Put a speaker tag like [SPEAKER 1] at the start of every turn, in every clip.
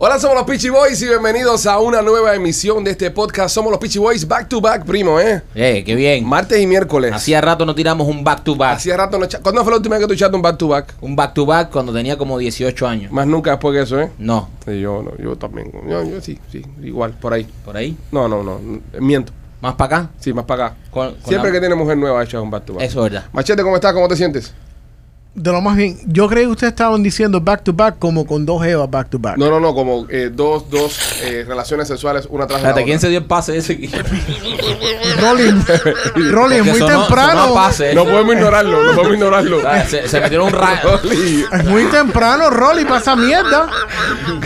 [SPEAKER 1] Hola, somos los Peachy Boys y bienvenidos a una nueva emisión de este podcast. Somos los Peachy Boys back to back, primo, ¿eh?
[SPEAKER 2] Eh, qué bien.
[SPEAKER 1] Martes y miércoles.
[SPEAKER 2] Hacía rato no tiramos un back to back.
[SPEAKER 1] Hacía rato no echa- ¿Cuándo fue la última vez que tú echaste un back to back?
[SPEAKER 2] Un back to back cuando tenía como 18 años.
[SPEAKER 1] Más nunca después que eso, ¿eh?
[SPEAKER 2] No,
[SPEAKER 1] Sí, Yo, no, yo también. Yo, yo sí, sí, igual, por ahí.
[SPEAKER 2] por ahí.
[SPEAKER 1] No, no, no. Miento.
[SPEAKER 2] Más para acá.
[SPEAKER 1] Sí, más para acá.
[SPEAKER 2] Con- con
[SPEAKER 1] Siempre
[SPEAKER 2] la-
[SPEAKER 1] que tiene mujer nueva, echa un back to back.
[SPEAKER 2] Eso es verdad.
[SPEAKER 1] Machete, ¿cómo estás? ¿Cómo te sientes?
[SPEAKER 3] De lo más bien, yo creo que ustedes estaban diciendo back to back como con dos evas back to back.
[SPEAKER 1] Ah, No, no, no, como eh, dos, dos eh, relaciones sexuales, una tras la
[SPEAKER 2] Espérate,
[SPEAKER 1] otra.
[SPEAKER 2] ¿quién se dio el pase ese?
[SPEAKER 3] Rolly, Rolly, es muy temprano.
[SPEAKER 2] pase.
[SPEAKER 1] No podemos ignorarlo, no podemos ignorarlo.
[SPEAKER 2] Ah, se, se metieron un rayo.
[SPEAKER 1] Rolly.
[SPEAKER 3] Es muy temprano, Rolly, para esa mierda.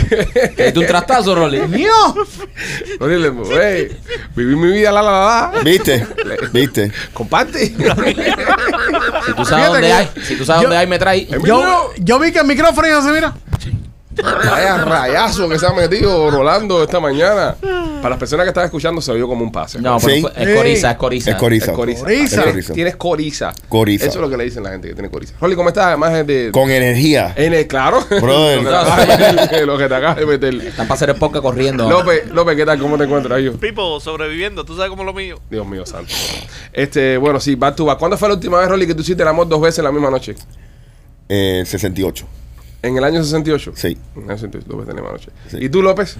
[SPEAKER 2] ¿Te diste un trastazo, Rolly?
[SPEAKER 3] Mío.
[SPEAKER 1] Rolly, le- wey, viví mi vida, la, la, la, la.
[SPEAKER 4] ¿Viste? ¿Viste?
[SPEAKER 1] Comparte.
[SPEAKER 2] Si tú sabes
[SPEAKER 3] Fíjate
[SPEAKER 2] dónde
[SPEAKER 3] que
[SPEAKER 2] hay, si tú sabes
[SPEAKER 3] yo- Eh,
[SPEAKER 2] dónde hay, me traes.
[SPEAKER 3] Yo, yo vi que el micrófono ya se mira.
[SPEAKER 1] Vaya rayazo que se ha metido Rolando esta mañana. Para las personas que están escuchando, se oyó como un pase.
[SPEAKER 2] No, pero
[SPEAKER 4] Sí.
[SPEAKER 2] fue- es coriza, es coriza.
[SPEAKER 4] Es
[SPEAKER 1] Es
[SPEAKER 4] coriza.
[SPEAKER 1] coriza.
[SPEAKER 3] Coriza.
[SPEAKER 1] Ah, Tienes,
[SPEAKER 4] Coriza.
[SPEAKER 1] tienes coriza.
[SPEAKER 4] Coriza.
[SPEAKER 1] Eso es lo que le dicen la gente que tiene coriza. Rolly, ¿cómo estás? Además de.
[SPEAKER 4] Con energía.
[SPEAKER 1] En el, claro.
[SPEAKER 4] Brother.
[SPEAKER 1] lo, que te acabas de meter, lo que te acabas de meter.
[SPEAKER 2] Están para hacer el podcast corriendo.
[SPEAKER 1] López, López, ¿qué tal? ¿Cómo te encuentras, yo?
[SPEAKER 5] Pipo, sobreviviendo, tú sabes cómo es lo mío.
[SPEAKER 1] Dios mío, santo. Este, bueno, sí, back to back. ¿Cuándo fue la última vez, Rolly, que tú hiciste el amor dos veces en la misma noche?
[SPEAKER 4] Eh, 68.
[SPEAKER 1] En el año 68.
[SPEAKER 4] Sí.
[SPEAKER 1] En el año 68, López, en la misma noche.
[SPEAKER 4] Sí.
[SPEAKER 1] ¿Y tú, López?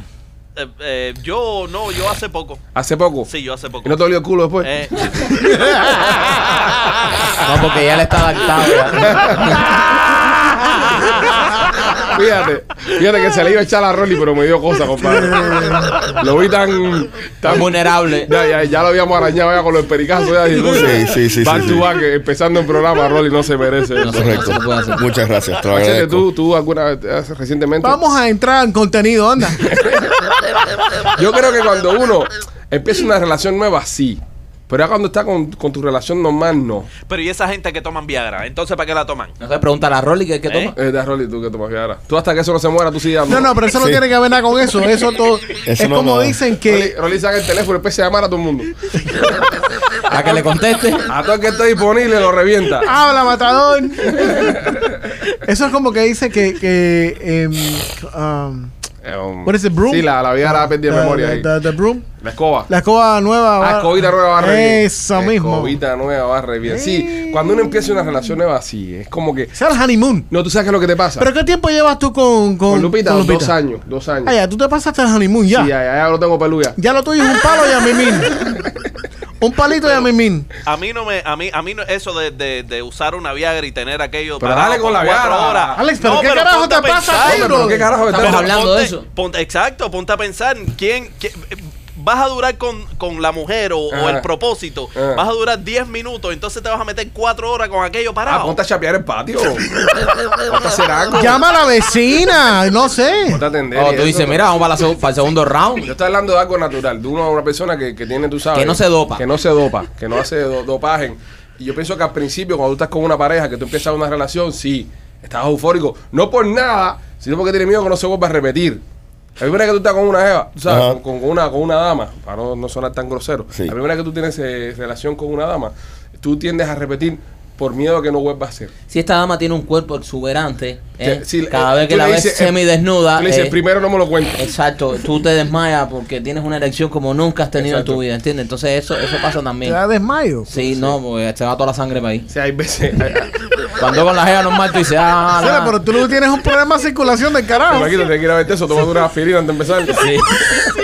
[SPEAKER 5] Eh, eh, yo no, yo hace poco.
[SPEAKER 1] ¿Hace poco?
[SPEAKER 5] Sí, yo hace poco.
[SPEAKER 1] ¿Y no te olió el culo después?
[SPEAKER 5] Eh,
[SPEAKER 2] No, porque ya le está adaptado. ya.
[SPEAKER 1] Fíjate, fíjate que se le iba a echar a Rolly, pero me dio cosa, compadre. lo vi tan.
[SPEAKER 2] Tan
[SPEAKER 1] tan
[SPEAKER 2] vulnerable.
[SPEAKER 1] ya, ya, ya lo habíamos arañado ya con los pericazos. Ya, y-
[SPEAKER 4] Sí, sí, sí,
[SPEAKER 1] Back
[SPEAKER 4] sí,
[SPEAKER 1] to
[SPEAKER 4] sí.
[SPEAKER 1] back, eh, empezando el programa, Rolly no se merece.
[SPEAKER 2] No
[SPEAKER 1] eso.
[SPEAKER 2] se-
[SPEAKER 4] Correcto.
[SPEAKER 2] no se puede hacer.
[SPEAKER 4] Muchas gracias. Te lo
[SPEAKER 1] Machete,
[SPEAKER 4] agradezco.
[SPEAKER 1] tú, tú alguna vez, hace- recientemente.
[SPEAKER 3] Vamos a entrar en contenido, anda.
[SPEAKER 1] Yo creo que cuando uno empieza una relación nueva, sí. Pero ya cuando está con, con tu relación normal, no.
[SPEAKER 5] pero y esa gente que toman Viagra, entonces ¿para qué la toman?
[SPEAKER 2] No se pregunta a Rolly que, que toma.
[SPEAKER 1] Eh, da, Rolly, tú que tomas Viagra. Tú hasta que eso no se muera, tú sigues
[SPEAKER 3] No, no, pero eso no
[SPEAKER 4] Sí.
[SPEAKER 3] tiene que ver nada con eso. Eso, todo, es
[SPEAKER 4] no,
[SPEAKER 3] como
[SPEAKER 4] no.
[SPEAKER 3] dicen
[SPEAKER 1] Rolly,
[SPEAKER 3] que.
[SPEAKER 1] Rolly saca el teléfono y empieza a llamar a todo el mundo.
[SPEAKER 2] A que le conteste.
[SPEAKER 1] A todo el que esté disponible lo revienta.
[SPEAKER 3] Habla, matador. Eso es como que dice que. que em, um,
[SPEAKER 1] Eh, um,
[SPEAKER 3] What is it, broom?
[SPEAKER 1] Sí, la, la Viagra perdí de
[SPEAKER 3] the-
[SPEAKER 1] memoria
[SPEAKER 3] the-
[SPEAKER 1] ahí.
[SPEAKER 3] the- the broom.
[SPEAKER 1] La escoba.
[SPEAKER 3] La escoba nueva.
[SPEAKER 1] Ah,
[SPEAKER 3] va-
[SPEAKER 1] escobita nueva barre bien.
[SPEAKER 3] Eso mismo.
[SPEAKER 1] Escobita nueva barre bien. Sí,
[SPEAKER 3] Eh.
[SPEAKER 1] cuando uno empieza una relación nueva, sí. Es como que.
[SPEAKER 3] Sea el honeymoon.
[SPEAKER 1] No, tú sabes qué es lo que te pasa.
[SPEAKER 3] ¿Pero qué tiempo llevas tú con, con,
[SPEAKER 1] con Lupita, dos años. Dos años.
[SPEAKER 3] Ah, ya, tú te pasaste el honeymoon ya.
[SPEAKER 1] Sí,
[SPEAKER 3] ya.
[SPEAKER 1] ya, ya, ya lo tengo peluya.
[SPEAKER 3] lo tuyo es un palo y a mimín. un palito y a mimín.
[SPEAKER 5] A mí no me, a mí, a mí no, eso de, de, de usar una Viagra y tener aquello
[SPEAKER 1] Pero
[SPEAKER 5] parado
[SPEAKER 1] dale con
[SPEAKER 5] por
[SPEAKER 1] la
[SPEAKER 5] cuatro
[SPEAKER 1] Viagra.
[SPEAKER 5] horas.
[SPEAKER 3] Alex, ¿pero
[SPEAKER 5] No,
[SPEAKER 3] qué carajo
[SPEAKER 5] ponte a
[SPEAKER 3] te pasa,
[SPEAKER 5] pensar.
[SPEAKER 3] ahí,
[SPEAKER 1] Hombre, pero
[SPEAKER 3] bro?
[SPEAKER 1] qué carajo
[SPEAKER 2] Estamos
[SPEAKER 1] estamos-
[SPEAKER 2] hablando
[SPEAKER 5] ponte-
[SPEAKER 2] de eso.
[SPEAKER 5] ponte- exacto, ponte a pensar quién, qué- vas a durar con, con la mujer o, o
[SPEAKER 1] Ajá.
[SPEAKER 5] el propósito.
[SPEAKER 1] Ajá.
[SPEAKER 5] Vas a durar 10 minutos, entonces te vas a meter 4 horas con aquello
[SPEAKER 1] Ah,
[SPEAKER 5] parado.
[SPEAKER 1] ponte a chapear el patio. Ponte a hacer algo.
[SPEAKER 3] Llama a la vecina, no sé.
[SPEAKER 1] Ponte a atender.
[SPEAKER 2] O
[SPEAKER 1] y
[SPEAKER 2] tú
[SPEAKER 1] eso.
[SPEAKER 2] dices, mira, vamos para, la seg- para el segundo
[SPEAKER 1] Yo
[SPEAKER 2] round.
[SPEAKER 1] estoy hablando de algo natural, de uno, una persona que, que tiene, tú sabes.
[SPEAKER 2] Que no se dopa.
[SPEAKER 1] Que no se dopa, que no hace do- dopaje. Y yo pienso que al principio, cuando tú estás con una pareja, que tú empiezas una relación, sí, estás eufórico. No por nada, sino porque tienes miedo que no se vuelva a repetir. La primera vez que tú estás con una jeva, tú sabes,
[SPEAKER 4] Ajá.
[SPEAKER 1] con, con- con una, con una dama, para no, no sonar tan grosero.
[SPEAKER 4] Sí.
[SPEAKER 1] La primera vez que tú tienes eh, relación con una dama, tú tiendes a repetir por miedo a que no vuelva a ser.
[SPEAKER 2] Si esta dama tiene un cuerpo exuberante, ¿eh?
[SPEAKER 1] Que- si-
[SPEAKER 2] cada
[SPEAKER 1] eh,
[SPEAKER 2] vez que
[SPEAKER 1] tú
[SPEAKER 2] la
[SPEAKER 1] le
[SPEAKER 2] ves
[SPEAKER 1] dices, eh,
[SPEAKER 2] semidesnuda,
[SPEAKER 1] tú le dices,
[SPEAKER 2] eh,
[SPEAKER 1] primero no me lo cuentes.
[SPEAKER 2] exacto, tú te desmayas porque tienes una erección como nunca has tenido en
[SPEAKER 1] Exacto.
[SPEAKER 2] tu vida, ¿entiendes? Entonces eso eso pasa
[SPEAKER 3] Te
[SPEAKER 2] también.
[SPEAKER 3] da desmayo.
[SPEAKER 2] Sí, no, porque se va toda la sangre para ahí.
[SPEAKER 1] O sea, hay veces. hay- hay-
[SPEAKER 2] Cuando con la jeva normal tú dices, ah,
[SPEAKER 3] Sara,
[SPEAKER 2] la-
[SPEAKER 3] pero tú luego tienes un problema de circulación del
[SPEAKER 1] Te
[SPEAKER 3] carajo.
[SPEAKER 1] Maquito, tienes que ir a verte eso, tomando una aspirina antes de empezar.
[SPEAKER 2] Sí.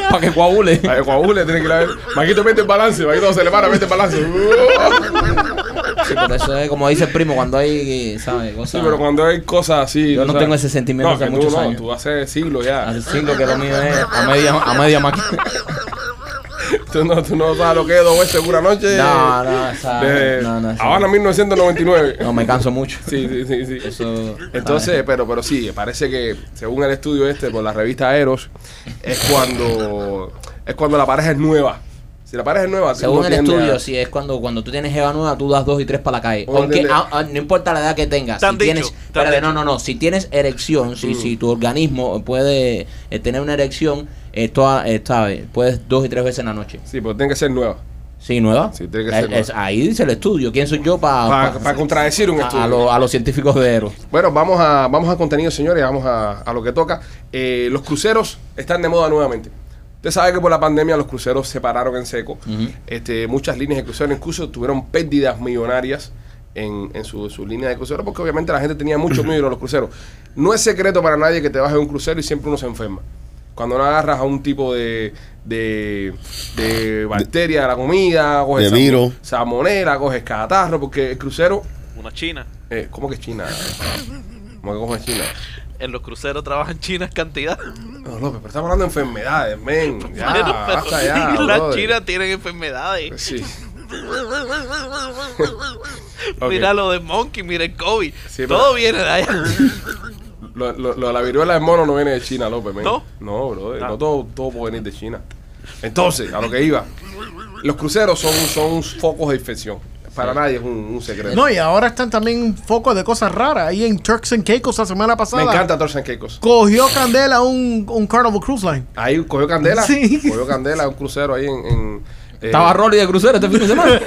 [SPEAKER 2] para que coagule.
[SPEAKER 1] Ay, coagule, tiene que ir a ver. Maquito, mete el balance. Maquito se le para, mete el balance.
[SPEAKER 2] Sí, pero eso es como dice el primo, cuando hay, ¿sabes? Cosas,
[SPEAKER 1] Sí, pero cuando hay cosas así.
[SPEAKER 2] Yo
[SPEAKER 1] tú
[SPEAKER 2] no tengo ese sentimiento hace
[SPEAKER 1] que tú
[SPEAKER 2] muchos
[SPEAKER 1] no,
[SPEAKER 2] años.
[SPEAKER 1] Tú hace siglos ya.
[SPEAKER 2] al cinco que lo mío es a media, a media máquina.
[SPEAKER 1] Tú no, tú no sabes lo que es dos veces una noche.
[SPEAKER 2] No, no, esa-
[SPEAKER 1] De
[SPEAKER 2] no, no, esa-
[SPEAKER 1] Habana 1999.
[SPEAKER 2] No, me canso mucho.
[SPEAKER 1] Sí, sí, sí. sí.
[SPEAKER 2] Eso,
[SPEAKER 1] Entonces, pero, pero sí, parece que según el estudio este por la revista Eros, es cuando es cuando la pareja es nueva. Si la pareja es nueva,
[SPEAKER 2] Según
[SPEAKER 1] uno
[SPEAKER 2] el
[SPEAKER 1] tiende a-
[SPEAKER 2] estudio, sí, es cuando, cuando tú tienes jeva nueva, tú das dos y tres para la calle.
[SPEAKER 1] Uno
[SPEAKER 2] Aunque
[SPEAKER 1] entiende.
[SPEAKER 2] a- a- no importa la edad que tengas,
[SPEAKER 5] Te
[SPEAKER 2] si
[SPEAKER 5] han dicho,
[SPEAKER 2] tienes,
[SPEAKER 5] te han
[SPEAKER 2] espérate, no,
[SPEAKER 5] dicho.
[SPEAKER 1] Mm.
[SPEAKER 2] no, no, si tienes erección, si, si tu organismo puede eh, tener una erección, Esto, ¿sabes? Puedes dos y tres veces en la noche.
[SPEAKER 1] Sí, pero tiene que ser nueva.
[SPEAKER 2] Sí, nueva. Eh,
[SPEAKER 1] Sí, tiene que ser
[SPEAKER 2] Es- es-
[SPEAKER 1] nueva.
[SPEAKER 2] ahí dice el estudio. ¿Quién soy yo para
[SPEAKER 1] Para contradecir un estudio.
[SPEAKER 2] a, los- a los científicos de Eros?
[SPEAKER 1] Bueno, vamos a, vamos a contenido, señores, vamos a, a lo que toca. Eh, los cruceros están de moda nuevamente. Usted sabe que por la pandemia los cruceros se pararon en seco. este, muchas líneas de cruceros incluso tuvieron pérdidas millonarias en, en su, su línea de cruceros porque obviamente la gente tenía mucho miedo a los cruceros. No es secreto para nadie que te bajes de un crucero y siempre uno se enferma. Cuando no agarras a un tipo de, de, de bacteria de la comida, coges
[SPEAKER 4] de
[SPEAKER 1] salmo-
[SPEAKER 4] virus.
[SPEAKER 1] salmonela, coges catarro, porque el crucero
[SPEAKER 5] Una china.
[SPEAKER 1] eh, ¿Cómo que China? ¿Cómo que cómo es China?
[SPEAKER 5] En los cruceros trabajan chinas cantidad.
[SPEAKER 1] No, López, pero estamos hablando de enfermedades, men. Ya,
[SPEAKER 5] Pero- pero
[SPEAKER 1] basta ah, ya,
[SPEAKER 5] las
[SPEAKER 1] brother. Pues
[SPEAKER 5] chinas tienen enfermedades.
[SPEAKER 1] Sí, Ok.
[SPEAKER 5] Mira lo de Monkey, mira el COVID.
[SPEAKER 1] Sí, pero-
[SPEAKER 5] Todo viene de allá.
[SPEAKER 1] lo, lo- lo de la viruela del mono no viene de China, López, men.
[SPEAKER 5] ¿No?
[SPEAKER 1] No, brother,
[SPEAKER 5] Ah.
[SPEAKER 1] no todo, todo puede venir de China. Entonces, a lo que iba, los cruceros son, son focos de infección. Para nadie es un, un secreto.
[SPEAKER 3] No, y ahora están también un foco de cosas raras. Ahí en Turks and Caicos la semana
[SPEAKER 1] Me
[SPEAKER 3] pasada.
[SPEAKER 1] encanta Torsen Keikos.
[SPEAKER 3] Cogió candela un, un Carnival Cruise Line.
[SPEAKER 1] Ahí cogió candela.
[SPEAKER 3] Sí.
[SPEAKER 1] Cogió candela un crucero ahí en. en eh,
[SPEAKER 2] Estaba Rolly de crucero este fin de semana.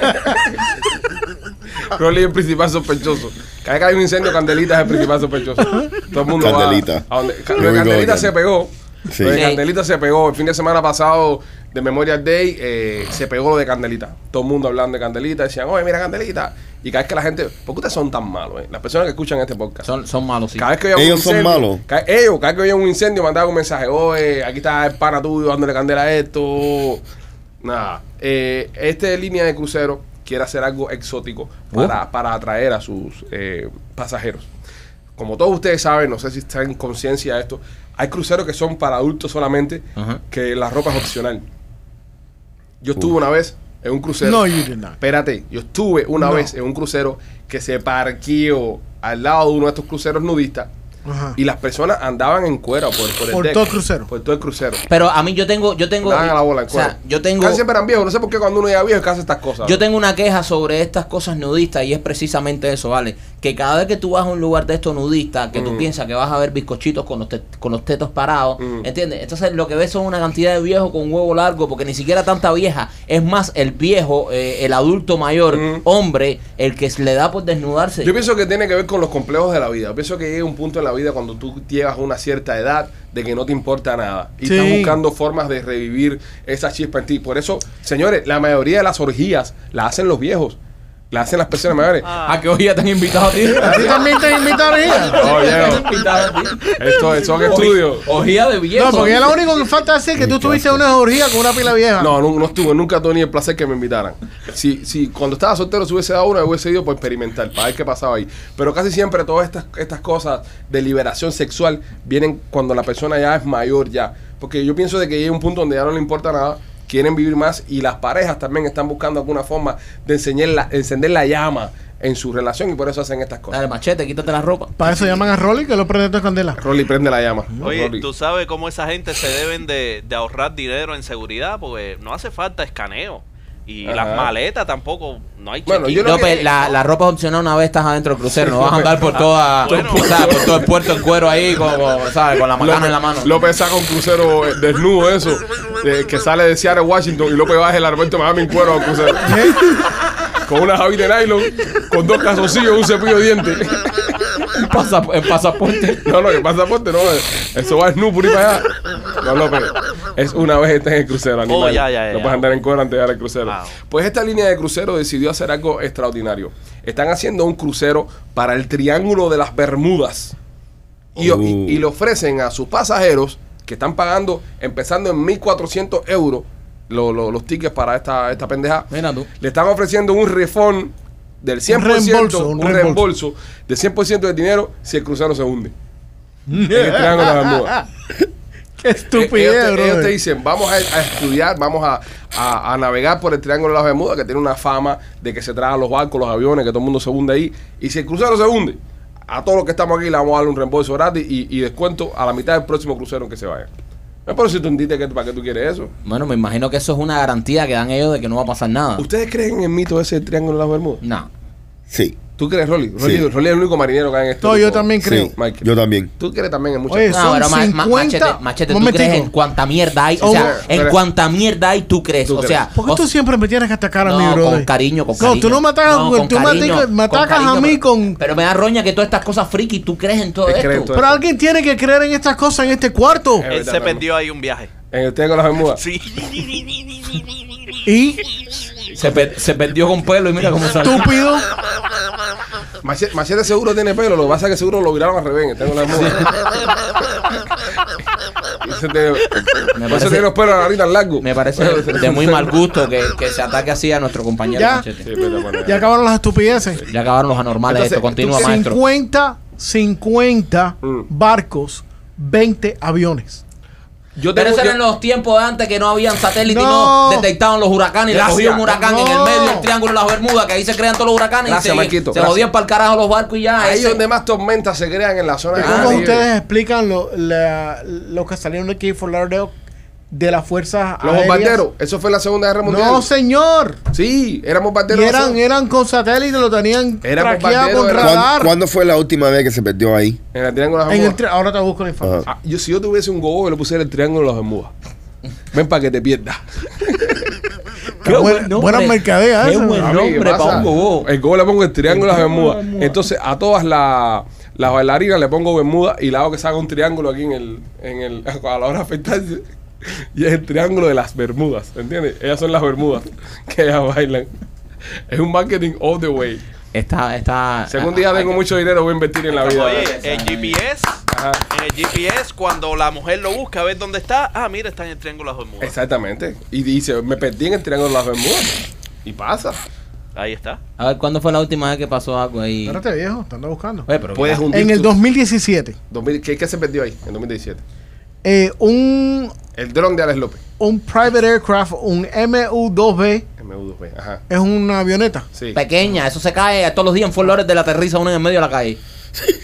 [SPEAKER 1] Rolly es el principal sospechoso. Cada vez que hay un incendio, Candelita es el principal sospechoso. Todo el mundo
[SPEAKER 4] Candelita.
[SPEAKER 1] va. A donde,
[SPEAKER 4] Here
[SPEAKER 1] lo de
[SPEAKER 4] we go
[SPEAKER 1] Candelita
[SPEAKER 4] again.
[SPEAKER 1] se pegó.
[SPEAKER 4] Sí.
[SPEAKER 1] Lo de
[SPEAKER 2] Sí.
[SPEAKER 1] Candelita se pegó. El fin de semana pasado de Memorial Day eh, se pegó lo de Candelita. Todo el mundo hablando de Candelita. Decían, oye, mira Candelita. Y cada vez que la gente. ¿Por qué ustedes son tan malos? eh? Las personas que escuchan este podcast.
[SPEAKER 2] Son, son malos, sí.
[SPEAKER 1] Cada vez que veía un
[SPEAKER 4] Ellos son
[SPEAKER 1] incendio-
[SPEAKER 4] malos.
[SPEAKER 1] Cada, ellos, cada vez que veía un incendio, mandaban un mensaje. Oye, aquí está el pana tuyo dándole candela a esto. Nada. Eh, este línea de crucero quiere hacer algo exótico
[SPEAKER 2] Oh.
[SPEAKER 1] para, para atraer a sus eh, pasajeros. Como todos ustedes saben, no sé si están en conciencia de esto, hay cruceros que son para adultos solamente,
[SPEAKER 2] Ajá.
[SPEAKER 1] que la ropa es opcional. Yo estuve una vez en un crucero.
[SPEAKER 3] No, you did not.
[SPEAKER 1] Espérate, yo estuve una
[SPEAKER 3] No.
[SPEAKER 1] vez en un crucero que se parqueó al lado de uno de estos cruceros nudistas
[SPEAKER 3] Ajá.
[SPEAKER 1] y las personas andaban en cuero por, por el
[SPEAKER 3] Ah. Por
[SPEAKER 1] deck,
[SPEAKER 3] todo el crucero.
[SPEAKER 1] Por todo el crucero.
[SPEAKER 2] Pero a mí yo tengo, yo tengo, eh,
[SPEAKER 1] Andaban a la bola en
[SPEAKER 2] o
[SPEAKER 1] cuero.
[SPEAKER 2] sea, yo tengo,
[SPEAKER 1] Casi siempre eran viejos. No sé por qué cuando uno llega viejo es que hace estas cosas.
[SPEAKER 2] yo tengo una queja sobre estas cosas nudistas y es precisamente eso, ¿vale? Que cada vez que tú vas a un lugar de estos nudistas, que tú
[SPEAKER 1] Mm.
[SPEAKER 2] piensas que vas a ver bizcochitos con los, te- con los tetos parados,
[SPEAKER 1] Mm.
[SPEAKER 2] ¿entiendes? Entonces lo que ves son una cantidad de viejos con huevo largo, porque ni siquiera tanta vieja, es más el viejo, eh, el adulto mayor,
[SPEAKER 1] Mm.
[SPEAKER 2] hombre, el que se le da por desnudarse.
[SPEAKER 1] Yo pienso que tiene que ver con los complejos de la vida. Yo pienso que llega un punto en la vida cuando tú llegas a una cierta edad de que no te importa nada. Y
[SPEAKER 3] Sí.
[SPEAKER 1] estás buscando formas de revivir esa chispa en ti. Por eso, señores, la mayoría de las orgías la hacen los viejos. La hacen las personas mayores.
[SPEAKER 2] Ah, que hoy ya te han invitado a ti.
[SPEAKER 3] ¿A ti también te invitaría?
[SPEAKER 1] No, viejo.
[SPEAKER 2] invitado a ti.
[SPEAKER 1] Esto es son estudios.
[SPEAKER 2] Ojía de billetes.
[SPEAKER 3] No, porque ya lo único que falta decir es que tú tuviste una orgía con una pila vieja.
[SPEAKER 1] No, no, no estuve, nunca tuve ni el placer que me invitaran. Si, si cuando estaba soltero se hubiese dado una, hubiese ido por experimentar, para ver qué pasaba ahí. Pero casi siempre todas estas, estas cosas de liberación sexual vienen cuando la persona ya es mayor ya. Porque yo pienso de que llega un punto donde ya no le importa nada, quieren vivir más y las parejas también están buscando alguna forma de enseñar la- encender la llama en su relación y por eso hacen estas cosas.
[SPEAKER 2] Dale, machete, quítate la ropa.
[SPEAKER 3] Para eso llaman a Rolly que lo prende todo en candela.
[SPEAKER 1] Rolly, prende la llama.
[SPEAKER 5] Oye,
[SPEAKER 1] Rolly.
[SPEAKER 5] ¿tú sabes cómo esa gente se deben de, de ahorrar dinero en seguridad? Porque no hace falta escaneo. Y
[SPEAKER 1] Ajá.
[SPEAKER 5] las maletas tampoco, no hay
[SPEAKER 1] Bueno,
[SPEAKER 5] check-in.
[SPEAKER 1] yo no-
[SPEAKER 2] López,
[SPEAKER 1] que-
[SPEAKER 2] la, la ropa es opcional una vez estás adentro del crucero. No vas a andar por toda,
[SPEAKER 5] Bueno.
[SPEAKER 2] por, ¿sabes? por todo el puerto en cuero ahí, con, con, ¿sabes? con la macana en la mano.
[SPEAKER 1] López saca un crucero eh, desnudo eso, eh, que sale de Seattle, Washington, y López baja el aeropuerto de Miami en cuero al crucero. con una javi de nylon, con dos calzoncillos, un cepillo de dientes.
[SPEAKER 2] El, pasa- el pasaporte.
[SPEAKER 1] No, no, el pasaporte no, eh, eso va desnudo por ahí para allá. No, López, es una vez estés en el crucero, animal.
[SPEAKER 5] Oh, ya, ya, ya,
[SPEAKER 1] no
[SPEAKER 5] ya.
[SPEAKER 1] puedes andar en cuero antes de llegar al crucero.
[SPEAKER 5] Wow.
[SPEAKER 1] Pues esta línea de crucero decidió hacer algo extraordinario. Están haciendo un crucero para el Triángulo de las Bermudas. y,
[SPEAKER 4] Uh.
[SPEAKER 1] y- y le ofrecen a sus pasajeros que están pagando empezando en 1.400 euros lo- lo- los tickets para esta, esta pendeja.
[SPEAKER 2] Mira tú.
[SPEAKER 1] Le están ofreciendo un refund del 100%, un reembolso,
[SPEAKER 3] reembolso, un reembolso.
[SPEAKER 1] de 100% del dinero si el crucero se hunde. En el Triángulo de las Bermudas.
[SPEAKER 3] Qué
[SPEAKER 1] Eh, ellos,
[SPEAKER 3] estupidez,
[SPEAKER 1] te,
[SPEAKER 3] bro.
[SPEAKER 1] ellos te dicen, vamos a, a estudiar, vamos a, a- a navegar por el Triángulo de las Bermudas, que tiene una fama de que se tragan los barcos, los aviones, que todo el mundo se hunde ahí. Y si el crucero se hunde, a todos los que estamos aquí le vamos a dar un reembolso gratis y, y descuento a la mitad del próximo crucero en que se vaya. No, pero si tú hundiste, ¿qué- ¿para qué tú quieres eso?
[SPEAKER 2] Bueno, me imagino que eso es una garantía que dan ellos de que no va a pasar nada.
[SPEAKER 1] ¿Ustedes creen en el mito ese del Triángulo de las Bermudas?
[SPEAKER 2] No.
[SPEAKER 4] Sí.
[SPEAKER 1] ¿Tú crees, Rolly? Rolly,
[SPEAKER 4] Sí.
[SPEAKER 1] Rolly es el único marinero que hay en este
[SPEAKER 3] No, yo
[SPEAKER 1] grupo.
[SPEAKER 3] también creo.
[SPEAKER 4] Sí.
[SPEAKER 1] Michael.
[SPEAKER 4] Yo también.
[SPEAKER 1] Tú crees también en muchas
[SPEAKER 3] Oye,
[SPEAKER 1] cosas.
[SPEAKER 2] No,
[SPEAKER 3] Eh, Son
[SPEAKER 2] pero ma- ma-
[SPEAKER 3] 50.
[SPEAKER 2] machete, machete, tú
[SPEAKER 3] Momentico.
[SPEAKER 2] crees en cuanta mierda hay. O
[SPEAKER 3] Son-
[SPEAKER 2] sea, en
[SPEAKER 1] Espera.
[SPEAKER 2] cuanta mierda hay, tú crees.
[SPEAKER 1] Tú
[SPEAKER 2] o
[SPEAKER 1] crees.
[SPEAKER 2] sea,
[SPEAKER 3] ¿Por qué
[SPEAKER 2] o-
[SPEAKER 3] tú siempre me tienes que atacar a
[SPEAKER 2] no,
[SPEAKER 3] mi brother?
[SPEAKER 2] con cariño, con cariño.
[SPEAKER 3] No, tú no me atacas,
[SPEAKER 2] con
[SPEAKER 3] tú me
[SPEAKER 2] cariño,
[SPEAKER 3] atacas- me
[SPEAKER 2] con
[SPEAKER 3] atacas a
[SPEAKER 2] cariño,
[SPEAKER 3] mí
[SPEAKER 2] pero-
[SPEAKER 3] con...
[SPEAKER 2] Pero me da roña que todas estas cosas friki, tú crees en todo
[SPEAKER 1] Él
[SPEAKER 2] esto.
[SPEAKER 1] cree en todo
[SPEAKER 3] Pero alguien tiene que creer en estas cosas en este cuarto.
[SPEAKER 1] Es
[SPEAKER 5] Él
[SPEAKER 1] verdad,
[SPEAKER 5] se
[SPEAKER 1] también.
[SPEAKER 5] perdió ahí un viaje.
[SPEAKER 1] En el tengo las bermudas.
[SPEAKER 5] Sí.
[SPEAKER 3] Y,
[SPEAKER 2] se, per- se perdió con pelo y mira cómo salió.
[SPEAKER 3] estúpido,
[SPEAKER 1] Machete, Machete seguro tiene pelo, lo que pasa es que seguro lo viraron al revés. Tengo las mudas. Ese tiene-
[SPEAKER 2] Me
[SPEAKER 1] Por eso
[SPEAKER 2] parece-
[SPEAKER 1] tiene los pelos de la nariz tan largos.
[SPEAKER 2] Me parece de muy mal gusto que, que se ataque así a nuestro compañero
[SPEAKER 3] Ya.
[SPEAKER 1] Sí,
[SPEAKER 2] Machete.
[SPEAKER 1] pero bueno,
[SPEAKER 3] ya acabaron las estupideces.
[SPEAKER 2] Ya acabaron los anormales de esto.
[SPEAKER 1] Entonces,
[SPEAKER 2] Continúa, maestro.
[SPEAKER 3] 50, 50
[SPEAKER 1] Mm.
[SPEAKER 3] barcos, 20 aviones.
[SPEAKER 1] Yo tengo,
[SPEAKER 2] Pero esos
[SPEAKER 1] yo-
[SPEAKER 2] eran los tiempos de antes que no habían satélite
[SPEAKER 3] No.
[SPEAKER 2] y no detectaban los huracanes. Y le
[SPEAKER 1] Gracias.
[SPEAKER 2] cogía un huracán en el
[SPEAKER 3] No.
[SPEAKER 2] medio del triángulo de las Bermudas, que ahí se crean todos los huracanes
[SPEAKER 1] Gracias,
[SPEAKER 2] y se,
[SPEAKER 1] Marquito.
[SPEAKER 2] se
[SPEAKER 1] Gracias.
[SPEAKER 2] jodían para el carajo los barcos y ya.
[SPEAKER 1] ahí es
[SPEAKER 2] Ese-
[SPEAKER 1] donde más tormentas se crean en la zona de
[SPEAKER 3] ¿Cómo
[SPEAKER 1] Caribe.
[SPEAKER 3] ustedes explican lo, la- lo que salieron de aquí en Fort Lauderdale de las fuerzas
[SPEAKER 1] Los
[SPEAKER 3] aéreas?
[SPEAKER 1] bombarderos, eso fue en la Segunda Guerra Mundial.
[SPEAKER 3] No, señor.
[SPEAKER 1] Sí, éramos
[SPEAKER 3] Y
[SPEAKER 1] bombarderos.
[SPEAKER 3] eran, eran con satélite, lo tenían
[SPEAKER 1] Eran
[SPEAKER 3] traqueado con
[SPEAKER 1] bombarderos, eran-
[SPEAKER 4] ¿Cuán-
[SPEAKER 3] radar.
[SPEAKER 4] ¿Cuándo fue la última vez que se perdió ahí?
[SPEAKER 1] En el Triángulo de las
[SPEAKER 3] En el
[SPEAKER 1] Bermudas.
[SPEAKER 3] tri- ahora te busco la información.
[SPEAKER 4] Ajá.
[SPEAKER 1] Ah, yo, si yo tuviese un gobo, yo le pusiera el Triángulo de las Bermudas. Ven para que te pierdas.
[SPEAKER 2] Qué
[SPEAKER 3] Buen- buenas mercadeas
[SPEAKER 2] Qué
[SPEAKER 3] esas.
[SPEAKER 2] buen
[SPEAKER 1] A mí, ¿qué
[SPEAKER 2] nombre
[SPEAKER 1] pasa?
[SPEAKER 2] para un bobo.
[SPEAKER 1] El gobo le pongo el Triángulo de las Bermudas. Entonces, a todas la- las bailarinas le pongo Bermuda y le hago que se haga un triángulo aquí en el, en el a la hora de afectarse. Y es el Triángulo de las Bermudas, ¿entiendes? Ellas son las Bermudas que ellas bailan. Es un marketing all the way.
[SPEAKER 2] Está, está.
[SPEAKER 1] Si algún día
[SPEAKER 2] hay
[SPEAKER 1] tengo
[SPEAKER 2] que-
[SPEAKER 1] mucho dinero, voy a invertir en la vida.
[SPEAKER 5] Oye,
[SPEAKER 3] eh.
[SPEAKER 2] esa,
[SPEAKER 5] el
[SPEAKER 2] esa.
[SPEAKER 5] GPS,
[SPEAKER 1] Ajá.
[SPEAKER 5] en el GPS, cuando la mujer lo busca a ver dónde está, ah, mira, está en el triángulo de las Bermudas.
[SPEAKER 1] Exactamente. Y dice, me perdí en el Triángulo de las Bermudas. Y pasa.
[SPEAKER 5] Ahí está.
[SPEAKER 2] A ver, ¿cuándo fue la última vez que pasó algo ahí?
[SPEAKER 3] Espérate, viejo, te ando buscando.
[SPEAKER 2] Oye, pero.
[SPEAKER 1] Puedes hundir
[SPEAKER 3] En el
[SPEAKER 1] tu-
[SPEAKER 3] 2017,
[SPEAKER 1] 2000 ¿qué, qué se perdió ahí? En 2017.
[SPEAKER 3] eh, un,
[SPEAKER 1] El dron de Alex López.
[SPEAKER 3] un private aircraft, un MU-2B,
[SPEAKER 1] MU2B. Ajá.
[SPEAKER 3] es una avioneta.
[SPEAKER 1] Sí.
[SPEAKER 2] Pequeña, eso se cae todos los días en Flores de la aterriza uno en el medio de la calle.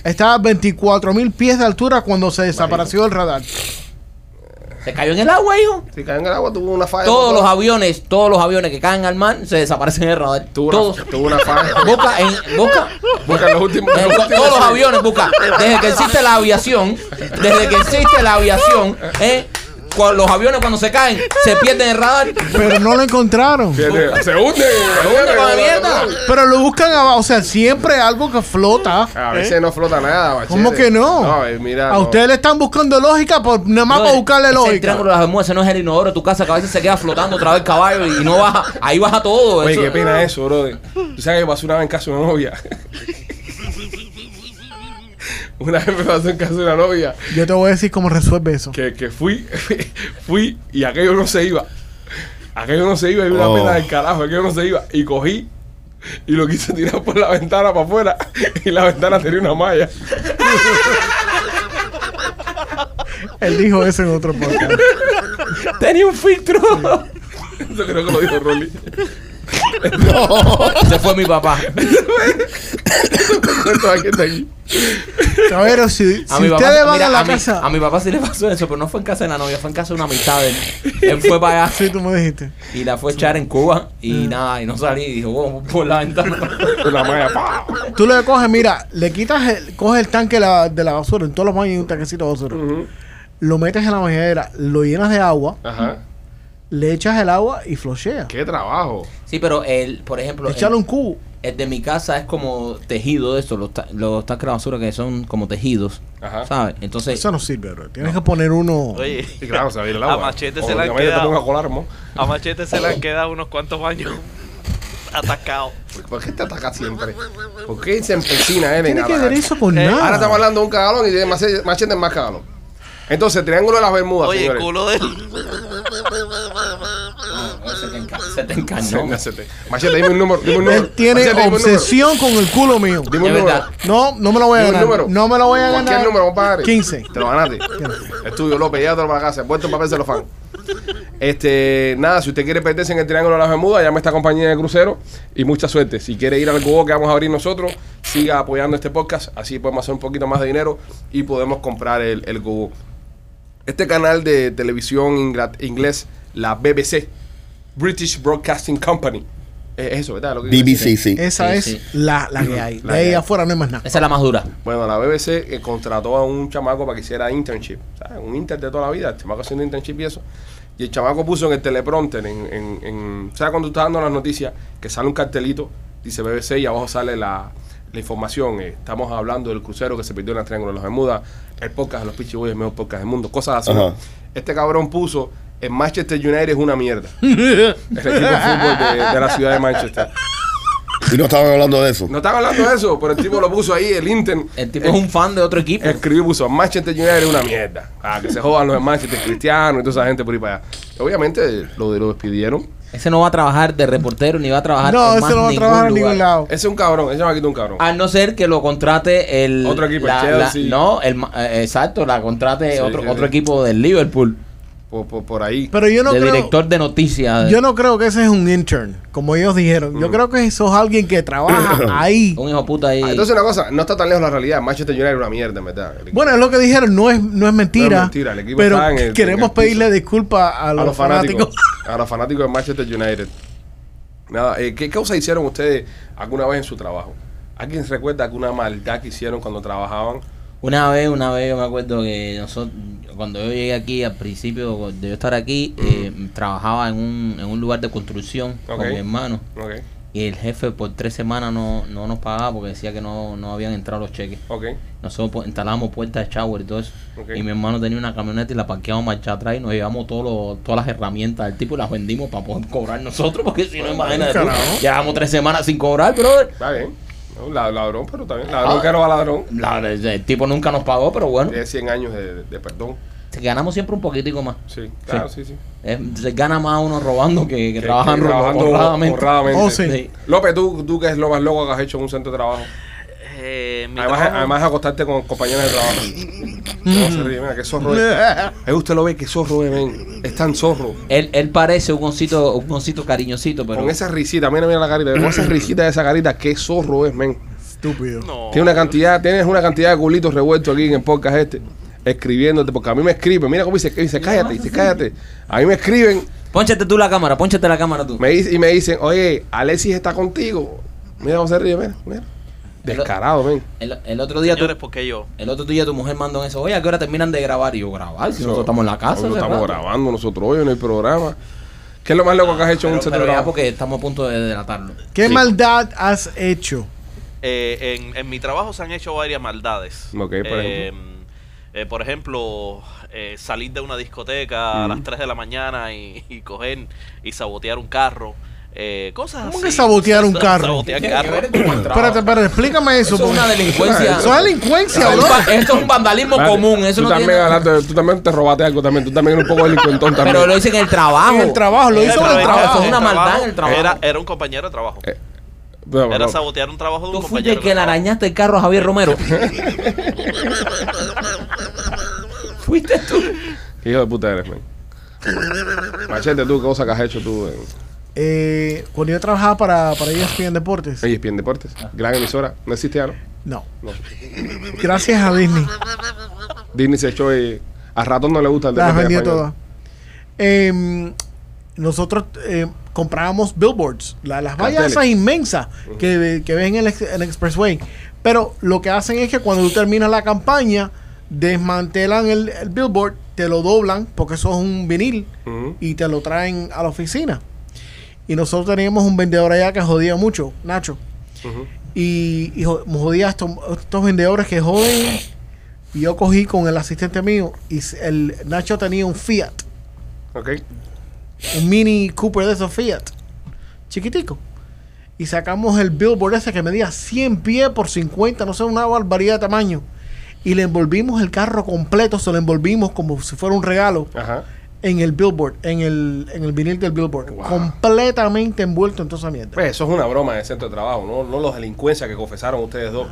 [SPEAKER 3] Estaba a 24 mil pies de altura cuando se desapareció el radar.
[SPEAKER 2] Se cayó en el agua, hijo.
[SPEAKER 1] Si caen en el agua, tuvo una falla.
[SPEAKER 2] Todos los aviones, todos los aviones que caen al mar se desaparecen del radar.
[SPEAKER 1] Tuvo
[SPEAKER 2] todos.
[SPEAKER 1] una, tuvo una falla.
[SPEAKER 2] Busca en busca
[SPEAKER 1] Busca los últimos. los
[SPEAKER 2] Eh, con-
[SPEAKER 1] últimos-
[SPEAKER 2] todos los aviones, busca. Desde que existe la aviación, desde que existe la aviación, eh, cu- los aviones cuando se caen se pierden el radar.
[SPEAKER 3] Pero no lo encontraron.
[SPEAKER 1] Fíjate, se hunde. Se
[SPEAKER 2] hunde con la mierda.
[SPEAKER 3] Pero lo buscan abajo. O sea, siempre algo que flota.
[SPEAKER 2] Ah,
[SPEAKER 1] A veces no flota nada, machete.
[SPEAKER 3] ¿Cómo que no?
[SPEAKER 1] No, eh, mira.
[SPEAKER 3] a
[SPEAKER 1] no.
[SPEAKER 3] ustedes le están buscando lógica por nada más para
[SPEAKER 2] Brother,
[SPEAKER 3] buscarle
[SPEAKER 2] ese es El
[SPEAKER 3] lógica.
[SPEAKER 2] triángulo de las Bermudas, ese no es el inodoro de tu casa que a veces se queda flotando otra vez el caballo y no baja. Ahí baja todo.
[SPEAKER 1] Oye,
[SPEAKER 2] eso-
[SPEAKER 1] qué pena eso, brother. Tú sabes que me pasó una vez en casa de una novia. una vez me pasó en casa de una novia.
[SPEAKER 3] Yo te voy a decir cómo resuelve eso.
[SPEAKER 1] que, que fui, fui y aquello no se iba. Aquello no se iba, y una
[SPEAKER 4] Oh.
[SPEAKER 1] pena del carajo, aquello no se iba. Y cogí y lo quise tirar por la ventana para afuera y la ventana tenía una malla.
[SPEAKER 3] Él dijo eso en otro podcast.
[SPEAKER 2] Tenía un filtro.
[SPEAKER 1] Eso creo que lo dijo Rolly.
[SPEAKER 2] Se fue mi papá.
[SPEAKER 1] Esto aquí está aquí.
[SPEAKER 3] Cabrero, si,
[SPEAKER 2] A
[SPEAKER 3] si
[SPEAKER 2] mi
[SPEAKER 3] ustedes
[SPEAKER 2] papá,
[SPEAKER 3] van
[SPEAKER 2] mira,
[SPEAKER 3] a la
[SPEAKER 2] a mi-
[SPEAKER 3] casa.
[SPEAKER 2] a mi papá sí le pasó eso, pero no fue en casa de la novia, fue en casa de una amistad de él. Él fue para allá.
[SPEAKER 3] Sí, tú me dijiste.
[SPEAKER 2] y la fue a echar en Cuba y
[SPEAKER 3] Mm.
[SPEAKER 2] nada, y no salí y dijo, "Wow, por la ventana.
[SPEAKER 1] Una malla. pa.
[SPEAKER 3] Tú le coges, mira, le quitas, el, coges el tanque de la- de la basura. En todos los baños hay un tanquecito de basura.
[SPEAKER 1] Ujú.
[SPEAKER 3] Lo metes en la bañadera, lo llenas de agua,
[SPEAKER 1] Ajá.
[SPEAKER 3] le echas el agua y flochea.
[SPEAKER 1] Qué trabajo.
[SPEAKER 2] Sí, pero el, por ejemplo,
[SPEAKER 3] Echale un
[SPEAKER 2] el,
[SPEAKER 3] cubo.
[SPEAKER 2] el de mi casa es como tejido de esto, los, ta- los tanques de basura que son como tejidos,
[SPEAKER 1] Ajá.
[SPEAKER 2] ¿sabes? Entonces,
[SPEAKER 3] Eso no sirve, bro. Tienes que poner uno.
[SPEAKER 5] Oye,
[SPEAKER 1] Y claro, se va a ir el agua.
[SPEAKER 5] A Machete se le han
[SPEAKER 1] Obviamente te
[SPEAKER 5] quedado.
[SPEAKER 1] pongo a colar, mo.
[SPEAKER 5] a Machete se le han quedado unos cuantos baños atacado.
[SPEAKER 1] ¿Por qué te atacas siempre? ¿Por qué se empecina él en
[SPEAKER 3] Tiene que
[SPEAKER 1] atacar?
[SPEAKER 3] ver eso con
[SPEAKER 5] Eh,
[SPEAKER 3] nada.
[SPEAKER 1] Ahora estamos hablando de un cagalón y de machete machete es más cagalón. Entonces, Triángulo de las Bermudas,
[SPEAKER 5] Oye, el
[SPEAKER 1] señores.
[SPEAKER 5] culo de él.
[SPEAKER 2] ah, se te enca- se te
[SPEAKER 1] Sí,
[SPEAKER 2] encañó.
[SPEAKER 1] no se te- Machete, dime un número. Dime un número.
[SPEAKER 3] Él tiene
[SPEAKER 1] Machete, dime un número.
[SPEAKER 3] obsesión con el culo mío.
[SPEAKER 1] Dime un
[SPEAKER 2] Es
[SPEAKER 1] número.
[SPEAKER 2] verdad.
[SPEAKER 3] No, no me lo voy a
[SPEAKER 1] Dime un
[SPEAKER 3] ganar.
[SPEAKER 1] número.
[SPEAKER 3] No me lo voy a ganar.
[SPEAKER 1] Cualquier número, compadre.
[SPEAKER 3] 15.
[SPEAKER 1] Te lo ganaste. Es tuyo, López. Llévatelo para la casa. Puesto en papel celofán. Este, nada, si usted quiere perderse en el Triángulo de las Bermudas, llame a esta compañía de crucero y mucha suerte. Si quiere ir al Cubo que vamos a abrir nosotros, siga apoyando este podcast. Así podemos hacer un poquito más de dinero y podemos comprar el, el Cubo. Este canal de televisión ingla- inglés, la BBC, British Broadcasting Company, Es eso, ¿verdad? Lo que-
[SPEAKER 4] BBC, sí.
[SPEAKER 3] Esa
[SPEAKER 2] Sí,
[SPEAKER 3] es
[SPEAKER 2] sí.
[SPEAKER 3] La, la que hay.
[SPEAKER 1] La
[SPEAKER 3] de ahí
[SPEAKER 1] que hay.
[SPEAKER 3] afuera no hay más nada.
[SPEAKER 2] Esa es la más dura.
[SPEAKER 1] Bueno, la BBC eh, contrató a un chamaco para que hiciera internship, ¿sabes? Un intern de toda la vida, el chamaco haciendo internship y eso. Y el chamaco puso en el teleprompter, en, en, en- ¿sabes? Cuando tú estás dando las noticias, que sale un cartelito, dice BBC y abajo sale la, la información. eh, estamos hablando del crucero que se perdió en el Triángulo de los Bermudas, el podcast de los Pitchy Boys, el mejor podcast del mundo, cosas así.
[SPEAKER 4] Ajá.
[SPEAKER 1] Este cabrón puso, el Manchester United es una mierda. el equipo de fútbol de- de la ciudad de Manchester.
[SPEAKER 4] Y no estaban hablando de eso.
[SPEAKER 1] No están hablando de eso, pero el tipo lo puso ahí, el intern.
[SPEAKER 2] El tipo es un fan de otro equipo.
[SPEAKER 1] Escribí puso Manchester United es una mierda. Ah, que se jodan los de Manchester Cristiano y toda esa gente por ahí para allá. Obviamente lo, lo despidieron.
[SPEAKER 2] Ese no va a trabajar de reportero ni va a trabajar
[SPEAKER 3] No,
[SPEAKER 2] en
[SPEAKER 3] eso
[SPEAKER 2] más
[SPEAKER 3] no va a
[SPEAKER 2] ningún
[SPEAKER 3] trabajar en
[SPEAKER 2] lugar.
[SPEAKER 3] ningún lado.
[SPEAKER 1] Ese es un cabrón, ese chamaquito es un cabrón.
[SPEAKER 2] A no ser que lo contrate el.
[SPEAKER 1] Otro equipo,
[SPEAKER 2] la-
[SPEAKER 1] el
[SPEAKER 2] la-
[SPEAKER 1] Chelsea.
[SPEAKER 2] no, el, ma- eh, exacto, la contrate
[SPEAKER 1] Sí,
[SPEAKER 2] otro,
[SPEAKER 1] sí,
[SPEAKER 2] otro
[SPEAKER 1] sí.
[SPEAKER 2] equipo del Liverpool.
[SPEAKER 1] Por, por- por ahí.
[SPEAKER 3] Pero yo no
[SPEAKER 2] de
[SPEAKER 3] creo.
[SPEAKER 2] director de noticias.
[SPEAKER 3] Yo no creo que ese es un intern, como ellos dijeron.
[SPEAKER 1] Mm.
[SPEAKER 3] Yo creo que eso es alguien que trabaja ahí.
[SPEAKER 2] Un hijo puta ahí.
[SPEAKER 1] Ah, entonces una cosa, no está tan lejos la realidad. Manchester United es una mierda, en ¿verdad? El equipo.
[SPEAKER 3] Bueno, es lo que dijeron, no es, no es mentira.
[SPEAKER 1] No es mentira, el equipo
[SPEAKER 3] pero
[SPEAKER 1] está en el- en
[SPEAKER 3] queremos
[SPEAKER 1] el piso.
[SPEAKER 3] pedirle disculpas a los, fanáticos.
[SPEAKER 1] A los fanáticos de Manchester United. Nada, eh, ¿qué causa hicieron ustedes alguna vez en su trabajo? ¿Alguien se recuerda alguna maldad que hicieron cuando trabajaban?
[SPEAKER 2] Una vez, una vez yo me acuerdo que nosotros, cuando yo llegué aquí, al principio de yo estar aquí, eh, trabajaba en un, en un lugar de construcción
[SPEAKER 1] Ok.
[SPEAKER 2] con mi hermano.
[SPEAKER 1] Ok,
[SPEAKER 2] Y el jefe por tres semanas no, no nos pagaba porque decía que no, no habían entrado los cheques.
[SPEAKER 1] ok.
[SPEAKER 2] Nosotros pues, instalábamos puertas de shower y todo eso.
[SPEAKER 1] Ok.
[SPEAKER 2] Y mi hermano tenía una camioneta y la parqueamos marcha atrás y nos llevamos todos los- todas las herramientas del tipo y las vendimos para poder cobrar nosotros. Porque si no, imagínate, tú,
[SPEAKER 3] carajo.
[SPEAKER 2] llevamos tres semanas sin cobrar, brother.
[SPEAKER 1] Está bien. No, la- ladrón, pero está bien.
[SPEAKER 3] Ah.
[SPEAKER 1] Ladrón que no va ladrón.
[SPEAKER 2] La- el, el tipo nunca nos pagó, pero bueno,
[SPEAKER 1] Tiene 100 años de- de- de perdón.
[SPEAKER 2] ganamos siempre un poquitico más.
[SPEAKER 1] Sí, claro, sí, sí.
[SPEAKER 2] Es- se gana más uno robando que, que
[SPEAKER 1] Que-
[SPEAKER 2] trabajando,
[SPEAKER 1] que trabajando
[SPEAKER 2] honradamente.
[SPEAKER 1] honradamente.
[SPEAKER 3] Oh, sí.
[SPEAKER 2] Sí.
[SPEAKER 1] López, ¿tú, tú qué es lo más loco que has hecho en un centro de trabajo.
[SPEAKER 5] Eh, mi
[SPEAKER 1] Además,
[SPEAKER 5] trabajo-
[SPEAKER 1] además acostarte con compañeros de trabajo.
[SPEAKER 3] Mm.
[SPEAKER 1] No se ríe, mira, qué zorro es. Ahí usted lo ve, qué zorro es, ven. Es tan zorro.
[SPEAKER 2] Él, él parece un oncito, un oncito cariñosito, pero
[SPEAKER 1] Con esa risita, mira, mira la carita. Con esa risita de esa carita, qué zorro es, men.
[SPEAKER 3] Estúpido.
[SPEAKER 5] No.
[SPEAKER 1] Tienes una cantidad, tienes una cantidad de culitos revueltos aquí en el podcast este, escribiéndote, porque a mí me escriben, mira cómo dice, dice, cállate, dice, cállate. A mí me escriben
[SPEAKER 2] Pónchate tú la cámara, pónchate la cámara tú.
[SPEAKER 1] Me dice- y me dicen, oye, Alexis está contigo. Mira cómo se ríe, mira, mira. Descarado, ven.
[SPEAKER 2] El, el otro día tú-
[SPEAKER 5] Señores, pues- porque yo.
[SPEAKER 2] el otro día tu mujer mandó eso. Oye, ¿a qué hora terminan de grabar? Y yo, grabar, si nosotros estamos en la casa.
[SPEAKER 1] Nosotros
[SPEAKER 2] hace
[SPEAKER 1] estamos
[SPEAKER 2] rato".
[SPEAKER 1] grabando nosotros hoy en el programa. ¿Qué es lo más loco que has hecho en
[SPEAKER 2] Pero,
[SPEAKER 1] un centro
[SPEAKER 2] pero
[SPEAKER 1] de
[SPEAKER 2] ya
[SPEAKER 1] trabajo?
[SPEAKER 2] porque estamos a punto de delatarlo.
[SPEAKER 3] ¿Qué maldad has hecho?
[SPEAKER 5] Eh, en, en mi trabajo se han hecho varias maldades.
[SPEAKER 1] Ok, por
[SPEAKER 5] Eh,
[SPEAKER 1] ejemplo.
[SPEAKER 5] eh, por ejemplo, eh, salir de una discoteca a las 3 de la mañana y, y coger y sabotear un carro. Eh, cosas
[SPEAKER 3] ¿Cómo
[SPEAKER 5] así.
[SPEAKER 3] que sabotear un carro?
[SPEAKER 5] Sabotear
[SPEAKER 2] Tiene que
[SPEAKER 5] carro.
[SPEAKER 2] ver con el trabajo.
[SPEAKER 3] Espérate, espérate, explícame
[SPEAKER 2] Eso
[SPEAKER 3] eso.
[SPEAKER 2] es
[SPEAKER 3] porque-
[SPEAKER 2] una delincuencia.
[SPEAKER 3] Eso es delincuencia,
[SPEAKER 2] Esto
[SPEAKER 3] bro.
[SPEAKER 2] es un va- Esto es un vandalismo
[SPEAKER 1] Espérate,
[SPEAKER 2] común. Eso
[SPEAKER 1] tú,
[SPEAKER 2] no
[SPEAKER 1] también,
[SPEAKER 2] tiene-
[SPEAKER 1] Adelanto, tú también te robaste algo también. Tú también eres un poco delincuentón también.
[SPEAKER 2] Pero lo dicen en el trabajo.
[SPEAKER 3] En el trabajo, lo
[SPEAKER 2] En
[SPEAKER 3] hizo en el trabajo.
[SPEAKER 2] Eso es una
[SPEAKER 5] El
[SPEAKER 2] maldad en el trabajo.
[SPEAKER 5] Era, era un compañero de trabajo.
[SPEAKER 1] Eh, No, no,
[SPEAKER 5] Era
[SPEAKER 1] no.
[SPEAKER 5] sabotear un trabajo de un
[SPEAKER 2] Tú fuiste
[SPEAKER 5] compañero.
[SPEAKER 2] el
[SPEAKER 5] de
[SPEAKER 2] que le
[SPEAKER 5] trabajo.
[SPEAKER 2] arañaste el carro a Javier Romero. fuiste tú.
[SPEAKER 1] Qué hijo de puta eres, men. Machete, tú, ¿qué cosa que has hecho tú en
[SPEAKER 3] Eh, cuando yo trabajaba para, para E ESPN Deportes,
[SPEAKER 1] ESPN Deportes?
[SPEAKER 2] Ah.
[SPEAKER 1] Gran emisora. No existe ya, ¿no?
[SPEAKER 3] no.
[SPEAKER 1] No.
[SPEAKER 3] Gracias a Disney.
[SPEAKER 1] Disney se echó y... A ratón no le gusta el
[SPEAKER 3] Las
[SPEAKER 1] deporte
[SPEAKER 3] vendió
[SPEAKER 1] español.
[SPEAKER 3] todas. Em, nosotros eh, comprábamos billboards, la- las vallas
[SPEAKER 1] Carteles.
[SPEAKER 3] esas inmensas que, que ves en el, ex- en el Expressway. Pero lo que hacen es que cuando tú terminas la campaña, desmantelan el, el billboard, te lo doblan, porque eso es un vinil,
[SPEAKER 1] Ujú.
[SPEAKER 3] y te lo traen a la oficina. Y nosotros teníamos un vendedor allá que jodía mucho, Nacho.
[SPEAKER 1] Ujú.
[SPEAKER 3] Y, y jo- jodía a estos, estos vendedores que joden. Y yo cogí con el asistente mío y s- el Nacho tenía un Fiat,
[SPEAKER 1] Ok.
[SPEAKER 3] un Mini Cooper de esos Fiat, chiquitico. Y sacamos el billboard ese que medía 100 pies por 50, no sé, una barbaridad de tamaño. Y le envolvimos el carro completo, se lo envolvimos como si fuera un regalo
[SPEAKER 1] Ajá.
[SPEAKER 3] en el billboard, en el, en el vinil del billboard.
[SPEAKER 1] Wow.
[SPEAKER 3] Completamente envuelto en toda esa mierda.
[SPEAKER 1] Pues eso es una broma en el centro de trabajo, no, no los delincuencia que confesaron ustedes dos.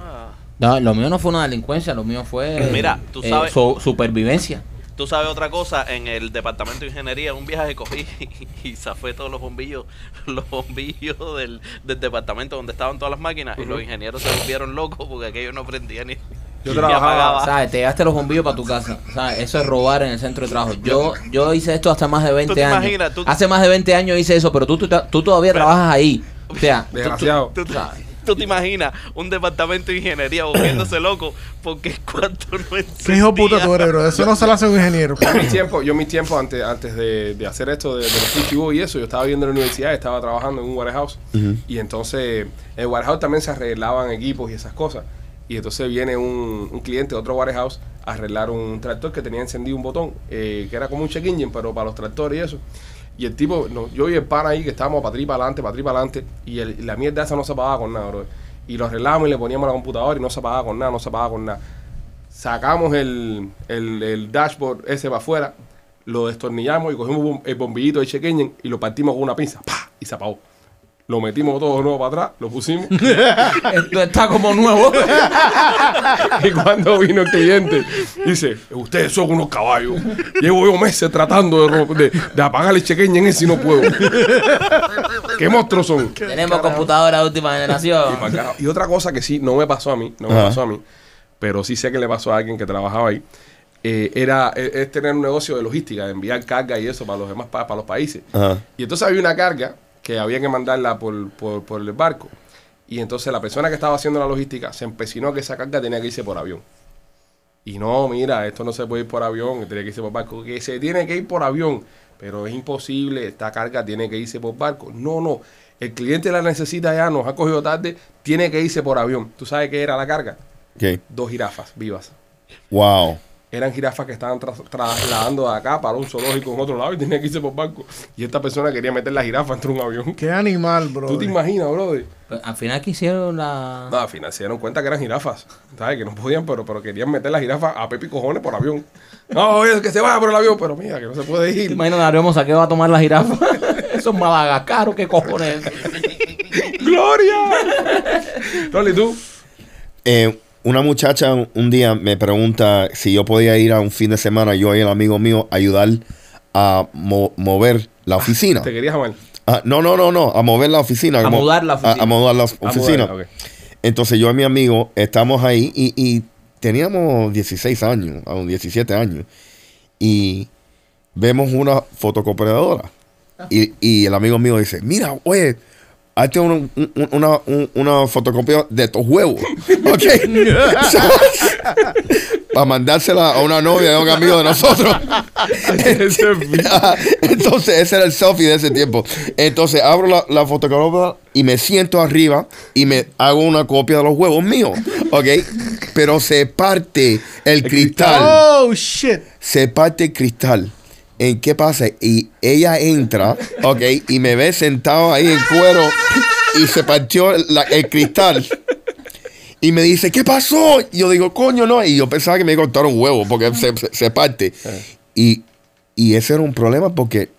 [SPEAKER 2] No, lo mío no fue una delincuencia, lo mío fue
[SPEAKER 5] Pues Mira, tú
[SPEAKER 2] eh,
[SPEAKER 5] sabes-
[SPEAKER 2] so- supervivencia.
[SPEAKER 5] Tú sabes otra cosa, en el departamento de ingeniería, un viaje cogí y, zafé todos los bombillos, los bombillos del, del departamento donde estaban todas las máquinas y los ingenieros se volvieron locos porque aquello no prendía ni,
[SPEAKER 1] Yo
[SPEAKER 5] ni
[SPEAKER 1] trabajaba,
[SPEAKER 5] apagaba.
[SPEAKER 2] ¿Sabes? Te llevaste los bombillos para tu casa. ¿Sabes? Eso es robar en el centro de trabajo. Yo yo hice esto hasta más de 20
[SPEAKER 5] te
[SPEAKER 2] años.
[SPEAKER 5] imaginas, tú-
[SPEAKER 2] Hace más de 20 años hice eso, pero tú, tú, tú todavía trabajas ahí. O sea, tú-
[SPEAKER 1] Desgraciado.
[SPEAKER 5] ¿Tú, tú te imaginas un departamento de ingeniería volviéndose loco porque el cuarto no existía?
[SPEAKER 3] ¿Qué hijo puta tú eres, bro? Eso no se lo hace un ingeniero.
[SPEAKER 1] mis tiempos, yo mis tiempos antes, antes de, de hacer esto de, de los PTO y eso, yo estaba viendo en la universidad, estaba trabajando en un warehouse y entonces en el warehouse también se arreglaban equipos y esas cosas. Y entonces viene un, un cliente de otro warehouse a arreglar un tractor que tenía encendido un botón, eh, que era como un check engine, pero para los tractores y eso. Y el tipo, no, yo y el pan ahí que estábamos para atrás para adelante, para atrás para adelante, y el- la mierda esa no se apagaba con nada, bro. Y lo arreglábamos y le poníamos a la computadora y no se apagaba con nada, no se apagaba con nada sacamos el, el, el dashboard ese para afuera, lo destornillamos y cogimos bom- el bombillito de check engine y lo partimos con una pinza ¡pa! y se apagó. Lo metimos todo de nuevo para atrás, lo pusimos.
[SPEAKER 2] Esto está como nuevo.
[SPEAKER 1] y cuando vino el cliente, dice: Ustedes son unos caballos. Llevo yo meses tratando de, ro- de, de apagar el check engine ese y no puedo. ¿Qué monstruos son?
[SPEAKER 2] Tenemos computadora de última generación.
[SPEAKER 1] Mal carajo. Y otra cosa que sí, no me pasó a mí, no me
[SPEAKER 4] Ajá.
[SPEAKER 1] pasó a mí, pero sí sé que le pasó a alguien que trabajaba ahí, eh, era es, es tener un negocio de logística, de enviar carga y eso para los demás, pa- para, los países.
[SPEAKER 4] Ajá.
[SPEAKER 1] Y entonces había una carga que había que mandarla por, por, por el barco. Y entonces la persona que estaba haciendo la logística se empecinó que esa carga tenía que irse por avión. Y no, mira, esto no se puede ir por avión, tiene que irse por barco. Que se tiene que ir por avión, pero es imposible, esta carga tiene que irse por barco. No, no, el cliente la necesita ya, nos ha cogido tarde, tiene que irse por avión. ¿Tú sabes qué era la carga?
[SPEAKER 4] ¿Qué?
[SPEAKER 1] Dos jirafas vivas.
[SPEAKER 4] Wow.
[SPEAKER 1] Eran jirafas que estaban tra- trasladando de acá para un zoológico en otro lado y tenía que irse por barco. Y esta persona quería meter la jirafa entre un avión.
[SPEAKER 3] Qué animal, bro.
[SPEAKER 1] ¿Tú te imaginas, brother?
[SPEAKER 2] Pero Al final que hicieron la...
[SPEAKER 1] No, al final se dieron cuenta que eran jirafas. ¿Sabes? Que no podían, pero, pero querían meter las jirafas a Pepe y cojones por avión. No, es que se vaya por el avión, pero mira, que no se puede
[SPEAKER 2] ¿Te
[SPEAKER 1] ir.
[SPEAKER 2] imaginas a Ariel qué va a tomar la jirafa? Eso es Madagascar, ¿o ¿qué cojones?
[SPEAKER 1] ¡Gloria! Rolly, tú.
[SPEAKER 4] Eh, una muchacha un- un día me pregunta si yo podía ir a un fin de semana, yo y el amigo mío, a ayudar a mo- mover la oficina.
[SPEAKER 1] Te querías amar.
[SPEAKER 4] Ah, no, no, no, no, a mover la oficina.
[SPEAKER 2] A
[SPEAKER 4] mo-
[SPEAKER 2] mudar la oficina.
[SPEAKER 4] A, a mudar la
[SPEAKER 1] Ah,
[SPEAKER 4] oficina.
[SPEAKER 1] bueno, ok.
[SPEAKER 4] Entonces yo y mi amigo estamos ahí y, y teníamos 16 años, aún 17 años, y vemos una fotocopiadora. Y, y el amigo mío dice, mira, oye, hazte un- un- un- una, un- una fotocopia de estos huevos. ¿Ok? Para mandársela a una novia de un amigo de nosotros.
[SPEAKER 1] Ese es mi-
[SPEAKER 4] Ajá. Ah, Entonces, ese era el selfie de ese tiempo. Entonces, abro la, la fotocopia y me siento arriba y me hago una copia de los huevos míos. ¿Ok? Pero se parte el cristal.
[SPEAKER 3] Oh, shit.
[SPEAKER 4] Se parte el cristal. ¿En qué pasa? Y ella entra, ¿ok? Y me ve sentado ahí en cuero y se partió la- el cristal. Y me dice, ¿qué pasó? Y yo digo, coño, no. Y yo pensaba que me cortaron huevo porque se, se- se parte. Y, y ese era un problema porque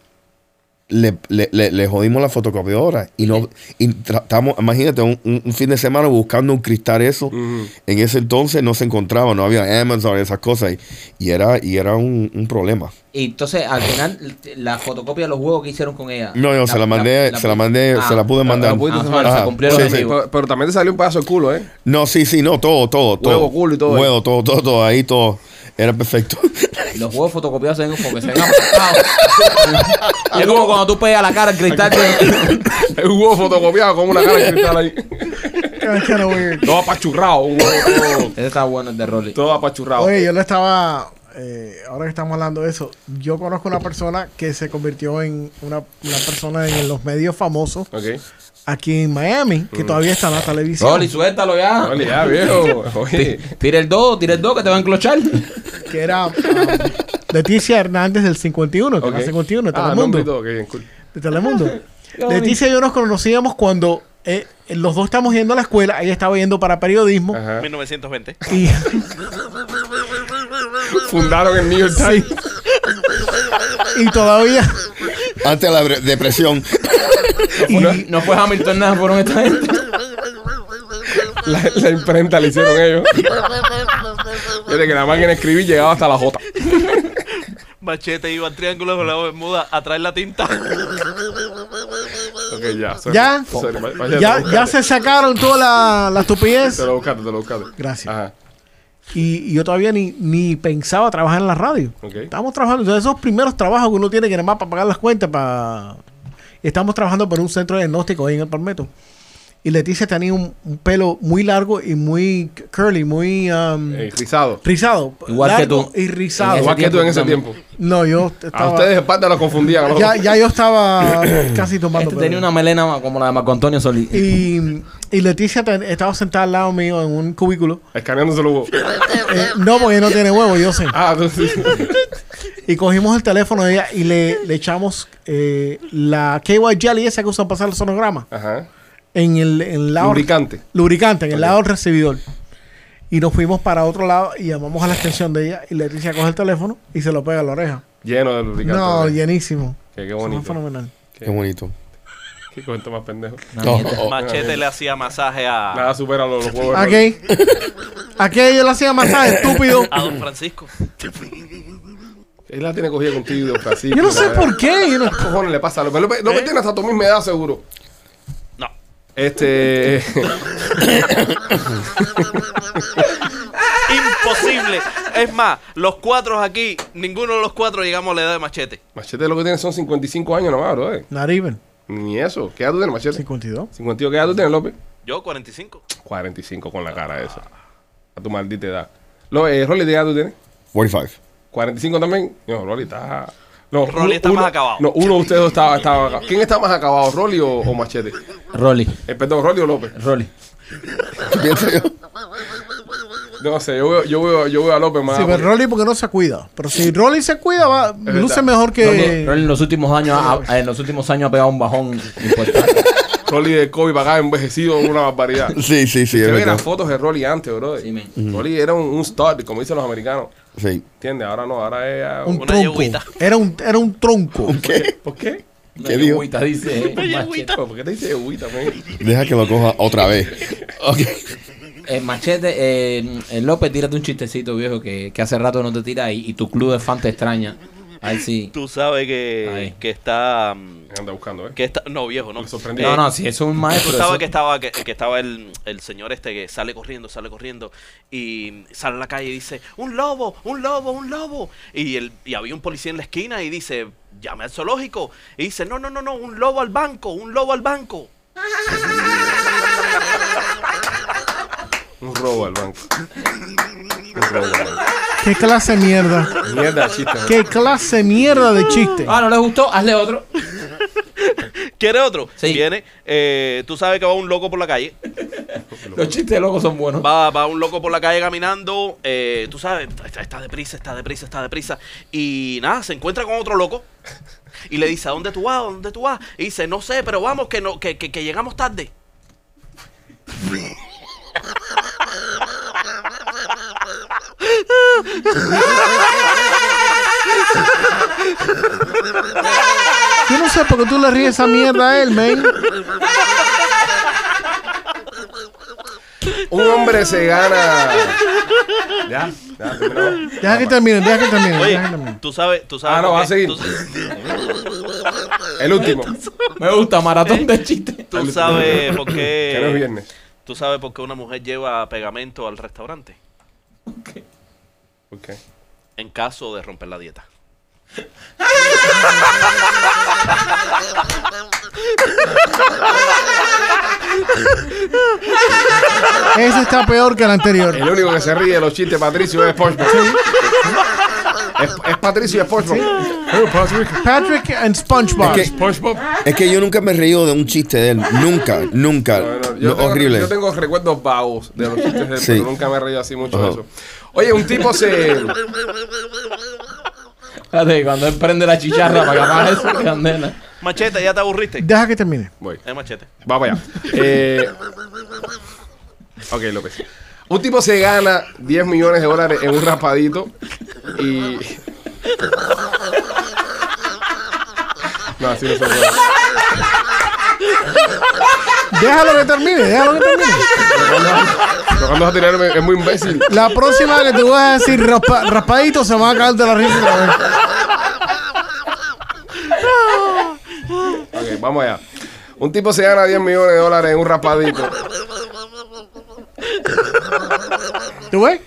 [SPEAKER 4] le, le- le- le jodimos la fotocopiadora. Y no y tratamos, imagínate, un, un- un fin de semana buscando un cristal eso. En ese entonces no se encontraba, no había Amazon, esas cosas. Y, y era, y era un, un problema.
[SPEAKER 2] Y entonces, al final, la fotocopia de los juegos que hicieron con ella.
[SPEAKER 4] No, yo se la mandé, se la mandé, se la pude mandar.
[SPEAKER 1] la pudiste
[SPEAKER 2] Ah,
[SPEAKER 1] hacer.
[SPEAKER 2] se
[SPEAKER 4] Ajá,
[SPEAKER 2] cumplieron
[SPEAKER 4] sí,
[SPEAKER 2] los
[SPEAKER 4] sí.
[SPEAKER 2] amigos.
[SPEAKER 1] Pero, pero también te salió un pedazo de culo, ¿eh?
[SPEAKER 4] No, sí, sí, no, todo, todo, todo.
[SPEAKER 1] Huevo, culo y todo.
[SPEAKER 4] Huevo, todo, todo, todo, ahí todo. Era perfecto.
[SPEAKER 2] Y los juegos fotocopiados se ven como que se ven aplastados. es como cuando tú pegas la cara al cristal. que-
[SPEAKER 1] Un huevo fotocopiado con una cara de cristal ahí.
[SPEAKER 3] That's kinda weird.
[SPEAKER 1] Todo apachurrado, un huevo todo,
[SPEAKER 2] Ese está bueno, el de Rolly.
[SPEAKER 1] todo apachurrado.
[SPEAKER 3] Oye, yo le estaba. eh, ahora que estamos hablando de eso, yo conozco una persona que se convirtió en una, una persona en los medios famosos
[SPEAKER 1] Ok.
[SPEAKER 3] aquí en Miami, que
[SPEAKER 1] Mm.
[SPEAKER 3] todavía está en la televisión.
[SPEAKER 2] Rolly, suéltalo ya.
[SPEAKER 1] Rolly, ya, ah, viejo. Oye.
[SPEAKER 2] Ti- Tira el 2, tira el 2 que te va a enclochar.
[SPEAKER 3] que era um, Leticia Hernández del 51, que
[SPEAKER 1] Ok.
[SPEAKER 3] era 51, de
[SPEAKER 1] Ah, nombre y
[SPEAKER 3] Telemundo.
[SPEAKER 1] todo, qué bien, cool.
[SPEAKER 3] De Telemundo. Leticia y yo nos conocíamos cuando eh, los dos estábamos yendo a la escuela, ella estaba yendo para periodismo
[SPEAKER 1] Ajá.
[SPEAKER 5] 1920.
[SPEAKER 3] y
[SPEAKER 1] Fundaron el New York Times.
[SPEAKER 3] y todavía
[SPEAKER 4] Antes de la bre- depresión.
[SPEAKER 2] No, no fue Hamilton nada, fueron esta gente.
[SPEAKER 1] La, la imprenta la hicieron ellos. Desde que la máquina escribí llegaba hasta la J.
[SPEAKER 5] Machete iba al triángulo con la bermuda a traer la tinta.
[SPEAKER 1] Ok, ya. sorry.
[SPEAKER 3] ya,
[SPEAKER 1] Sorry, vaya, te lo
[SPEAKER 3] ya,
[SPEAKER 1] buscaste.
[SPEAKER 3] ya se sacaron toda la, la estupidez
[SPEAKER 1] Te lo buscaste, te lo buscaste.
[SPEAKER 3] Gracias.
[SPEAKER 1] Ajá.
[SPEAKER 3] y, y yo todavía ni, ni pensaba trabajar en la radio.
[SPEAKER 1] Ok.
[SPEAKER 3] Estábamos trabajando, entonces esos primeros trabajos que uno tiene que nada más para pagar las cuentas, para... Estamos trabajando por un centro de diagnóstico ahí en el Palmetto. Y Leticia tenía un, un pelo muy largo y muy curly, muy um,
[SPEAKER 1] Eh, rizado.
[SPEAKER 3] rizado.
[SPEAKER 2] Igual que
[SPEAKER 3] largo
[SPEAKER 2] tú.
[SPEAKER 3] Y rizado.
[SPEAKER 2] ese
[SPEAKER 1] Igual que tú en ese
[SPEAKER 2] también.
[SPEAKER 1] tiempo.
[SPEAKER 3] No, yo
[SPEAKER 1] A
[SPEAKER 3] estaba.
[SPEAKER 1] ustedes espalda los confundían. ¿no?
[SPEAKER 3] ya, ya yo estaba casi tomando.
[SPEAKER 2] Este tenía
[SPEAKER 3] pelo.
[SPEAKER 2] una melena como la de Marco Antonio Solís.
[SPEAKER 3] Y, y Leticia ten- estaba sentada al lado mío en un cubículo.
[SPEAKER 1] Escaneándose los huevos.
[SPEAKER 3] Eh, no, porque no tiene huevo, yo sé.
[SPEAKER 1] Ah, entonces.
[SPEAKER 3] Y cogimos el teléfono de ella y le, le echamos eh, la KY Jelly esa que usan para hacer el sonograma
[SPEAKER 1] Ajá.
[SPEAKER 3] en el, en el lado
[SPEAKER 1] Lubricante.
[SPEAKER 3] lubricante, en el lado del recibidor. Y nos fuimos para otro lado y llamamos a la extensión de ella y Leticia coge el teléfono y se lo pega a la oreja.
[SPEAKER 1] Lleno de lubricante.
[SPEAKER 3] no,
[SPEAKER 1] ¿verdad?
[SPEAKER 3] llenísimo.
[SPEAKER 1] Qué, qué
[SPEAKER 3] Eso fue
[SPEAKER 1] bonito.
[SPEAKER 3] fenomenal.
[SPEAKER 4] Qué bonito.
[SPEAKER 1] Qué cuento más pendejo.
[SPEAKER 2] Una
[SPEAKER 4] No,
[SPEAKER 2] mierda.
[SPEAKER 4] oh,
[SPEAKER 5] Machete le hacía masaje a,
[SPEAKER 1] Nada supera los, los huevos.
[SPEAKER 3] ¿A qué? ¿A qué yo le hacía masaje, estúpido?
[SPEAKER 5] a Don Francisco.
[SPEAKER 1] Él la tiene cogida contigo, Francisco.
[SPEAKER 3] Yo no sé
[SPEAKER 1] ¿verdad?
[SPEAKER 3] por qué. yo no-
[SPEAKER 1] ¿Qué cojones le pasa a López? López, López tiene hasta tu misma edad, seguro.
[SPEAKER 5] Eh. No.
[SPEAKER 1] Este.
[SPEAKER 5] Imposible. Es más, los cuatro aquí, ninguno de los cuatro llegamos a la edad de machete.
[SPEAKER 1] Machete lo que tiene son 55 años nomás, bro. eh.
[SPEAKER 3] Not even.
[SPEAKER 1] Ni eso. ¿Qué edad tú tienes, Machete?
[SPEAKER 3] 52.
[SPEAKER 1] 52. ¿Qué edad tú tienes, López?
[SPEAKER 5] Yo, 45.
[SPEAKER 1] 45 con la cara esa. A tu maldita edad. López, eh, Rolly, ¿qué edad tú tienes?
[SPEAKER 4] 45.
[SPEAKER 1] 45 también. No, Rolly está. No,
[SPEAKER 5] Rolly
[SPEAKER 1] uno-
[SPEAKER 5] está
[SPEAKER 1] uno-
[SPEAKER 5] más acabado.
[SPEAKER 1] No, uno de ustedes dos estaba, estaba acabado. ¿Quién está más acabado, Rolly o, o Machete?
[SPEAKER 2] Rolly,
[SPEAKER 1] Eh, perdón, Rolly o López.
[SPEAKER 2] Rolly.
[SPEAKER 4] ¿Qué pienso yo?
[SPEAKER 1] No sé, yo veo, yo veo, yo veo a López más.
[SPEAKER 3] Sí, pero Rolly porque no se cuida. Pero si Rolly se cuida, va,
[SPEAKER 1] verdad.
[SPEAKER 3] luce mejor
[SPEAKER 2] Rolly,
[SPEAKER 3] que...
[SPEAKER 2] Rolly en los últimos años ha, ha- en los últimos años ha pegado un bajón importante.
[SPEAKER 1] Rolly de COVID para acá envejecido, una barbaridad.
[SPEAKER 4] Sí, sí, sí.
[SPEAKER 1] Se
[SPEAKER 4] es
[SPEAKER 1] ven
[SPEAKER 4] verdad.
[SPEAKER 1] las fotos de Rolly antes, brother.
[SPEAKER 2] Sí, men.
[SPEAKER 1] Rolly era un, un stud, como dicen los americanos.
[SPEAKER 4] Sí.
[SPEAKER 1] ¿Entiendes? Ahora no, ahora es. ah,
[SPEAKER 3] un
[SPEAKER 5] Una
[SPEAKER 3] tronco.
[SPEAKER 5] yeguita.
[SPEAKER 3] Era un, era un tronco.
[SPEAKER 4] ¿Qué?
[SPEAKER 1] ¿Por qué?
[SPEAKER 4] ¿Qué dijo?
[SPEAKER 2] Yeguita, dice. eh,
[SPEAKER 5] Una
[SPEAKER 2] machete.
[SPEAKER 5] yeguita.
[SPEAKER 1] ¿Por qué te dice agüita, man?
[SPEAKER 4] Deja que lo coja otra vez. Ok.
[SPEAKER 2] Eh, machete, eh, eh, López, tírate un chistecito, viejo, que, que hace rato no te tira y, y tu club de fan te extraña. Ahí sí.
[SPEAKER 5] Tú sabes
[SPEAKER 2] Ahí.
[SPEAKER 5] que, que está. mm,
[SPEAKER 1] Anda buscando, ¿eh?
[SPEAKER 5] Que está. No, viejo, no.
[SPEAKER 1] Me sorprendí.
[SPEAKER 2] No,
[SPEAKER 5] Eh,
[SPEAKER 2] no, si eso es un maestro.
[SPEAKER 5] Tú sabes
[SPEAKER 2] eso-
[SPEAKER 5] que estaba, que, que estaba el, el señor este que sale corriendo, sale corriendo y sale a la calle y dice, un lobo, un lobo, un lobo. Y, el, y había un policía en la esquina y dice, llame al zoológico. Y dice, no, no, no, no, un lobo al banco, un lobo al banco.
[SPEAKER 1] Un robo al banco. Un robo al banco.
[SPEAKER 3] ¿Qué clase de mierda?
[SPEAKER 1] Mierda, de chiste. man.
[SPEAKER 3] ¿Qué clase de mierda de chiste?
[SPEAKER 2] Ah, no le gustó, hazle otro.
[SPEAKER 5] ¿Quiere otro?
[SPEAKER 2] Sí.
[SPEAKER 5] Viene, eh, tú sabes que va un loco por la calle.
[SPEAKER 2] Los chistes locos son buenos.
[SPEAKER 5] Va, va un loco por la calle caminando, eh, tú sabes, está, está deprisa, está deprisa, está deprisa. Y nada, se encuentra con otro loco y le dice, ¿a dónde tú vas? ¿A dónde tú vas? Y dice, no sé, pero vamos, que, no, que, que, que llegamos tarde.
[SPEAKER 3] Yo no sé por qué tú le ríes esa mierda a él, man.
[SPEAKER 1] Un hombre se gana. Ya, ya, terminado.
[SPEAKER 3] Deja que termine, deja que termine.
[SPEAKER 5] Oye,
[SPEAKER 3] deja que termine.
[SPEAKER 5] tú sabes, tú sabes.
[SPEAKER 1] Ah, no,
[SPEAKER 5] lo
[SPEAKER 1] va a
[SPEAKER 5] que-
[SPEAKER 1] seguir.
[SPEAKER 5] Tú, sa-
[SPEAKER 1] El último.
[SPEAKER 2] Me gusta,
[SPEAKER 5] Eh.
[SPEAKER 2] maratón de chistes.
[SPEAKER 5] tú sabes por
[SPEAKER 1] Que no es
[SPEAKER 5] qué.
[SPEAKER 1] viernes.
[SPEAKER 5] Tú sabes por qué una mujer lleva pegamento al restaurante
[SPEAKER 1] ¿Por qué?
[SPEAKER 5] en caso de romper la dieta.
[SPEAKER 3] Ese está peor que el anterior.
[SPEAKER 1] El único que se ríe de los chistes de Patricio es Sportsman. Es, es Patricio y Sportsman.
[SPEAKER 3] Patrick and SpongeBob.
[SPEAKER 4] Es que-
[SPEAKER 1] SpongeBob.
[SPEAKER 4] Es que yo nunca me he reído de un chiste de él. Nunca, nunca.
[SPEAKER 1] No, no,
[SPEAKER 4] No,
[SPEAKER 1] yo tengo,
[SPEAKER 4] horrible.
[SPEAKER 1] Yo tengo recuerdos vagos de los chistes de él,
[SPEAKER 4] Sí.
[SPEAKER 1] pero nunca me he reído así mucho de
[SPEAKER 4] Ajá.
[SPEAKER 1] eso. Oye, un tipo se.
[SPEAKER 2] Espérate, cuando él prende la chicharra para acabar eso, candela.
[SPEAKER 5] Machete, ya te aburriste.
[SPEAKER 3] Deja que termine.
[SPEAKER 1] Voy.
[SPEAKER 5] Eh, machete.
[SPEAKER 1] Vamos allá. Eh, ok, López. Un tipo se gana 10 millones de dólares en un raspadito y. No, así no se puede.
[SPEAKER 3] Déjalo que termine, déjalo que termine.
[SPEAKER 1] Lo que vas a tirar es- es muy imbécil.
[SPEAKER 3] La próxima que te voy a decir raspa- raspadito se va a caer de la risa otra vez.
[SPEAKER 1] Ok, vamos allá. Un tipo se gana 10 millones de dólares en un raspadito.
[SPEAKER 3] ¿Tú ves?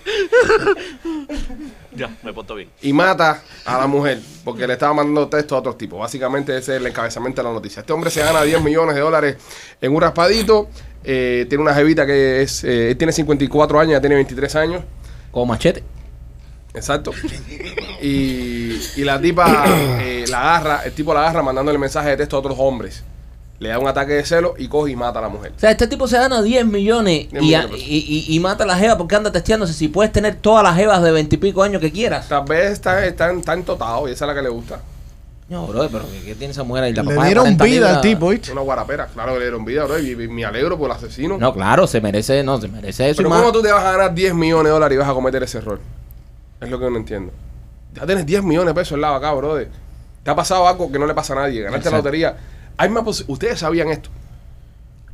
[SPEAKER 5] Ya, me porto bien.
[SPEAKER 1] y mata a la mujer porque le estaba mandando texto a otros tipos. Básicamente ese es el encabezamiento de la noticia. Este hombre se gana 10 millones de dólares en un raspadito. eh, tiene una jevita que es... eh, él tiene 54 años, ella tiene 23 años.
[SPEAKER 2] Con machete.
[SPEAKER 1] Exacto. Y, y la tipa eh, la agarra, el tipo la agarra mandándole mensaje de texto a otros hombres. Le da un ataque de celo y coge y mata a la mujer.
[SPEAKER 2] O sea, este tipo se gana 10 millones
[SPEAKER 1] 10
[SPEAKER 2] y,
[SPEAKER 1] millones
[SPEAKER 2] a-
[SPEAKER 1] de pesos.
[SPEAKER 2] y- y- y mata a la jeva porque anda testeándose si puedes tener todas las jevas de 20 y pico años que quieras.
[SPEAKER 1] Tal vez está, está, está entotado y esa es la que le gusta.
[SPEAKER 2] No, bro, pero ¿qué, qué tiene esa mujer ahí? La
[SPEAKER 3] Le
[SPEAKER 2] papá de
[SPEAKER 3] dieron
[SPEAKER 2] 40
[SPEAKER 3] vida al
[SPEAKER 2] libras-
[SPEAKER 3] tipo, ¿viste?
[SPEAKER 1] Una guarapera, claro que le dieron vida, bro. Y, y me alegro por el asesino.
[SPEAKER 2] No, claro, se merece, no, se merece eso. y
[SPEAKER 1] Pero
[SPEAKER 2] más.
[SPEAKER 1] ¿cómo tú te vas a ganar 10 millones de dólares y vas a cometer ese error? Es lo que no entiendo. Ya tienes 10 millones de pesos en lado acá, brother. Te ha pasado algo que no le pasa a nadie. Ganaste la
[SPEAKER 2] Exacto.
[SPEAKER 1] lotería. Hay más posi- Ustedes sabían esto.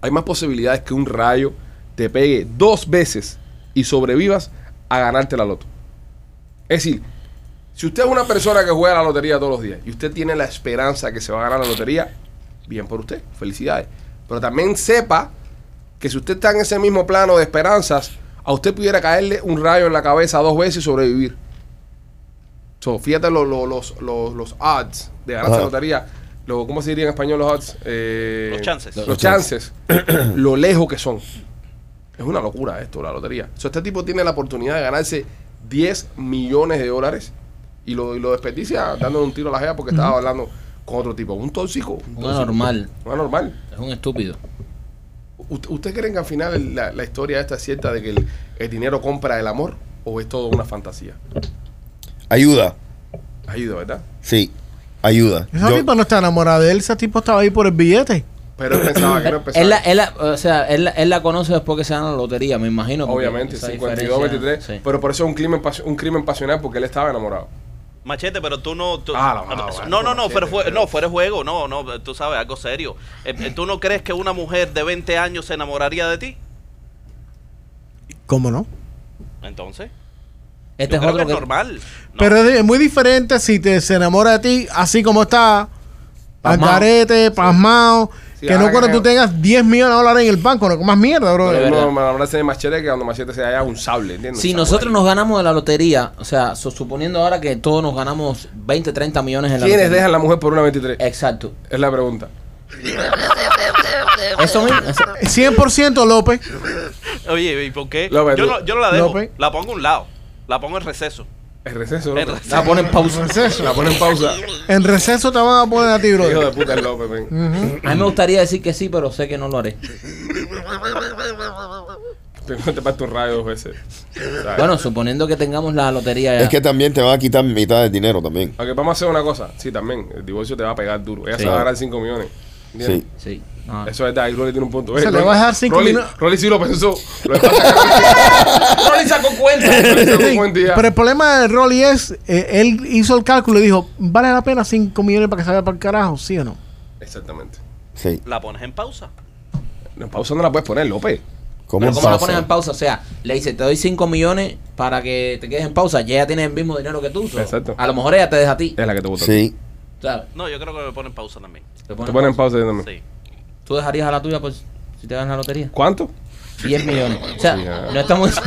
[SPEAKER 1] Hay más posibilidades que un rayo te pegue dos veces y sobrevivas a ganarte la loto. Es decir, si usted es una persona que juega la lotería todos los días y usted tiene la esperanza que se va a ganar la lotería, bien por usted, felicidades. Pero también sepa que si usted está en ese mismo plano de esperanzas, a usted pudiera caerle un rayo en la cabeza dos veces y sobrevivir. So, fíjate lo- lo- los, los, los odds de ganarse la
[SPEAKER 4] Ajá.
[SPEAKER 1] lotería. Lo- ¿Cómo se diría en español los odds? Eh,
[SPEAKER 5] Los chances.
[SPEAKER 1] Los chances. lo lejos que son. Es una locura esto, la lotería. So, este tipo tiene la oportunidad de ganarse 10 millones de dólares y lo, y lo desperdicia dándole un tiro a la jea porque estaba hablando con otro tipo. Un tóxico. Un
[SPEAKER 2] Un
[SPEAKER 1] tóxico.
[SPEAKER 2] anormal,
[SPEAKER 1] Un anormal.
[SPEAKER 2] es un estúpido.
[SPEAKER 1] ¿Ust- ¿Usted creen que al final el- la, la historia esta es cierta de que el, el dinero compra el amor o es todo una fantasía?
[SPEAKER 4] Ayuda.
[SPEAKER 1] Ayuda, ¿verdad?
[SPEAKER 4] Sí, ayuda.
[SPEAKER 3] Esa
[SPEAKER 4] Yo-
[SPEAKER 3] tipa no está enamorada de él, esa tipo estaba ahí por el billete.
[SPEAKER 1] Pero él pensaba que no empezaba.
[SPEAKER 2] Él la, él la- o sea, él, la- él la conoce después que se gana la lotería, me imagino. porque
[SPEAKER 1] Obviamente,
[SPEAKER 2] esa
[SPEAKER 1] 52,
[SPEAKER 2] diferencia-
[SPEAKER 1] 23.
[SPEAKER 2] sí.
[SPEAKER 1] Pero por eso es un crimen, pas- un crimen pasional porque él estaba enamorado.
[SPEAKER 5] Machete, pero tú no. tú-
[SPEAKER 1] Ah, la mala,
[SPEAKER 5] no,
[SPEAKER 1] la
[SPEAKER 5] no, no,
[SPEAKER 1] machete,
[SPEAKER 5] pero fue,
[SPEAKER 1] pero-
[SPEAKER 5] no, fuera de juego, no, no, tú sabes, algo serio. Eh, eh, ¿Tú no crees que una mujer de 20 años se enamoraría de ti?
[SPEAKER 3] ¿Cómo no?
[SPEAKER 5] Entonces,
[SPEAKER 2] Este es
[SPEAKER 5] yo creo
[SPEAKER 2] otro
[SPEAKER 5] que
[SPEAKER 2] que-
[SPEAKER 5] es normal. No,
[SPEAKER 3] Pero es, de- es muy diferente si te se enamora de ti, así como está, al
[SPEAKER 2] Pasmado.
[SPEAKER 3] carete, pasmado.
[SPEAKER 1] Sí,
[SPEAKER 3] que
[SPEAKER 1] ahora
[SPEAKER 3] no
[SPEAKER 1] que
[SPEAKER 3] cuando
[SPEAKER 1] veo.
[SPEAKER 3] tú tengas 10 millones de dólares en el banco, no comas mierda, bro.
[SPEAKER 1] Pero
[SPEAKER 2] verdad.
[SPEAKER 1] uno me enamorarse de machete que cuando machete se haya un sable, ¿entiendes?
[SPEAKER 2] Si
[SPEAKER 1] Un
[SPEAKER 2] nosotros
[SPEAKER 1] samurái.
[SPEAKER 2] nos ganamos de la lotería, o sea, so- suponiendo ahora que todos nos ganamos 20, 30 millones en la Eh.
[SPEAKER 1] ¿Quiénes
[SPEAKER 2] lotería.
[SPEAKER 1] dejan la mujer por una 23?
[SPEAKER 2] Exacto.
[SPEAKER 1] Es la pregunta.
[SPEAKER 2] Eso mismo. eso-
[SPEAKER 3] 100% López.
[SPEAKER 5] Oye, ¿y por qué?
[SPEAKER 1] López,
[SPEAKER 5] yo,
[SPEAKER 1] tú-
[SPEAKER 5] no, yo no la dejo.
[SPEAKER 3] López.
[SPEAKER 5] La pongo a un lado. La pongo en receso.
[SPEAKER 1] El receso,
[SPEAKER 5] El
[SPEAKER 1] López.
[SPEAKER 5] receso.
[SPEAKER 2] La ponen pausa.
[SPEAKER 1] La pone en pausa.
[SPEAKER 3] En receso te van a poner a ti, bro.
[SPEAKER 1] Hijo de puta es López, ven.
[SPEAKER 2] A mí me gustaría decir que sí, pero sé que no lo haré.
[SPEAKER 1] Primero te parto un rayo dos veces. ¿Sabes?
[SPEAKER 2] Bueno, suponiendo que tengamos la lotería ya.
[SPEAKER 4] Es que también te van a quitar mitad del dinero también.
[SPEAKER 1] Ok, vamos a hacer una cosa. Sí, también. El divorcio te va a pegar duro. Ella
[SPEAKER 2] Sí.
[SPEAKER 1] se va a ganar 5 millones. ¿Entiendes?
[SPEAKER 4] Sí.
[SPEAKER 2] Sí. no.
[SPEAKER 1] Eso es verdad. Y Rolly tiene un punto.
[SPEAKER 3] Se
[SPEAKER 1] Eh,
[SPEAKER 3] le
[SPEAKER 1] Rolly-
[SPEAKER 3] va a dejar cinco
[SPEAKER 1] Rolly-
[SPEAKER 3] minu-
[SPEAKER 1] Rolly sí lo pensó. Lo está sacando. Rolly sacó cuenta. Rolly sacó cuenta y ya.
[SPEAKER 3] Pero el problema de Rolly es, eh, él hizo el cálculo y dijo, ¿vale la pena 5 millones para que se vaya para el carajo? ¿Sí o no?
[SPEAKER 1] Exactamente.
[SPEAKER 4] Sí.
[SPEAKER 5] La pones en pausa.
[SPEAKER 1] No, en pausa no la puedes poner, López.
[SPEAKER 4] ¿Cómo,
[SPEAKER 2] Pero ¿cómo la
[SPEAKER 4] pasa?
[SPEAKER 2] pones en pausa? O sea, le dice, te doy 5 millones para que te quedes en pausa. Ya ella tiene el mismo dinero que tú. so-
[SPEAKER 1] Exacto.
[SPEAKER 2] A lo mejor ella te deja a ti.
[SPEAKER 1] Es la que te votó.
[SPEAKER 4] Sí.
[SPEAKER 2] ¿Sabes?
[SPEAKER 5] No, yo creo que me pone en pausa también.
[SPEAKER 1] Te
[SPEAKER 2] Te ponen
[SPEAKER 1] ponen en
[SPEAKER 2] pausa.
[SPEAKER 1] pausa también.
[SPEAKER 5] Sí.
[SPEAKER 2] ¿Tú dejarías a la tuya pues, si te ganas la lotería?
[SPEAKER 1] ¿Cuánto?
[SPEAKER 2] 10 millones. O sea,
[SPEAKER 1] Sí, ya.
[SPEAKER 2] no estamos...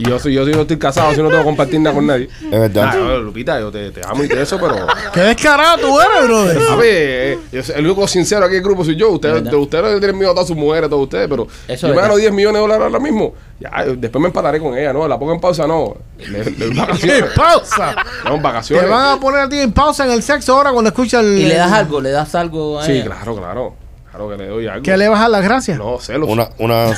[SPEAKER 1] Y yo, soy- yo, soy- yo estoy casado, si no tengo que compartir nada con nadie.
[SPEAKER 4] Es verdad.
[SPEAKER 1] Nah, yo, Ah, Lupita, yo te, te amo y te eso, pero.
[SPEAKER 3] ¡Qué descarado tú eres, brother!
[SPEAKER 1] A ver, eh, yo soy- el único sincero aquí del grupo soy yo. Ustedes
[SPEAKER 2] ¿Verdad?
[SPEAKER 1] ustedes no tienen miedo a todas sus mujeres, todos ustedes, pero yo
[SPEAKER 2] Eso es
[SPEAKER 1] me gano
[SPEAKER 2] verdad.
[SPEAKER 1] 10 millones de dólares ahora mismo. Ya, yo- después me empataré con ella, ¿no? La pongo en pausa, no. Le, le doy
[SPEAKER 3] ¡En
[SPEAKER 1] vacaciones.
[SPEAKER 3] pausa!
[SPEAKER 1] No, en
[SPEAKER 3] Te
[SPEAKER 1] vacaciones.
[SPEAKER 3] van a poner a ti en pausa en el sexo ahora cuando escuchas el...
[SPEAKER 2] Y le das algo, le das algo a
[SPEAKER 1] Sí,
[SPEAKER 2] ella.
[SPEAKER 1] claro, claro. Claro que le doy algo.
[SPEAKER 3] ¿Que le vas a dar las gracias?
[SPEAKER 1] No, celos.
[SPEAKER 4] Una, una,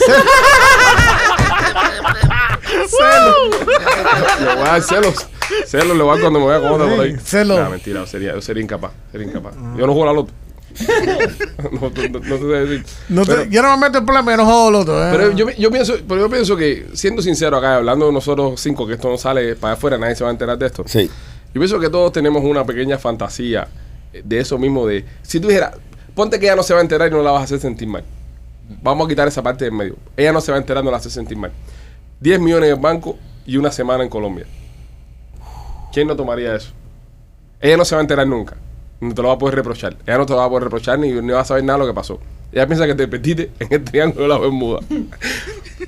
[SPEAKER 1] Le voy a dar celos. Celos le voy a dar cuando me voy a coger por ahí.
[SPEAKER 3] Sí, celos.
[SPEAKER 1] Nah, mentira, yo sería, yo sería incapaz. Sería incapaz. Yo no juego a la loto. no, no, no, no sé decir.
[SPEAKER 3] No te-
[SPEAKER 1] Pero-
[SPEAKER 3] yo no me meto en problemas, yo no jodo loto. eh.
[SPEAKER 1] Pero yo, yo pienso, pero yo pienso que, siendo sincero acá, hablando de nosotros cinco, que esto no sale para afuera, nadie se va a enterar de esto.
[SPEAKER 4] sí.
[SPEAKER 1] Yo pienso que todos tenemos una pequeña fantasía eh, de eso mismo de, si tú dijeras, ponte que ella no se va a enterar y no la vas a hacer sentir mal. Vamos a quitar esa parte del medio. Ella no se va a enterar, no la hace sentir mal. 10 millones en el banco y una semana en Colombia. ¿Quién no tomaría eso? Ella no se va a enterar nunca. No te lo va a poder reprochar. Ella no te lo va a poder reprochar ni, ni va a saber nada de lo que pasó. Ella piensa que te perdiste en el triángulo de la Bermuda.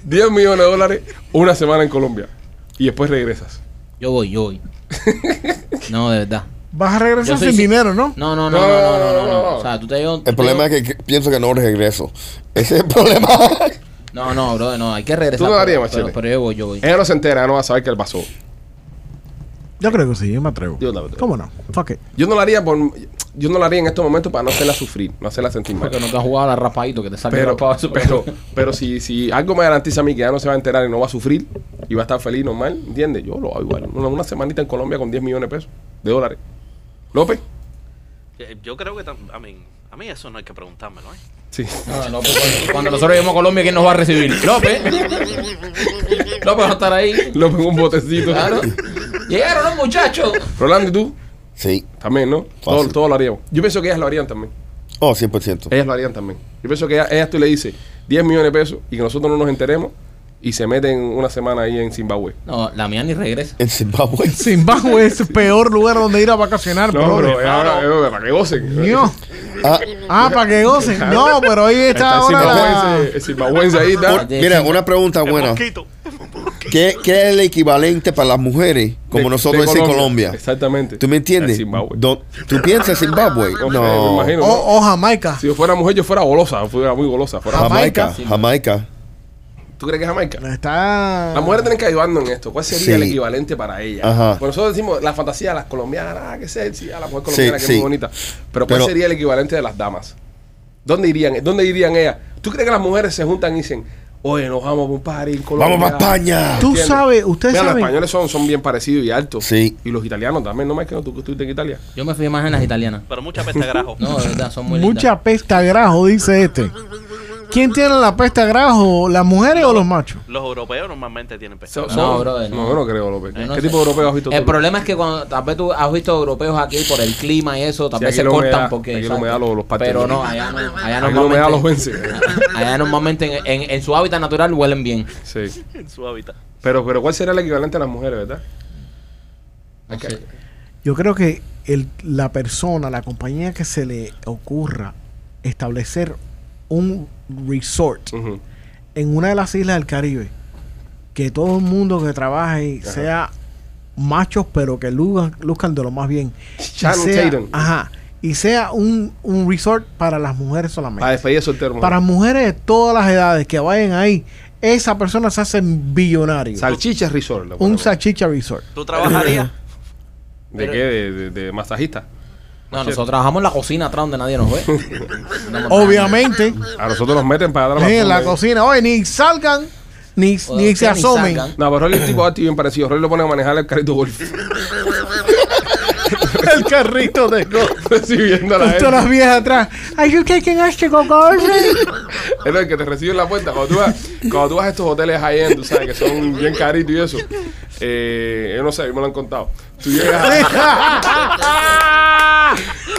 [SPEAKER 1] 10 millones de dólares, una semana en Colombia. Y después regresas.
[SPEAKER 2] Yo voy, yo voy. No, de verdad.
[SPEAKER 3] Vas a regresar
[SPEAKER 2] Yo soy
[SPEAKER 3] sin
[SPEAKER 2] si-
[SPEAKER 3] dinero, ¿no?
[SPEAKER 2] No, no, no, no, no, no, no,
[SPEAKER 1] No.
[SPEAKER 2] O sea, tú te llevas... tú te
[SPEAKER 4] El problema
[SPEAKER 2] llevas-
[SPEAKER 4] es que que pienso que no regreso. Ese es el problema.
[SPEAKER 2] No, no, bro, no, hay que regresar.
[SPEAKER 1] Tú no darías, Eh.
[SPEAKER 2] pero- pero,
[SPEAKER 1] Machete.
[SPEAKER 2] pero yo voy, yo voy.
[SPEAKER 1] Ella no se entera, no va a saber que él pasó.
[SPEAKER 3] Yo creo que sí, yo me atrevo.
[SPEAKER 1] Yo la-
[SPEAKER 3] ¿Cómo no? Fuck it.
[SPEAKER 1] Yo no lo haría por, yo no lo haría en estos momentos para no hacerla sufrir, no hacerla sentir mal.
[SPEAKER 2] Porque no te has jugado a la raspadito que te saca el
[SPEAKER 1] Pero,
[SPEAKER 2] raspado. eso,
[SPEAKER 1] pero, pero si, si algo me garantiza a mí que ya no se va a enterar y no va a sufrir y va a estar feliz normal, ¿entiendes? Yo lo hago igual. Una, una semanita en Colombia con 10 millones de pesos, de dólares. López.
[SPEAKER 5] Eh, Yo creo que tam- a mí, a mí eso no hay que preguntármelo, ¿eh?
[SPEAKER 1] Sí.
[SPEAKER 2] No, López, cuando, cuando nosotros lleguemos a Colombia, ¿quién nos va a recibir? López. López va a estar ahí.
[SPEAKER 1] López en un botecito.
[SPEAKER 2] Claro. Llegaron los muchachos.
[SPEAKER 1] Rolando, ¿y tú?
[SPEAKER 4] Sí.
[SPEAKER 1] También, ¿no? Todos
[SPEAKER 4] Fácil.
[SPEAKER 1] todos lo haríamos. Yo pienso que ellas lo harían también.
[SPEAKER 4] Oh, 100%.
[SPEAKER 1] Ellas lo harían también. Yo pienso que ellas, ellas tú le dices 10 millones de pesos y que nosotros no nos enteremos y se meten una semana ahí en Zimbabue.
[SPEAKER 2] No, la mía ni regresa.
[SPEAKER 4] En Zimbabue.
[SPEAKER 3] Zimbabue es el peor lugar donde ir a vacacionar,
[SPEAKER 1] No,
[SPEAKER 3] brother.
[SPEAKER 1] pero es ahora es para que gocen.
[SPEAKER 3] Dios.
[SPEAKER 4] Ah,
[SPEAKER 3] Ah, para que gocen. No, pero ahí está
[SPEAKER 1] Está el
[SPEAKER 3] ahora la...
[SPEAKER 1] zimbabuense, el zimbabuense ahí,
[SPEAKER 4] por-
[SPEAKER 1] está.
[SPEAKER 4] mira, una pregunta buena.
[SPEAKER 5] Mosquito.
[SPEAKER 4] ¿Qué, qué es el equivalente para las mujeres como
[SPEAKER 1] De-
[SPEAKER 4] nosotros
[SPEAKER 1] de
[SPEAKER 4] es en Colombia?
[SPEAKER 1] Exactamente.
[SPEAKER 4] ¿Tú me entiendes?
[SPEAKER 1] En Este, Zimbabue.
[SPEAKER 4] Do- ¿Tú piensas en Zimbabue?
[SPEAKER 1] No, me
[SPEAKER 4] No.
[SPEAKER 1] imagino.
[SPEAKER 3] O, o Jamaica.
[SPEAKER 1] Si yo fuera mujer, yo fuera golosa. Fuera muy golosa. Fuera
[SPEAKER 4] Jamaica,
[SPEAKER 2] Jamaica.
[SPEAKER 4] Jamaica.
[SPEAKER 1] ¿Tú crees que es Jamaica?
[SPEAKER 3] Está...
[SPEAKER 1] Las mujeres tienen que ayudarnos en esto. ¿Cuál sería
[SPEAKER 4] Sí.
[SPEAKER 1] el equivalente para ellas?
[SPEAKER 4] Ajá.
[SPEAKER 1] Pues nosotros decimos la fantasía de las colombianas, ah, que sexy, a la mujer colombiana que es
[SPEAKER 4] Sí, sí.
[SPEAKER 1] muy bonita. Pero ¿cuál
[SPEAKER 4] Pero-
[SPEAKER 1] sería el equivalente de las damas? ¿Dónde irían, ¿Dónde irían ellas? ¿Tú crees que las mujeres se juntan y dicen, oye, nos vamos a un party en Colombia?
[SPEAKER 4] ¡Vamos para España!
[SPEAKER 3] Tú
[SPEAKER 1] ¿Entiendes?
[SPEAKER 3] sabes, ustedes
[SPEAKER 1] Mira, los
[SPEAKER 3] saben...
[SPEAKER 1] españoles son, son bien parecidos y altos.
[SPEAKER 4] Sí.
[SPEAKER 1] Y los italianos también, no más que no, tú que estuviste en Italia.
[SPEAKER 2] Yo me fui más en las italianas.
[SPEAKER 5] Pero mucha pesta grajo.
[SPEAKER 2] No, de verdad, son muy lindas.
[SPEAKER 3] Mucha pesta a grajo, dice este. ¿Quién tiene la pesta a grajo? ¿Las mujeres o los machos?
[SPEAKER 5] Los europeos normalmente tienen pesta.
[SPEAKER 1] So-
[SPEAKER 2] No,
[SPEAKER 1] son-
[SPEAKER 2] brother, no.
[SPEAKER 1] No, yo no creo, López.
[SPEAKER 2] Yo no
[SPEAKER 1] ¿Qué
[SPEAKER 2] sé.
[SPEAKER 1] tipo de europeo has visto
[SPEAKER 2] El
[SPEAKER 1] tú?
[SPEAKER 2] problema es que cuando tal vez tú has visto europeos aquí por el clima y eso, tal
[SPEAKER 1] Sí,
[SPEAKER 2] vez
[SPEAKER 1] aquí
[SPEAKER 2] se
[SPEAKER 1] la humedad-
[SPEAKER 2] cortan porque.
[SPEAKER 1] aquí la humedad
[SPEAKER 2] exacto.
[SPEAKER 1] los- los parten.
[SPEAKER 2] Pero no, allá no. Allá
[SPEAKER 1] Aquí no me da los vence.
[SPEAKER 2] Allá normalmente en, en- en su hábitat natural huelen bien.
[SPEAKER 1] Sí.
[SPEAKER 5] En su hábitat.
[SPEAKER 1] Pero, pero ¿cuál sería el equivalente a las mujeres, verdad?
[SPEAKER 2] No sé.
[SPEAKER 3] Yo creo que el- la persona, la compañía que se le ocurra establecer un resort
[SPEAKER 1] Ujú.
[SPEAKER 3] en una de las islas del Caribe, que todo el mundo que trabaje
[SPEAKER 1] Ajá.
[SPEAKER 3] sea machos, pero que luzcan, luzcan de lo más bien. Y
[SPEAKER 1] Channing
[SPEAKER 3] sea-
[SPEAKER 1] Tatum.
[SPEAKER 3] Ajá. Y sea un, un resort para las mujeres solamente.
[SPEAKER 1] Para despedir de soltero. mujer.
[SPEAKER 3] Para mujeres de todas las edades que vayan ahí, esa persona se hace billonario.
[SPEAKER 1] Salchicha Resort. la
[SPEAKER 3] un
[SPEAKER 1] buena.
[SPEAKER 3] sachicha resort.
[SPEAKER 5] ¿Tú trabajarías?
[SPEAKER 1] ¿De qué? De, de- de masajista.
[SPEAKER 2] No, nosotros trabajamos en la cocina atrás donde nadie nos ve. No,
[SPEAKER 3] Obviamente,
[SPEAKER 1] A nosotros nos meten para dar
[SPEAKER 3] sí, en la
[SPEAKER 1] basura.
[SPEAKER 3] cocina, oye, ni salgan, ni,
[SPEAKER 2] O
[SPEAKER 3] ni
[SPEAKER 2] que
[SPEAKER 3] se asomen.
[SPEAKER 2] salgan.
[SPEAKER 1] No, pero Rolly es un tipo activo bien parecido. Rolly lo pone a manejar el carrito golf.
[SPEAKER 3] el carrito de golf.
[SPEAKER 1] Recibiendo a la
[SPEAKER 3] Con todas las
[SPEAKER 1] gente.
[SPEAKER 3] viejas atrás. Are you taking us to go golfing?
[SPEAKER 1] Él es el que te recibe en la puerta. Cuando tú vas, cuando tú vas a estos hoteles high-end, tú sabes que son bien caritos y eso. Eh, yo no sé, a mí me lo han contado. Tú llegas a...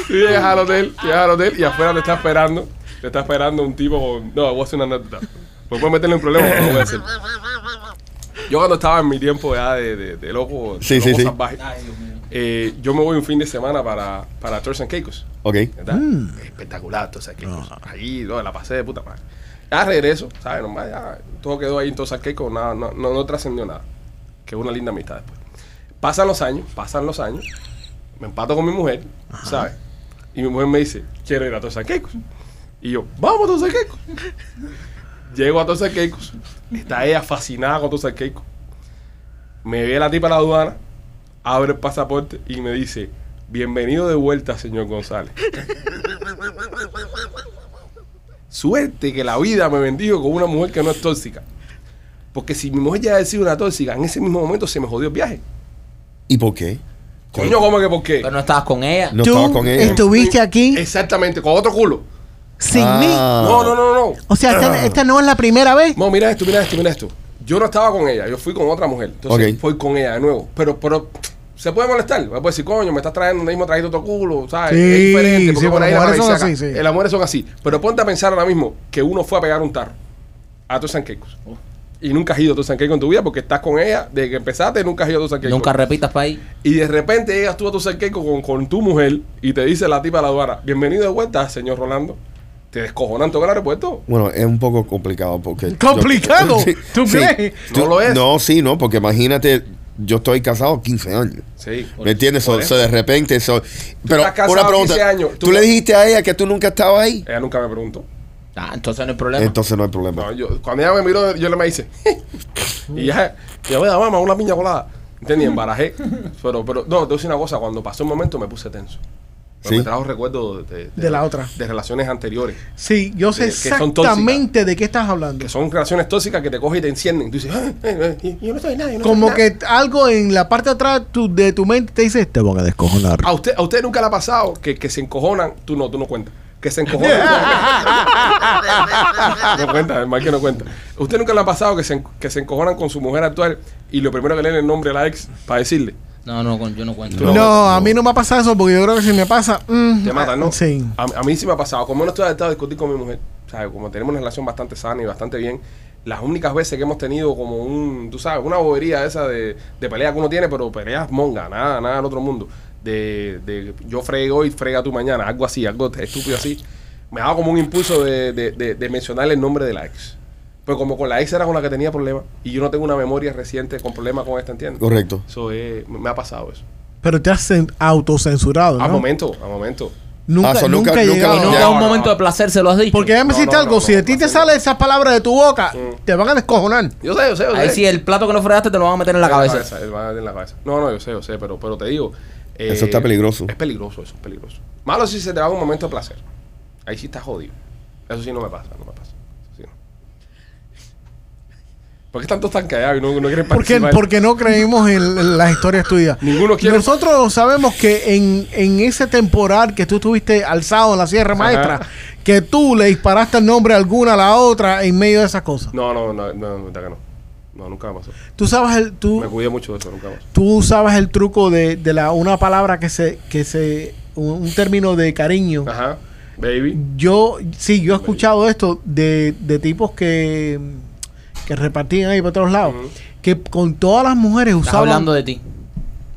[SPEAKER 1] Tú llegas al hotel, llegas al hotel y afuera te está esperando, te está esperando un tipo con... No, voy a hacer una anécdota. Me puedo meterle en problemas, pero no lo voy a hacer. Yo cuando estaba en mi tiempo ya de, de- de loco, de
[SPEAKER 4] Sí,
[SPEAKER 1] loco
[SPEAKER 4] sí, sí.
[SPEAKER 1] salvaje, eh, yo me voy un fin de semana para, para Turks and Caicos.
[SPEAKER 4] Ok.
[SPEAKER 1] ¿verdad? Espectacular, todo ese cake. pues, Ahí, no, la pasé de puta madre. Ya regreso, ¿sabes? Nomás ya, todo quedó ahí en todo ese cake, nada, no, no, no trascendió nada. Que una linda amistad después. Pasan los años, pasan los años, me empato con mi mujer, ¿sabes? Y mi mujer me dice, quiero ir a Tosa Quecos. Y yo, vamos a Tosa Quecos. Llego a Tosa Quecos, está ella fascinada con Tosa Quecos. Me ve la tipa a la aduana, abre el pasaporte y me dice, bienvenido de vuelta, señor González. Suerte que la vida me bendijo con una mujer que no es tóxica. Porque si mi mujer ya ha sido una tóxica, en ese mismo momento se me jodió el viaje.
[SPEAKER 4] ¿Y por qué?
[SPEAKER 1] Coño, ¿cómo que por qué?
[SPEAKER 2] Pero no estabas con ella.
[SPEAKER 4] No
[SPEAKER 3] Tú
[SPEAKER 4] estaba con ella.
[SPEAKER 3] estuviste aquí
[SPEAKER 1] Exactamente, con otro culo.
[SPEAKER 3] sin mí.
[SPEAKER 4] Ah.
[SPEAKER 1] No, no, no, no.
[SPEAKER 3] O sea,
[SPEAKER 1] Ah.
[SPEAKER 3] esta, esta no es la primera vez.
[SPEAKER 1] No, mira esto, mira esto, mira esto. Yo no estaba con ella, yo fui con otra mujer. Entonces
[SPEAKER 4] Ok.
[SPEAKER 1] fui con ella de nuevo. Pero, pero, se puede molestar. Me puede decir, coño, me estás trayendo el mismo trajito otro culo, ¿sabes?
[SPEAKER 3] Sí,
[SPEAKER 1] es diferente.
[SPEAKER 3] sí,
[SPEAKER 1] Porque por
[SPEAKER 3] pero
[SPEAKER 1] ahí
[SPEAKER 3] las
[SPEAKER 1] la
[SPEAKER 3] mujeres son
[SPEAKER 1] paradisíaca.
[SPEAKER 3] así, sí.
[SPEAKER 1] Eh, Las mujeres son así. Pero ponte a pensar ahora mismo que uno fue a pegar un tarro a tu San Quecos. Y nunca has ido a tu San Quecos en tu vida porque estás con ella desde que empezaste, nunca has ido a tu San Quecos.
[SPEAKER 2] Nunca repitas para ahí.
[SPEAKER 1] Y de repente llegas tú a tu cerqueco con, con tu mujer y te dice la tipa de la aduana, bienvenido de vuelta, señor Rolando. Te descojonan todo el aeropuerto.
[SPEAKER 4] Bueno, es un poco complicado porque...
[SPEAKER 3] ¿Complicado?
[SPEAKER 4] Sí,
[SPEAKER 3] ¿Tú
[SPEAKER 4] sí.
[SPEAKER 3] crees?
[SPEAKER 1] No lo es.
[SPEAKER 4] No, sí, no, porque imagínate, yo estoy casado 15 años.
[SPEAKER 1] Sí.
[SPEAKER 4] ¿Me entiendes?
[SPEAKER 1] Por
[SPEAKER 4] So- so de repente, so- pero
[SPEAKER 1] estás
[SPEAKER 4] una
[SPEAKER 1] casado
[SPEAKER 4] pregunta,
[SPEAKER 1] 15 años,
[SPEAKER 4] ¿tú,
[SPEAKER 1] tú
[SPEAKER 4] le
[SPEAKER 1] no-
[SPEAKER 4] dijiste a ella que tú nunca estabas ahí?
[SPEAKER 1] Ella nunca me preguntó.
[SPEAKER 2] Ah, entonces no hay problema.
[SPEAKER 4] Entonces no hay problema.
[SPEAKER 1] No, yo- cuando ella me miró, yo le me hice. y ya, yo voy a mamá una piña colada. ¿Entendí? Embarajé. Pero, pero, no, te voy a decir una cosa. Cuando pasó el momento me puse tenso. Pero
[SPEAKER 4] Sí.
[SPEAKER 1] Me trajo recuerdos de, de-
[SPEAKER 3] De la otra.
[SPEAKER 1] De relaciones anteriores.
[SPEAKER 3] Sí, yo sé
[SPEAKER 1] Que- que son tóxicas.
[SPEAKER 3] exactamente de qué estás hablando.
[SPEAKER 1] Que son relaciones tóxicas que te cogen y te encienden. Tú dices, "Ah, eh, eh, yo no estoy nada. yo no soy
[SPEAKER 3] Como
[SPEAKER 1] nada".
[SPEAKER 3] que algo en la parte de atrás tu- de tu mente te dice, te van a descojonar.
[SPEAKER 1] ¿A usted, a usted nunca le ha pasado que, que se encojonan? Tú no, tú no cuentas. Que se encojonan. no cuenta, es mal que no cuenta. ¿A usted nunca le ha pasado que se, en- que se encojonan con su mujer actual y lo primero que leen es el nombre de la ex para decirle?
[SPEAKER 2] No, no, con- yo no cuento.
[SPEAKER 3] No, a mí no me ha pasado eso porque yo creo que si me pasa... mm,
[SPEAKER 1] Te matan,
[SPEAKER 3] ah,
[SPEAKER 1] ¿no?
[SPEAKER 3] Sí.
[SPEAKER 1] A, a mí sí me ha pasado. Como no estoy adaptado a discutir con mi mujer, ¿sabes? Como tenemos una relación bastante sana y bastante bien, las únicas veces que hemos tenido como un, tú sabes, una bobería esa de, de pelea que uno tiene, pero peleas monga, nada, nada del otro mundo. De, de yo frego hoy, frega tú mañana, algo así, algo estúpido así. Me daba como un impulso de, de, de- de mencionar el nombre de la ex. Pero como con la ex era con la que tenía problemas y yo no tengo una memoria reciente con problemas con esta, ¿entiendes?
[SPEAKER 4] Correcto.
[SPEAKER 1] Eso es- me ha pasado eso.
[SPEAKER 3] Pero te has cen- autocensurado, ¿no?
[SPEAKER 1] A Ah, momento, a momento.
[SPEAKER 3] Nunca,
[SPEAKER 4] Ah, so,
[SPEAKER 3] nunca,
[SPEAKER 4] nunca-
[SPEAKER 3] he
[SPEAKER 4] nunca
[SPEAKER 3] llegado.
[SPEAKER 4] lo-
[SPEAKER 2] Nunca
[SPEAKER 4] Ya.
[SPEAKER 2] un
[SPEAKER 1] No, no,
[SPEAKER 2] momento
[SPEAKER 1] no.
[SPEAKER 2] de placer se lo has dicho.
[SPEAKER 3] Porque ya me
[SPEAKER 1] No,
[SPEAKER 3] hiciste
[SPEAKER 1] no,
[SPEAKER 3] algo.
[SPEAKER 1] no,
[SPEAKER 3] si de ti
[SPEAKER 1] no,
[SPEAKER 3] te
[SPEAKER 1] no.
[SPEAKER 3] salen esas palabras de tu boca, te van a descojonar.
[SPEAKER 1] Yo sé, yo sé, yo sé.
[SPEAKER 2] Ahí sí, el plato que no fregaste te lo van a meter en la cabeza.
[SPEAKER 1] él va a meter en la cabeza. No, no, yo sé, yo sé, pero, pero te digo. eh,
[SPEAKER 4] Eso está peligroso.
[SPEAKER 1] Es peligroso, eso es peligroso. Malo si se te va un momento de placer. Ahí sí estás jodido. Eso sí no me pasa, no me pasa. Eso sí no. ¿Por qué están todos tan callados y no, no quieren
[SPEAKER 3] Porque,
[SPEAKER 1] participar?
[SPEAKER 3] porque no creímos en, en las historias tuyas.
[SPEAKER 1] Ninguno quiere-
[SPEAKER 3] Nosotros sabemos que en, en ese temporal que tú estuviste alzado en la Sierra Maestra, que tú le disparaste el nombre a alguna a la otra en medio de esas cosas.
[SPEAKER 1] No, no, no, no, no, verdad que no. No, nunca me pasó.
[SPEAKER 3] Tú sabes
[SPEAKER 1] Me
[SPEAKER 3] el, tú,
[SPEAKER 1] cuidé mucho de eso, nunca me pasó.
[SPEAKER 3] tú sabes el truco de, de la, una palabra que se, que se, un, un término de cariño.
[SPEAKER 1] Ajá, baby.
[SPEAKER 3] Yo, sí, yo he escuchado esto de, de tipos que, que repartían ahí por todos lados.
[SPEAKER 1] Ujú.
[SPEAKER 3] Que con todas las mujeres
[SPEAKER 2] Estás
[SPEAKER 3] usaban.
[SPEAKER 2] hablando de ti.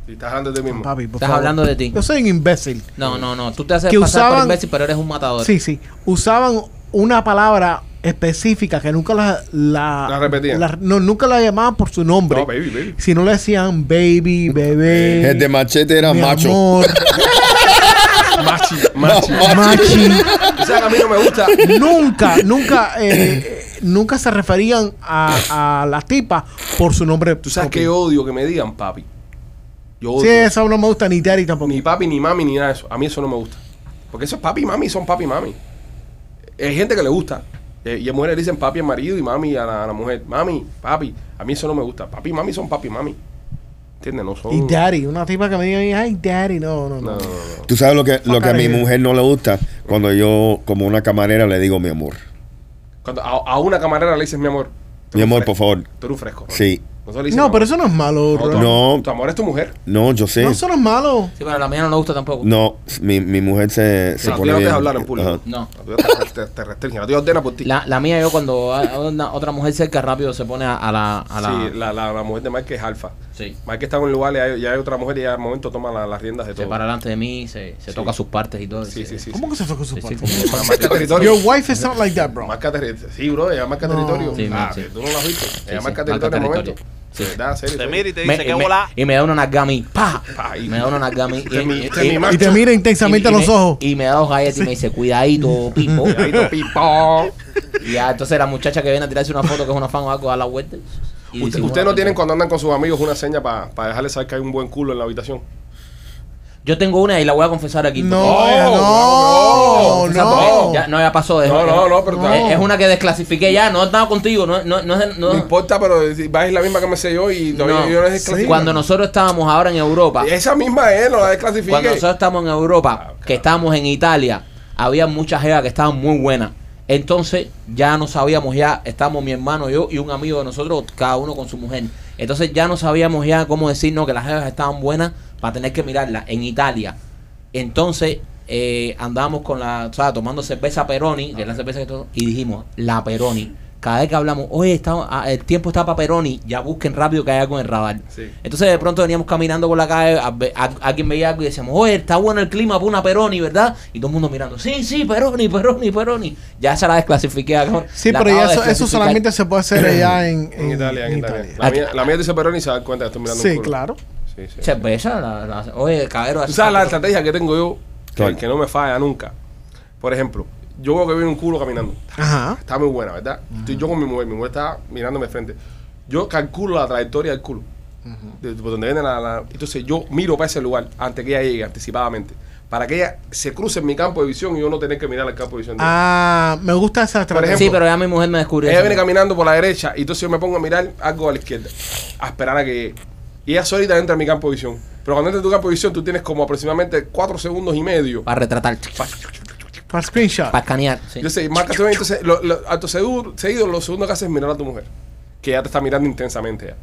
[SPEAKER 1] Si estás antes de ti mismo.
[SPEAKER 3] Papi, por
[SPEAKER 2] Estás
[SPEAKER 3] favor.
[SPEAKER 2] hablando de ti.
[SPEAKER 3] Yo soy un imbécil.
[SPEAKER 2] No, no, no. Tú te haces
[SPEAKER 3] Que
[SPEAKER 2] pasar por
[SPEAKER 3] usaban-
[SPEAKER 2] imbécil, pero eres un matador.
[SPEAKER 3] Sí, sí. Usaban una palabra específica que nunca la. La,
[SPEAKER 1] La repetían.
[SPEAKER 3] la- no, nunca la llamaban por su nombre.
[SPEAKER 1] No, baby, baby.
[SPEAKER 3] Si no le decían baby, bebé.
[SPEAKER 4] El de machete era
[SPEAKER 3] mi
[SPEAKER 4] macho.
[SPEAKER 3] amor,
[SPEAKER 1] Machi, machi.
[SPEAKER 3] machi.
[SPEAKER 1] O sea, que a mí no me gusta.
[SPEAKER 3] nunca, nunca, eh, eh, nunca se referían a, a las tipas por su nombre.
[SPEAKER 1] Tú sabes que odio que me digan papi. Yo odio.
[SPEAKER 3] Sí, esa no me gusta ni Terry tampoco.
[SPEAKER 1] Ni papi, ni mami, ni nada de eso. A mí eso no me gusta. Porque eso es papi y mami, son papi y mami. Hay gente que le gusta. Eh, y a mujeres le dicen papi al marido y mami a la, a la mujer. Mami, papi. A mí eso no me gusta. Papi y mami son papi y mami. ¿Entiendes? No son.
[SPEAKER 3] Y Daddy, una tipa que me diga, ay, Daddy, no, no,
[SPEAKER 1] No,
[SPEAKER 3] no.
[SPEAKER 1] no, no, no.
[SPEAKER 4] Tú sabes lo que, lo que a mi
[SPEAKER 3] Pajarera.
[SPEAKER 4] mujer no le gusta cuando yo, como una camarera, le digo mi amor.
[SPEAKER 1] Cuando a, a una camarera le dices mi amor. tú
[SPEAKER 4] Mi
[SPEAKER 1] eres
[SPEAKER 4] amor,
[SPEAKER 1] fresco.
[SPEAKER 4] por favor.
[SPEAKER 1] Tú eres un fresco. ¿no?
[SPEAKER 4] Sí.
[SPEAKER 1] Nosotros le
[SPEAKER 3] No,
[SPEAKER 1] dicen amor.
[SPEAKER 3] pero eso no es malo,
[SPEAKER 1] tu
[SPEAKER 3] bro.
[SPEAKER 4] No.
[SPEAKER 3] No,
[SPEAKER 1] am- Tu amor es tu mujer.
[SPEAKER 4] No, yo sé.
[SPEAKER 3] eso no es malo.
[SPEAKER 2] Sí, pero a la mía no le gusta tampoco.
[SPEAKER 4] No, mi, mi mujer se, se
[SPEAKER 1] No, tú
[SPEAKER 4] pone
[SPEAKER 1] ya no te
[SPEAKER 4] bien.
[SPEAKER 1] dejas hablar en público.
[SPEAKER 4] Ajá.
[SPEAKER 2] No.
[SPEAKER 1] La tuya te, te, te restringe. La tuya ordena por ti.
[SPEAKER 2] La, la mía, yo cuando hay una- otra mujer cerca rápido se pone a, a la, a la.
[SPEAKER 1] Sí, la, la, la mujer de Mike es alfa.
[SPEAKER 2] Sí.
[SPEAKER 1] Mike está en un lugar y hay, y hay otra mujer y al momento toma la- las riendas de
[SPEAKER 2] Se
[SPEAKER 1] todo.
[SPEAKER 2] para delante de mí, se, se toca sus partes y todo. y
[SPEAKER 1] Sí,
[SPEAKER 2] se-
[SPEAKER 1] sí, sí.
[SPEAKER 3] ¿Cómo que se fue con su
[SPEAKER 2] Sí, sí,
[SPEAKER 3] parte?
[SPEAKER 2] sí.
[SPEAKER 1] Marca territorio.
[SPEAKER 3] Your wife is not like that, bro.
[SPEAKER 1] Marca territorio. Sí, bro, ella marca
[SPEAKER 3] No.
[SPEAKER 1] territorio.
[SPEAKER 2] Sí,
[SPEAKER 1] ah,
[SPEAKER 2] sí.
[SPEAKER 1] tú no la has visto. Ella
[SPEAKER 2] sí,
[SPEAKER 1] marca
[SPEAKER 2] marca
[SPEAKER 1] territorio en el momento.
[SPEAKER 2] territorio.
[SPEAKER 1] Sí.
[SPEAKER 2] Sí.
[SPEAKER 1] ¿Verdad? Serio,
[SPEAKER 5] Te
[SPEAKER 1] serio.
[SPEAKER 5] mira y te
[SPEAKER 2] Me-
[SPEAKER 5] dice
[SPEAKER 2] y
[SPEAKER 5] que
[SPEAKER 2] me-
[SPEAKER 5] volá.
[SPEAKER 2] Y me da una nalga a mí. ¡Pa!
[SPEAKER 1] Pa, y-
[SPEAKER 2] Me da una nalga a mí.
[SPEAKER 1] Este es mi- este es mi
[SPEAKER 2] y-
[SPEAKER 1] macho.
[SPEAKER 3] Y te mira intensamente a
[SPEAKER 2] y- y
[SPEAKER 3] los
[SPEAKER 2] me-
[SPEAKER 3] ojos.
[SPEAKER 2] Y me da dos galletas y este me dice, cuidadito, pipo.
[SPEAKER 1] Ahí no pipo.
[SPEAKER 2] y ya, entonces la muchacha que viene a tirarse una foto, que es una fan o algo, da la vuelta. y
[SPEAKER 1] Usted-
[SPEAKER 2] disimula.
[SPEAKER 1] Ustedes no tienen cuando andan con sus amigos una seña para dejarles saber que hay un buen culo en la habitación.
[SPEAKER 2] Yo tengo una y la voy a confesar aquí.
[SPEAKER 3] No,
[SPEAKER 1] No,
[SPEAKER 3] eh, no,
[SPEAKER 1] no,
[SPEAKER 2] Esa
[SPEAKER 3] no.
[SPEAKER 2] porque Ya, no, ya pasó. es-
[SPEAKER 1] No, no, no, pero
[SPEAKER 3] No.
[SPEAKER 2] Es, es una que desclasifiqué ya. No estaba contigo. No, no, no, es de- no-
[SPEAKER 1] No importa, pero si vas es la misma que me sé yo y todavía
[SPEAKER 2] No.
[SPEAKER 1] yo no es desclasificado.
[SPEAKER 2] Cuando nosotros estábamos ahora en Europa,
[SPEAKER 1] Esa misma es, no la
[SPEAKER 2] cuando
[SPEAKER 1] desclasifique.
[SPEAKER 2] nosotros estábamos en Europa, que estábamos en Italia, había muchas jevas que estaban muy buenas. Entonces, ya no sabíamos ya, estábamos mi hermano, yo y un amigo de nosotros, cada uno con su mujer. Entonces, ya no sabíamos ya cómo decirnos que las jevas estaban buenas para tener que mirarlas en Italia. Entonces, eh, andábamos con la, o sea, tomando cerveza Peroni, que es la cerveza que todo, y dijimos, la Peroni. Cada vez que hablamos, oye, está- ah, el tiempo está para Peroni, ya busquen rápido que hay algo en el radar.
[SPEAKER 1] Sí.
[SPEAKER 2] Entonces de pronto veníamos caminando por la calle, a ve- a- alguien veía algo y decíamos, oye, está bueno el clima para una Peroni, ¿verdad? Y todo el mundo mirando, sí, sí, Peroni, Peroni, Peroni. Ya esa la desclasifiqué. cabrón.
[SPEAKER 3] Sí,
[SPEAKER 2] La
[SPEAKER 3] pero ya
[SPEAKER 2] acabo de
[SPEAKER 3] eso, eso
[SPEAKER 2] desclasificar.
[SPEAKER 3] solamente se puede hacer allá en,
[SPEAKER 1] En Italia, en Mm, Italia. La,
[SPEAKER 2] Italia.
[SPEAKER 1] mía, la mía dice Peroni y se da cuenta que estoy mirando un
[SPEAKER 3] Sí,
[SPEAKER 1] culo.
[SPEAKER 3] claro.
[SPEAKER 1] Sí, sí.
[SPEAKER 2] Cerveza, pues, la- la- oye, cabero.
[SPEAKER 1] Tú sabes la estrategia que tengo yo, que,
[SPEAKER 4] Claro.
[SPEAKER 1] que no me falla nunca. Por ejemplo, yo veo que viene un culo caminando.
[SPEAKER 3] Ajá.
[SPEAKER 1] Está muy buena, ¿verdad? Estoy yo con mi mujer, mi mujer está mirándome de frente. Yo calculo la trayectoria del culo. de, por donde viene la, la- Entonces yo miro para ese lugar antes que ella llegue, anticipadamente. Para que ella se cruce en mi campo de visión y yo no tener que mirar al campo de visión. de ella.
[SPEAKER 3] Ah, me gusta esa estrategia.
[SPEAKER 2] Sí, pero ya mi mujer me descubrió.
[SPEAKER 1] Ella
[SPEAKER 2] eso.
[SPEAKER 1] viene caminando por la derecha y entonces yo me pongo a mirar algo a la izquierda, a esperar a que llegue. Y ella solita entra en mi campo de visión. Pero cuando entra en tu campo de visión, tú tienes como aproximadamente cuatro segundos y medio.
[SPEAKER 2] Para retratar,
[SPEAKER 3] Para screenshot.
[SPEAKER 2] para escanear. sí.
[SPEAKER 1] Yo sé, marca todo, entonces, lo, lo- a tu segu- seguido, lo segundo que haces es mirar a tu mujer, que ya te está mirando intensamente ya.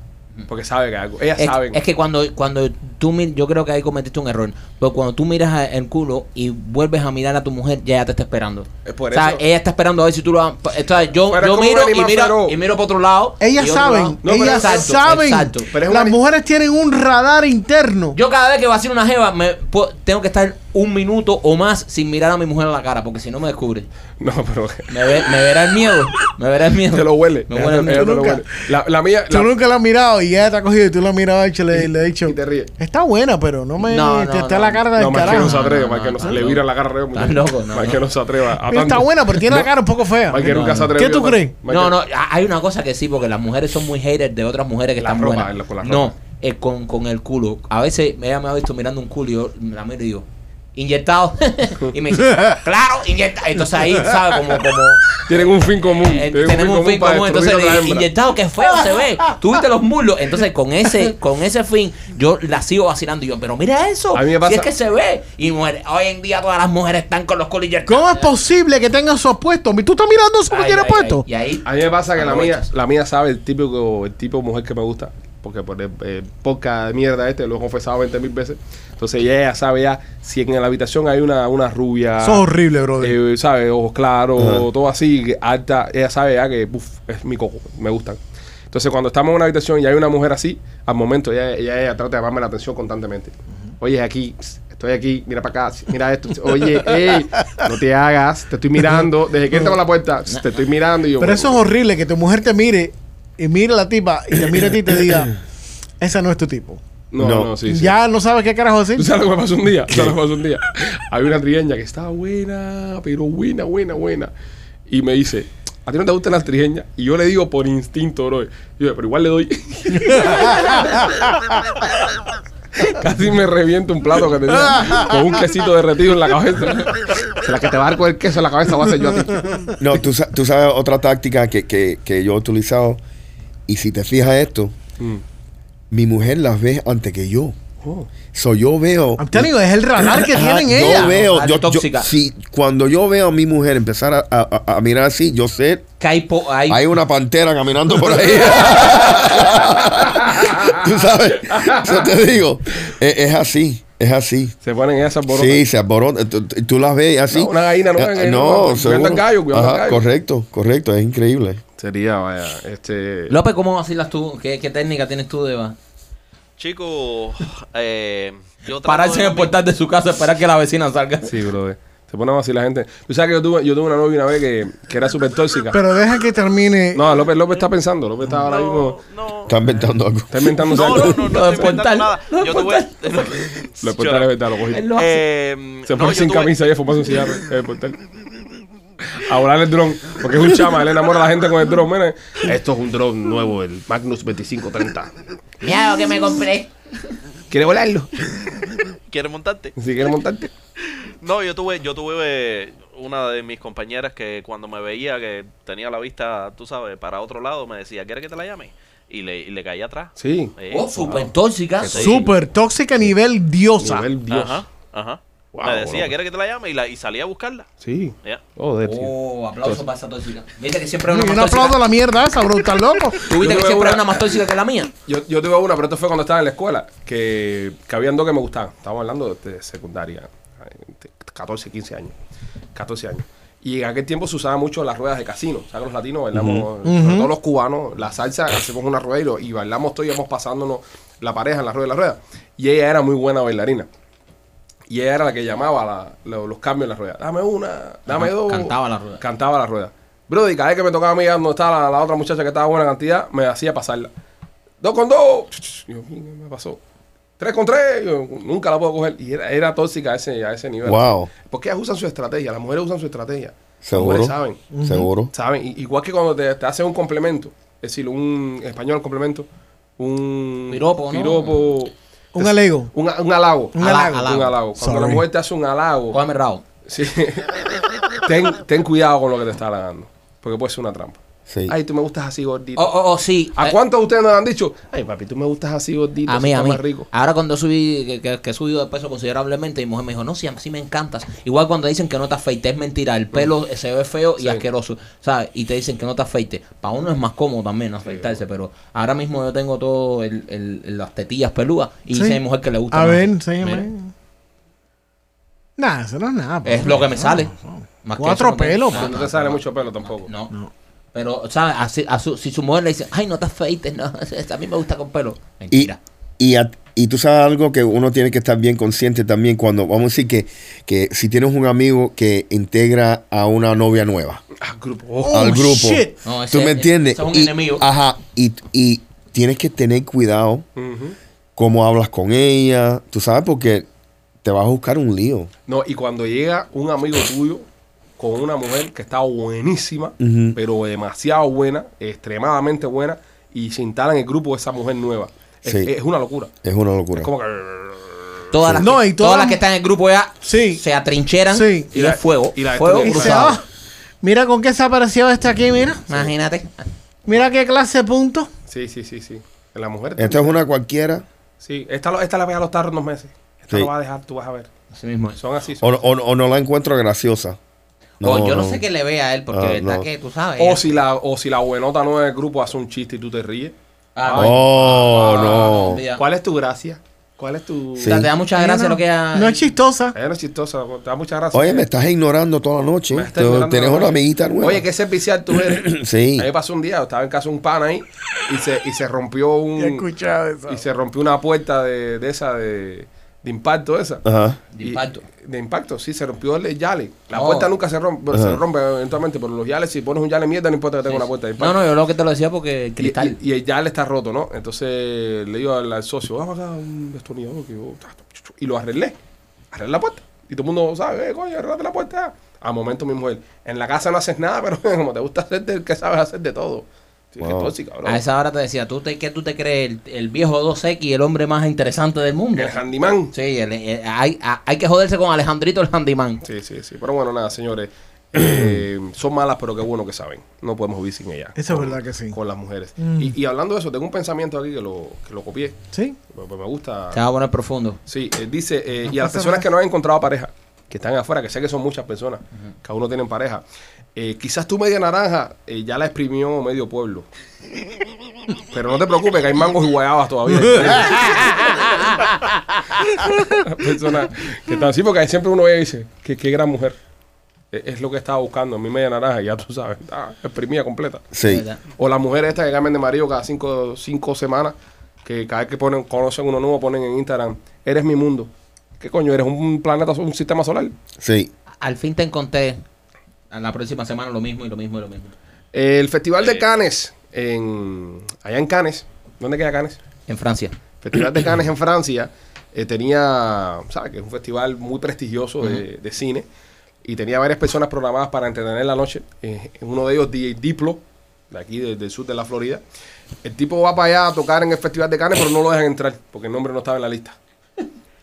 [SPEAKER 1] Porque sabe que algo. Ellas
[SPEAKER 2] Mm. Es,
[SPEAKER 1] saben.
[SPEAKER 2] es que cuando, cuando tú mi- yo creo que ahí cometiste un error. Porque cuando tú miras a- el culo y vuelves a mirar a tu mujer, ya ella te está esperando.
[SPEAKER 1] Es por
[SPEAKER 2] O sea,
[SPEAKER 1] eso.
[SPEAKER 2] ella está esperando a ver si tú lo vas- o sea, yo,
[SPEAKER 1] Pero es
[SPEAKER 2] yo
[SPEAKER 1] como un
[SPEAKER 2] miro y
[SPEAKER 1] animal feroz.
[SPEAKER 2] miro y miro para otro lado.
[SPEAKER 3] Ellas
[SPEAKER 2] y otro
[SPEAKER 3] saben,
[SPEAKER 2] lado.
[SPEAKER 1] No, pero
[SPEAKER 3] ellas
[SPEAKER 1] exacto,
[SPEAKER 3] saben.
[SPEAKER 2] exacto.
[SPEAKER 1] Pero es un
[SPEAKER 3] Las
[SPEAKER 1] ani-
[SPEAKER 3] mujeres tienen un radar interno.
[SPEAKER 2] Yo cada vez que vacilo una jeva, me, pu- tengo que estar un minuto o más sin mirar a mi mujer a la cara, porque si no me descubre.
[SPEAKER 1] No, pero
[SPEAKER 2] Me, ve- me verá el miedo. Me verá el miedo.
[SPEAKER 1] te lo huele.
[SPEAKER 2] Me huele el
[SPEAKER 1] Ella te
[SPEAKER 2] miedo.
[SPEAKER 1] lo
[SPEAKER 3] nunca.
[SPEAKER 1] huele. La, la mía.
[SPEAKER 3] Tú
[SPEAKER 1] la-
[SPEAKER 3] nunca la has mirado y ella te ha cogido y tú la has mirado y le, le has dicho.
[SPEAKER 1] Y te ríes.
[SPEAKER 3] Está buena, pero no me.
[SPEAKER 2] No, no,
[SPEAKER 3] te está
[SPEAKER 2] no.
[SPEAKER 3] la cara del
[SPEAKER 1] No, más que no se
[SPEAKER 3] carajo.
[SPEAKER 2] sabe.
[SPEAKER 1] atreve,
[SPEAKER 2] No,
[SPEAKER 1] más que
[SPEAKER 2] no,
[SPEAKER 1] no se
[SPEAKER 2] no,
[SPEAKER 1] le
[SPEAKER 2] no.
[SPEAKER 1] vira la cara a
[SPEAKER 2] Estás loco, no,
[SPEAKER 1] Más
[SPEAKER 2] no.
[SPEAKER 1] que no se atreva. a
[SPEAKER 3] Está
[SPEAKER 1] tanto.
[SPEAKER 3] buena, pero tiene la cara un poco fea.
[SPEAKER 1] Más que
[SPEAKER 2] No,
[SPEAKER 1] nunca
[SPEAKER 2] no.
[SPEAKER 1] se atreve.
[SPEAKER 3] ¿Qué tú crees?
[SPEAKER 2] No, no, ha- hay una cosa que sí, porque las mujeres son muy haters de otras mujeres que
[SPEAKER 1] La
[SPEAKER 2] están
[SPEAKER 1] ropa,
[SPEAKER 2] buenas.
[SPEAKER 1] la- con la
[SPEAKER 2] no,
[SPEAKER 1] ropa.
[SPEAKER 2] eh, con, con el culo. A veces ella me ha visto mirando un culo y yo la miro y digo, inyectado. y me dice, claro, inyectado. Entonces ahí, ¿sabes? Como, como
[SPEAKER 1] Tienen un fin común.
[SPEAKER 2] eh,
[SPEAKER 1] tienen
[SPEAKER 2] tenemos un fin
[SPEAKER 1] para
[SPEAKER 2] común.
[SPEAKER 1] destruir
[SPEAKER 2] Entonces,
[SPEAKER 1] a la
[SPEAKER 2] de-
[SPEAKER 1] hembra.
[SPEAKER 2] inyectado, que feo se ve. Tuviste los muslos. Entonces, con ese, con ese fin, yo la sigo vacilando. Y yo, pero mira eso.
[SPEAKER 1] A mí me
[SPEAKER 2] Si
[SPEAKER 1] pasa-
[SPEAKER 2] es que se ve. Y mujer, hoy en día todas las mujeres están con los culos inyectados.
[SPEAKER 3] ¿Cómo es posible que tenga esos puestos? ¿Tú estás mirando eso que
[SPEAKER 2] Ay,
[SPEAKER 3] tiene
[SPEAKER 2] ay,
[SPEAKER 3] puesto?
[SPEAKER 2] ay, Y ahí.
[SPEAKER 1] A mí me pasa que la mía,
[SPEAKER 2] Aprovechas.
[SPEAKER 1] la mía sabe el típico, el tipo de mujer que me gusta, porque por el, el poca de mierda este lo he confesado 20 mil veces. Entonces ella sabe ya si en la habitación hay una, una rubia,
[SPEAKER 3] Eso es horrible, brother.
[SPEAKER 1] eh, sabe, ojos claros,
[SPEAKER 4] Ajá.
[SPEAKER 1] todo así, que alta, ella sabe ya que uf, es mi coco, me gustan. Entonces cuando estamos en una habitación y hay una mujer así, al momento ella, ella, ella trata de llamarme la atención constantemente. Oye, aquí, estoy aquí, mira para acá, mira esto. Oye, ey, no te hagas, te estoy mirando, desde que entro por la puerta, te estoy mirando. Y yo,
[SPEAKER 3] Pero eso es
[SPEAKER 1] bueno,
[SPEAKER 3] horrible que tu mujer te mire y mire a la tipa y te mire a ti y te diga, esa no es tu tipo.
[SPEAKER 1] No, no,
[SPEAKER 4] No.
[SPEAKER 1] sí, sí.
[SPEAKER 3] Ya no sabes qué carajo
[SPEAKER 1] ¿Tú
[SPEAKER 3] decir.
[SPEAKER 1] sabes lo que me pasó un día? ¿Tú sabes lo que me pasó un día? Había una trigueña que estaba buena, pero buena, buena, buena. Y me dice, ¿a ti no te gustan las trigueñas? Y yo le digo por instinto, bro. Y yo, pero igual le doy. Casi me reviento un plato que tenía con un quesito derretido en la cabeza. Se la que te va a dar con el queso en la cabeza va a ser yo a ti.
[SPEAKER 4] No, tú, sa- tú sabes otra táctica que, que- que yo he utilizado. Y si te fijas esto,
[SPEAKER 1] Mm.
[SPEAKER 4] mi mujer las ve antes que yo.
[SPEAKER 1] Oh.
[SPEAKER 4] So yo veo.
[SPEAKER 3] I'm telling you, es el radar que
[SPEAKER 4] Ajá,
[SPEAKER 3] tienen
[SPEAKER 4] yo
[SPEAKER 3] ellas.
[SPEAKER 4] veo,
[SPEAKER 2] Ah,
[SPEAKER 4] yo, yo-
[SPEAKER 2] tóxica.
[SPEAKER 4] si, cuando yo veo a mi mujer empezar a, a- a- a mirar así, yo sé,
[SPEAKER 2] Que hay, po- hay-
[SPEAKER 4] hay una pantera caminando por ahí. Tú sabes, yo te digo, es, es así, es así.
[SPEAKER 1] Se ponen esas borotas.
[SPEAKER 4] Sí, se aborota. Tú, tú las ves así.
[SPEAKER 1] No, una gallina, no, una
[SPEAKER 4] Eh,
[SPEAKER 1] gallina,
[SPEAKER 4] no,
[SPEAKER 1] no,
[SPEAKER 4] seguro.
[SPEAKER 1] cuidando al gallo, cuidando al
[SPEAKER 4] Ajá,
[SPEAKER 1] gallo.
[SPEAKER 4] Correcto, correcto, es increíble.
[SPEAKER 1] Sería, vaya, este...
[SPEAKER 2] López, ¿cómo vacilas tú? ¿Qué, qué técnica tienes tú, Deba?
[SPEAKER 5] Chico, eh, yo trato
[SPEAKER 2] Pararse
[SPEAKER 5] de
[SPEAKER 2] en
[SPEAKER 5] lo
[SPEAKER 2] el portal de su casa, esperar que la vecina salga.
[SPEAKER 1] Sí, brother. Se ponen así la gente. Tú sabes que yo tuve, yo tuve una novia una vez que, que era súper tóxica.
[SPEAKER 3] Pero deja que termine.
[SPEAKER 1] No, López, López está pensando. López está ahora mismo.
[SPEAKER 5] mismo. No,
[SPEAKER 4] Está inventando algo.
[SPEAKER 1] Está inventando
[SPEAKER 5] no, no,
[SPEAKER 1] algo.
[SPEAKER 5] no, no,
[SPEAKER 2] Lo de
[SPEAKER 5] no estoy inventando
[SPEAKER 2] portal,
[SPEAKER 5] nada.
[SPEAKER 2] lo de
[SPEAKER 5] Yo tuve...
[SPEAKER 1] Lo del portal es verdad, lo cogí.
[SPEAKER 2] Él lo hace.
[SPEAKER 5] Eh,
[SPEAKER 1] Se
[SPEAKER 5] no,
[SPEAKER 1] fue
[SPEAKER 5] yo
[SPEAKER 1] sin
[SPEAKER 5] tuve-
[SPEAKER 1] camisa y a fumarse un cigarro en el portal. A volar el dron, porque es un chama, él enamora a la gente con el dron. Mira, esto es un dron nuevo, el Magnus 2530.
[SPEAKER 2] Mira lo que me compré.
[SPEAKER 1] ¿Quieres volarlo?
[SPEAKER 5] ¿Quieres montarte?
[SPEAKER 1] Si quieres montarte.
[SPEAKER 5] No, yo tuve, yo tuve eh, una de mis compañeras que cuando me veía que tenía la vista, tú sabes, para otro lado, me decía, ¿quieres que te la llame? Y le, y le caía atrás.
[SPEAKER 1] Sí.
[SPEAKER 5] Eh,
[SPEAKER 2] Oh, súper tóxica.
[SPEAKER 5] Sí.
[SPEAKER 3] Súper tóxica a nivel diosa.
[SPEAKER 1] Nivel Dios.
[SPEAKER 5] Ajá, ajá.
[SPEAKER 1] Wow,
[SPEAKER 5] me decía,
[SPEAKER 1] bro.
[SPEAKER 5] ¿quieres que te la llame? Y, la, y salía a buscarla.
[SPEAKER 1] Sí.
[SPEAKER 5] Ya.
[SPEAKER 1] Joder, tío.
[SPEAKER 2] Oh, aplauso para esa tóxica. Viste que siempre hay
[SPEAKER 3] No,
[SPEAKER 2] una
[SPEAKER 3] Yo
[SPEAKER 2] más
[SPEAKER 3] no aplaudo
[SPEAKER 2] tóxica.
[SPEAKER 3] la mierda esa, bro. Estás
[SPEAKER 2] Tú
[SPEAKER 3] loco.
[SPEAKER 2] viste
[SPEAKER 1] Yo
[SPEAKER 2] que
[SPEAKER 1] tuve
[SPEAKER 2] siempre hay
[SPEAKER 1] una-
[SPEAKER 2] una más tóxica que la mía.
[SPEAKER 1] Yo, yo tuve una, pero esto fue cuando estaba en la escuela, que, que habían dos que me gustaban. Estábamos hablando de, de secundaria, eh, de 14, 15 años. 14 años. Y en aquel tiempo se usaba mucho las ruedas de casino. O sea, que los latinos bailamos,
[SPEAKER 3] Ujú.
[SPEAKER 1] sobre
[SPEAKER 3] Ujú.
[SPEAKER 1] todo los cubanos, la salsa, hacemos una rueda y, lo- y bailamos todos, íbamos pasándonos la pareja en la rueda de la rueda. Y ella era muy buena bailarina. Y ella era la que llamaba la- lo- los cambios en la rueda. Dame una, dame
[SPEAKER 2] Ajá,
[SPEAKER 1] dos.
[SPEAKER 2] cantaba la rueda.
[SPEAKER 1] Cantaba la rueda. Bro, y cada vez que me tocaba a mí, donde estaba la, la otra muchacha que estaba buena cantidad, me hacía pasarla. Dos con dos. Y yo, "Mira, me pasó. Tres con tres. Yo, nunca la puedo coger. Y era, era tóxica a ese, a ese nivel.
[SPEAKER 4] Wow.
[SPEAKER 1] Porque ellas usan su estrategia. Las mujeres usan su estrategia.
[SPEAKER 4] Seguro.
[SPEAKER 1] Las mujeres saben.
[SPEAKER 4] Seguro.
[SPEAKER 1] Saben. I- Igual que cuando te, te hacen un complemento. Es decir, un en español complemento. Un
[SPEAKER 2] Piropo, ¿no?
[SPEAKER 1] piropo,
[SPEAKER 3] Un alego.
[SPEAKER 1] Un, a- un halago.
[SPEAKER 3] Un halago.
[SPEAKER 1] Un halago. Cuando la
[SPEAKER 3] Sorry.
[SPEAKER 1] mujer te hace un halago.
[SPEAKER 2] Cógeme el rabo.
[SPEAKER 1] Sí. ten, ten cuidado con lo que te está halagando. Porque puede ser una trampa.
[SPEAKER 4] Sí.
[SPEAKER 1] Ay, tú me gustas así gordito.
[SPEAKER 2] Oh, oh, oh, sí.
[SPEAKER 1] ¿A
[SPEAKER 2] Eh,
[SPEAKER 1] cuántos de ustedes nos han dicho? Ay, papi, tú me gustas así gordito.
[SPEAKER 2] A
[SPEAKER 1] eso
[SPEAKER 2] mí, a
[SPEAKER 1] está
[SPEAKER 2] mí.
[SPEAKER 1] más rico.
[SPEAKER 2] Ahora cuando subí, que, que, que he subido de peso considerablemente, mi mujer me dijo, no, sí, a- sí me encantas. Igual cuando dicen que no te afeites, es mentira. El pelo
[SPEAKER 3] Mm.
[SPEAKER 2] eh, se ve feo
[SPEAKER 1] Sí.
[SPEAKER 2] y asqueroso, ¿sabes? Y te dicen que no te afeites. Para uno es más cómodo también no afeitarse, pero ahora mismo yo tengo todo el, el- las tetillas peludas y
[SPEAKER 3] Sí.
[SPEAKER 2] dice mi mujer que le gusta
[SPEAKER 3] A
[SPEAKER 2] más.
[SPEAKER 3] ver, enséñame.
[SPEAKER 2] Mira,
[SPEAKER 3] Nah, eso no es nada.
[SPEAKER 2] Es
[SPEAKER 3] pues.
[SPEAKER 2] lo que me sale. Más que
[SPEAKER 3] Cuatro
[SPEAKER 2] eso no tengo.
[SPEAKER 3] pelos,
[SPEAKER 1] No te sale mucho pelo tampoco.
[SPEAKER 2] No. Pero, ¿sabes? Así- a su- si su mujer le dice, ay, no te afeites, no, a mí me gusta con pelo.
[SPEAKER 4] Y,
[SPEAKER 2] Mentira.
[SPEAKER 4] y, a- y tú sabes algo que uno tiene que estar bien consciente también cuando, vamos a decir que, que si tienes un amigo que integra a una novia nueva
[SPEAKER 1] Ah, grupo.
[SPEAKER 3] Oh,
[SPEAKER 4] al grupo,
[SPEAKER 3] shit.
[SPEAKER 2] No, ese-
[SPEAKER 4] ¿tú me entiendes?
[SPEAKER 2] ese es un
[SPEAKER 4] Y-
[SPEAKER 2] enemigo.
[SPEAKER 4] Ajá, y, y tienes que tener cuidado
[SPEAKER 1] Ujú.
[SPEAKER 4] cómo hablas con ella, tú sabes, porque te vas a buscar un lío.
[SPEAKER 1] No, y cuando llega un amigo tuyo con una mujer que está buenísima,
[SPEAKER 4] Ujú.
[SPEAKER 1] pero demasiado buena, extremadamente buena, y se instala en el grupo esa mujer nueva. Es,
[SPEAKER 4] Sí.
[SPEAKER 1] es una locura.
[SPEAKER 4] Es una locura.
[SPEAKER 1] Es como que.
[SPEAKER 2] Todas, las,
[SPEAKER 3] No,
[SPEAKER 2] que,
[SPEAKER 3] y
[SPEAKER 2] todas,
[SPEAKER 3] todas-
[SPEAKER 2] las que están en el grupo ya
[SPEAKER 3] Sí.
[SPEAKER 2] se atrincheran
[SPEAKER 3] Sí.
[SPEAKER 2] y,
[SPEAKER 1] Y la-
[SPEAKER 2] es fuego.
[SPEAKER 1] y la
[SPEAKER 2] fuego
[SPEAKER 1] destruyen.
[SPEAKER 3] Y se
[SPEAKER 2] cruzado.
[SPEAKER 3] va. Mira con qué se ha aparecido este aquí, mira.
[SPEAKER 2] Imagínate.
[SPEAKER 3] Mira qué clase de punto.
[SPEAKER 1] Sí, sí, sí, sí. La mujer.
[SPEAKER 4] Esta es una cualquiera.
[SPEAKER 1] Sí, esta, lo- esta la pega a los tarros unos meses. Esta
[SPEAKER 4] Sí.
[SPEAKER 1] lo va a dejar, tú vas a ver.
[SPEAKER 2] Así mismo es.
[SPEAKER 1] Son así.
[SPEAKER 4] O,
[SPEAKER 1] Son.
[SPEAKER 4] o- o no la encuentro graciosa.
[SPEAKER 2] o yo no, sé qué le ve a él porque
[SPEAKER 4] Ah,
[SPEAKER 2] está
[SPEAKER 4] no.
[SPEAKER 2] que tú sabes.
[SPEAKER 1] O si, la, o si la buenota no del grupo hace un chiste y tú te ríes.
[SPEAKER 2] Ah,
[SPEAKER 1] Ay,
[SPEAKER 4] Oh, no.
[SPEAKER 2] mira.
[SPEAKER 1] ¿Cuál es tu gracia? ¿Cuál es tu.?
[SPEAKER 4] Sí.
[SPEAKER 2] O sea, te da muchas
[SPEAKER 3] Ella
[SPEAKER 2] gracias
[SPEAKER 3] no-
[SPEAKER 2] lo que ella-
[SPEAKER 3] No es chistosa.
[SPEAKER 1] Ella no es chistosa, te da muchas gracias.
[SPEAKER 4] Oye, me estás ignorando toda la noche.
[SPEAKER 1] Me
[SPEAKER 4] ¿eh?
[SPEAKER 1] estás
[SPEAKER 4] Tú-
[SPEAKER 1] ignorando
[SPEAKER 4] Tienes
[SPEAKER 1] la
[SPEAKER 4] una
[SPEAKER 1] noche.
[SPEAKER 4] amiguita nueva.
[SPEAKER 1] Oye, qué servicial tú eres.
[SPEAKER 4] Sí.
[SPEAKER 1] A mí me pasó un día, estaba en casa de un pan ahí y se, y se rompió
[SPEAKER 3] Ya he
[SPEAKER 1] un
[SPEAKER 3] escuchado eso.
[SPEAKER 1] y se rompió una puerta de, de esa de, de impacto esa.
[SPEAKER 4] Ajá.
[SPEAKER 2] De
[SPEAKER 1] Y-
[SPEAKER 2] impacto.
[SPEAKER 1] de impacto, sí, se rompió el yale. La
[SPEAKER 2] Oh.
[SPEAKER 1] puerta nunca se rompe, se
[SPEAKER 4] Ajá.
[SPEAKER 1] rompe eventualmente, pero los yales, si pones un yale mierda, no importa que tenga una puerta de impacto.
[SPEAKER 2] No, no, yo lo que te lo decía porque el
[SPEAKER 1] Y,
[SPEAKER 2] cristal.
[SPEAKER 1] y- y el yale está roto, ¿no? Entonces le digo al, al socio, vamos acá un destornillador que yo- "Ah, Y lo arreglé. Arreglé la puerta. Y todo el mundo sabe, "Eh, coño, arreglate la puerta. A momento mi mujer, en la casa no haces nada, pero como te gusta hacer del que sabes hacer de todo. Sí, que
[SPEAKER 4] Wow.
[SPEAKER 1] tóxica, bro.
[SPEAKER 2] a esa hora te decía, ¿tú te, ¿qué tú te crees? El, el viejo 2X, el hombre más interesante del mundo.
[SPEAKER 1] El handyman.
[SPEAKER 2] Sí, el- el- hay, a- hay que joderse con Alejandrito el handyman.
[SPEAKER 1] Sí, sí, sí. Pero bueno, nada, señores. Eh, son malas, pero qué bueno que saben. No podemos vivir sin ellas.
[SPEAKER 3] Eso es
[SPEAKER 1] Con-
[SPEAKER 3] verdad que sí.
[SPEAKER 1] Con las mujeres.
[SPEAKER 3] Mm.
[SPEAKER 1] Y, y hablando de eso, tengo un pensamiento aquí que lo, que lo copié.
[SPEAKER 3] Sí.
[SPEAKER 1] Pues me gusta.
[SPEAKER 2] Te va a poner profundo.
[SPEAKER 1] Sí, eh, dice, eh, y a las
[SPEAKER 3] pasa
[SPEAKER 1] personas
[SPEAKER 3] nada.
[SPEAKER 1] que no han encontrado pareja, que están afuera, que sé que son muchas personas, cada uno tiene pareja, eh, quizás tu media naranja eh, ya la exprimió medio pueblo. Pero no te preocupes, que hay mangos y guayabas todavía. personas que están así, porque ahí siempre uno ve y dice, qué, qué gran mujer. E- Es, lo que estaba buscando, mi media naranja, ya tú sabes, está exprimida completa.
[SPEAKER 4] Sí.
[SPEAKER 2] ¿Verdad?
[SPEAKER 1] O las mujeres estas que cambian de marido cada cinco, cinco semanas, que cada vez que ponen, conocen uno nuevo, ponen en Instagram, eres mi mundo. ¿Qué coño? ¿Eres un planeta, un sistema solar?
[SPEAKER 4] Sí.
[SPEAKER 2] Al fin te encontré. A la próxima semana lo mismo y lo mismo y lo mismo.
[SPEAKER 1] Eh, el Festival de Cannes, en, allá en Cannes, ¿dónde queda Cannes?
[SPEAKER 2] En Francia.
[SPEAKER 1] Festival de Cannes en Francia, eh, tenía, ¿sabes? Que es un festival muy prestigioso de, de cine, y tenía varias personas programadas para entretener la noche. Eh, uno de ellos, DJ Diplo, de aquí, de- del sur de la Florida. El tipo va para allá a tocar en el Festival de Cannes, pero no lo dejan entrar, porque el nombre no estaba en la lista.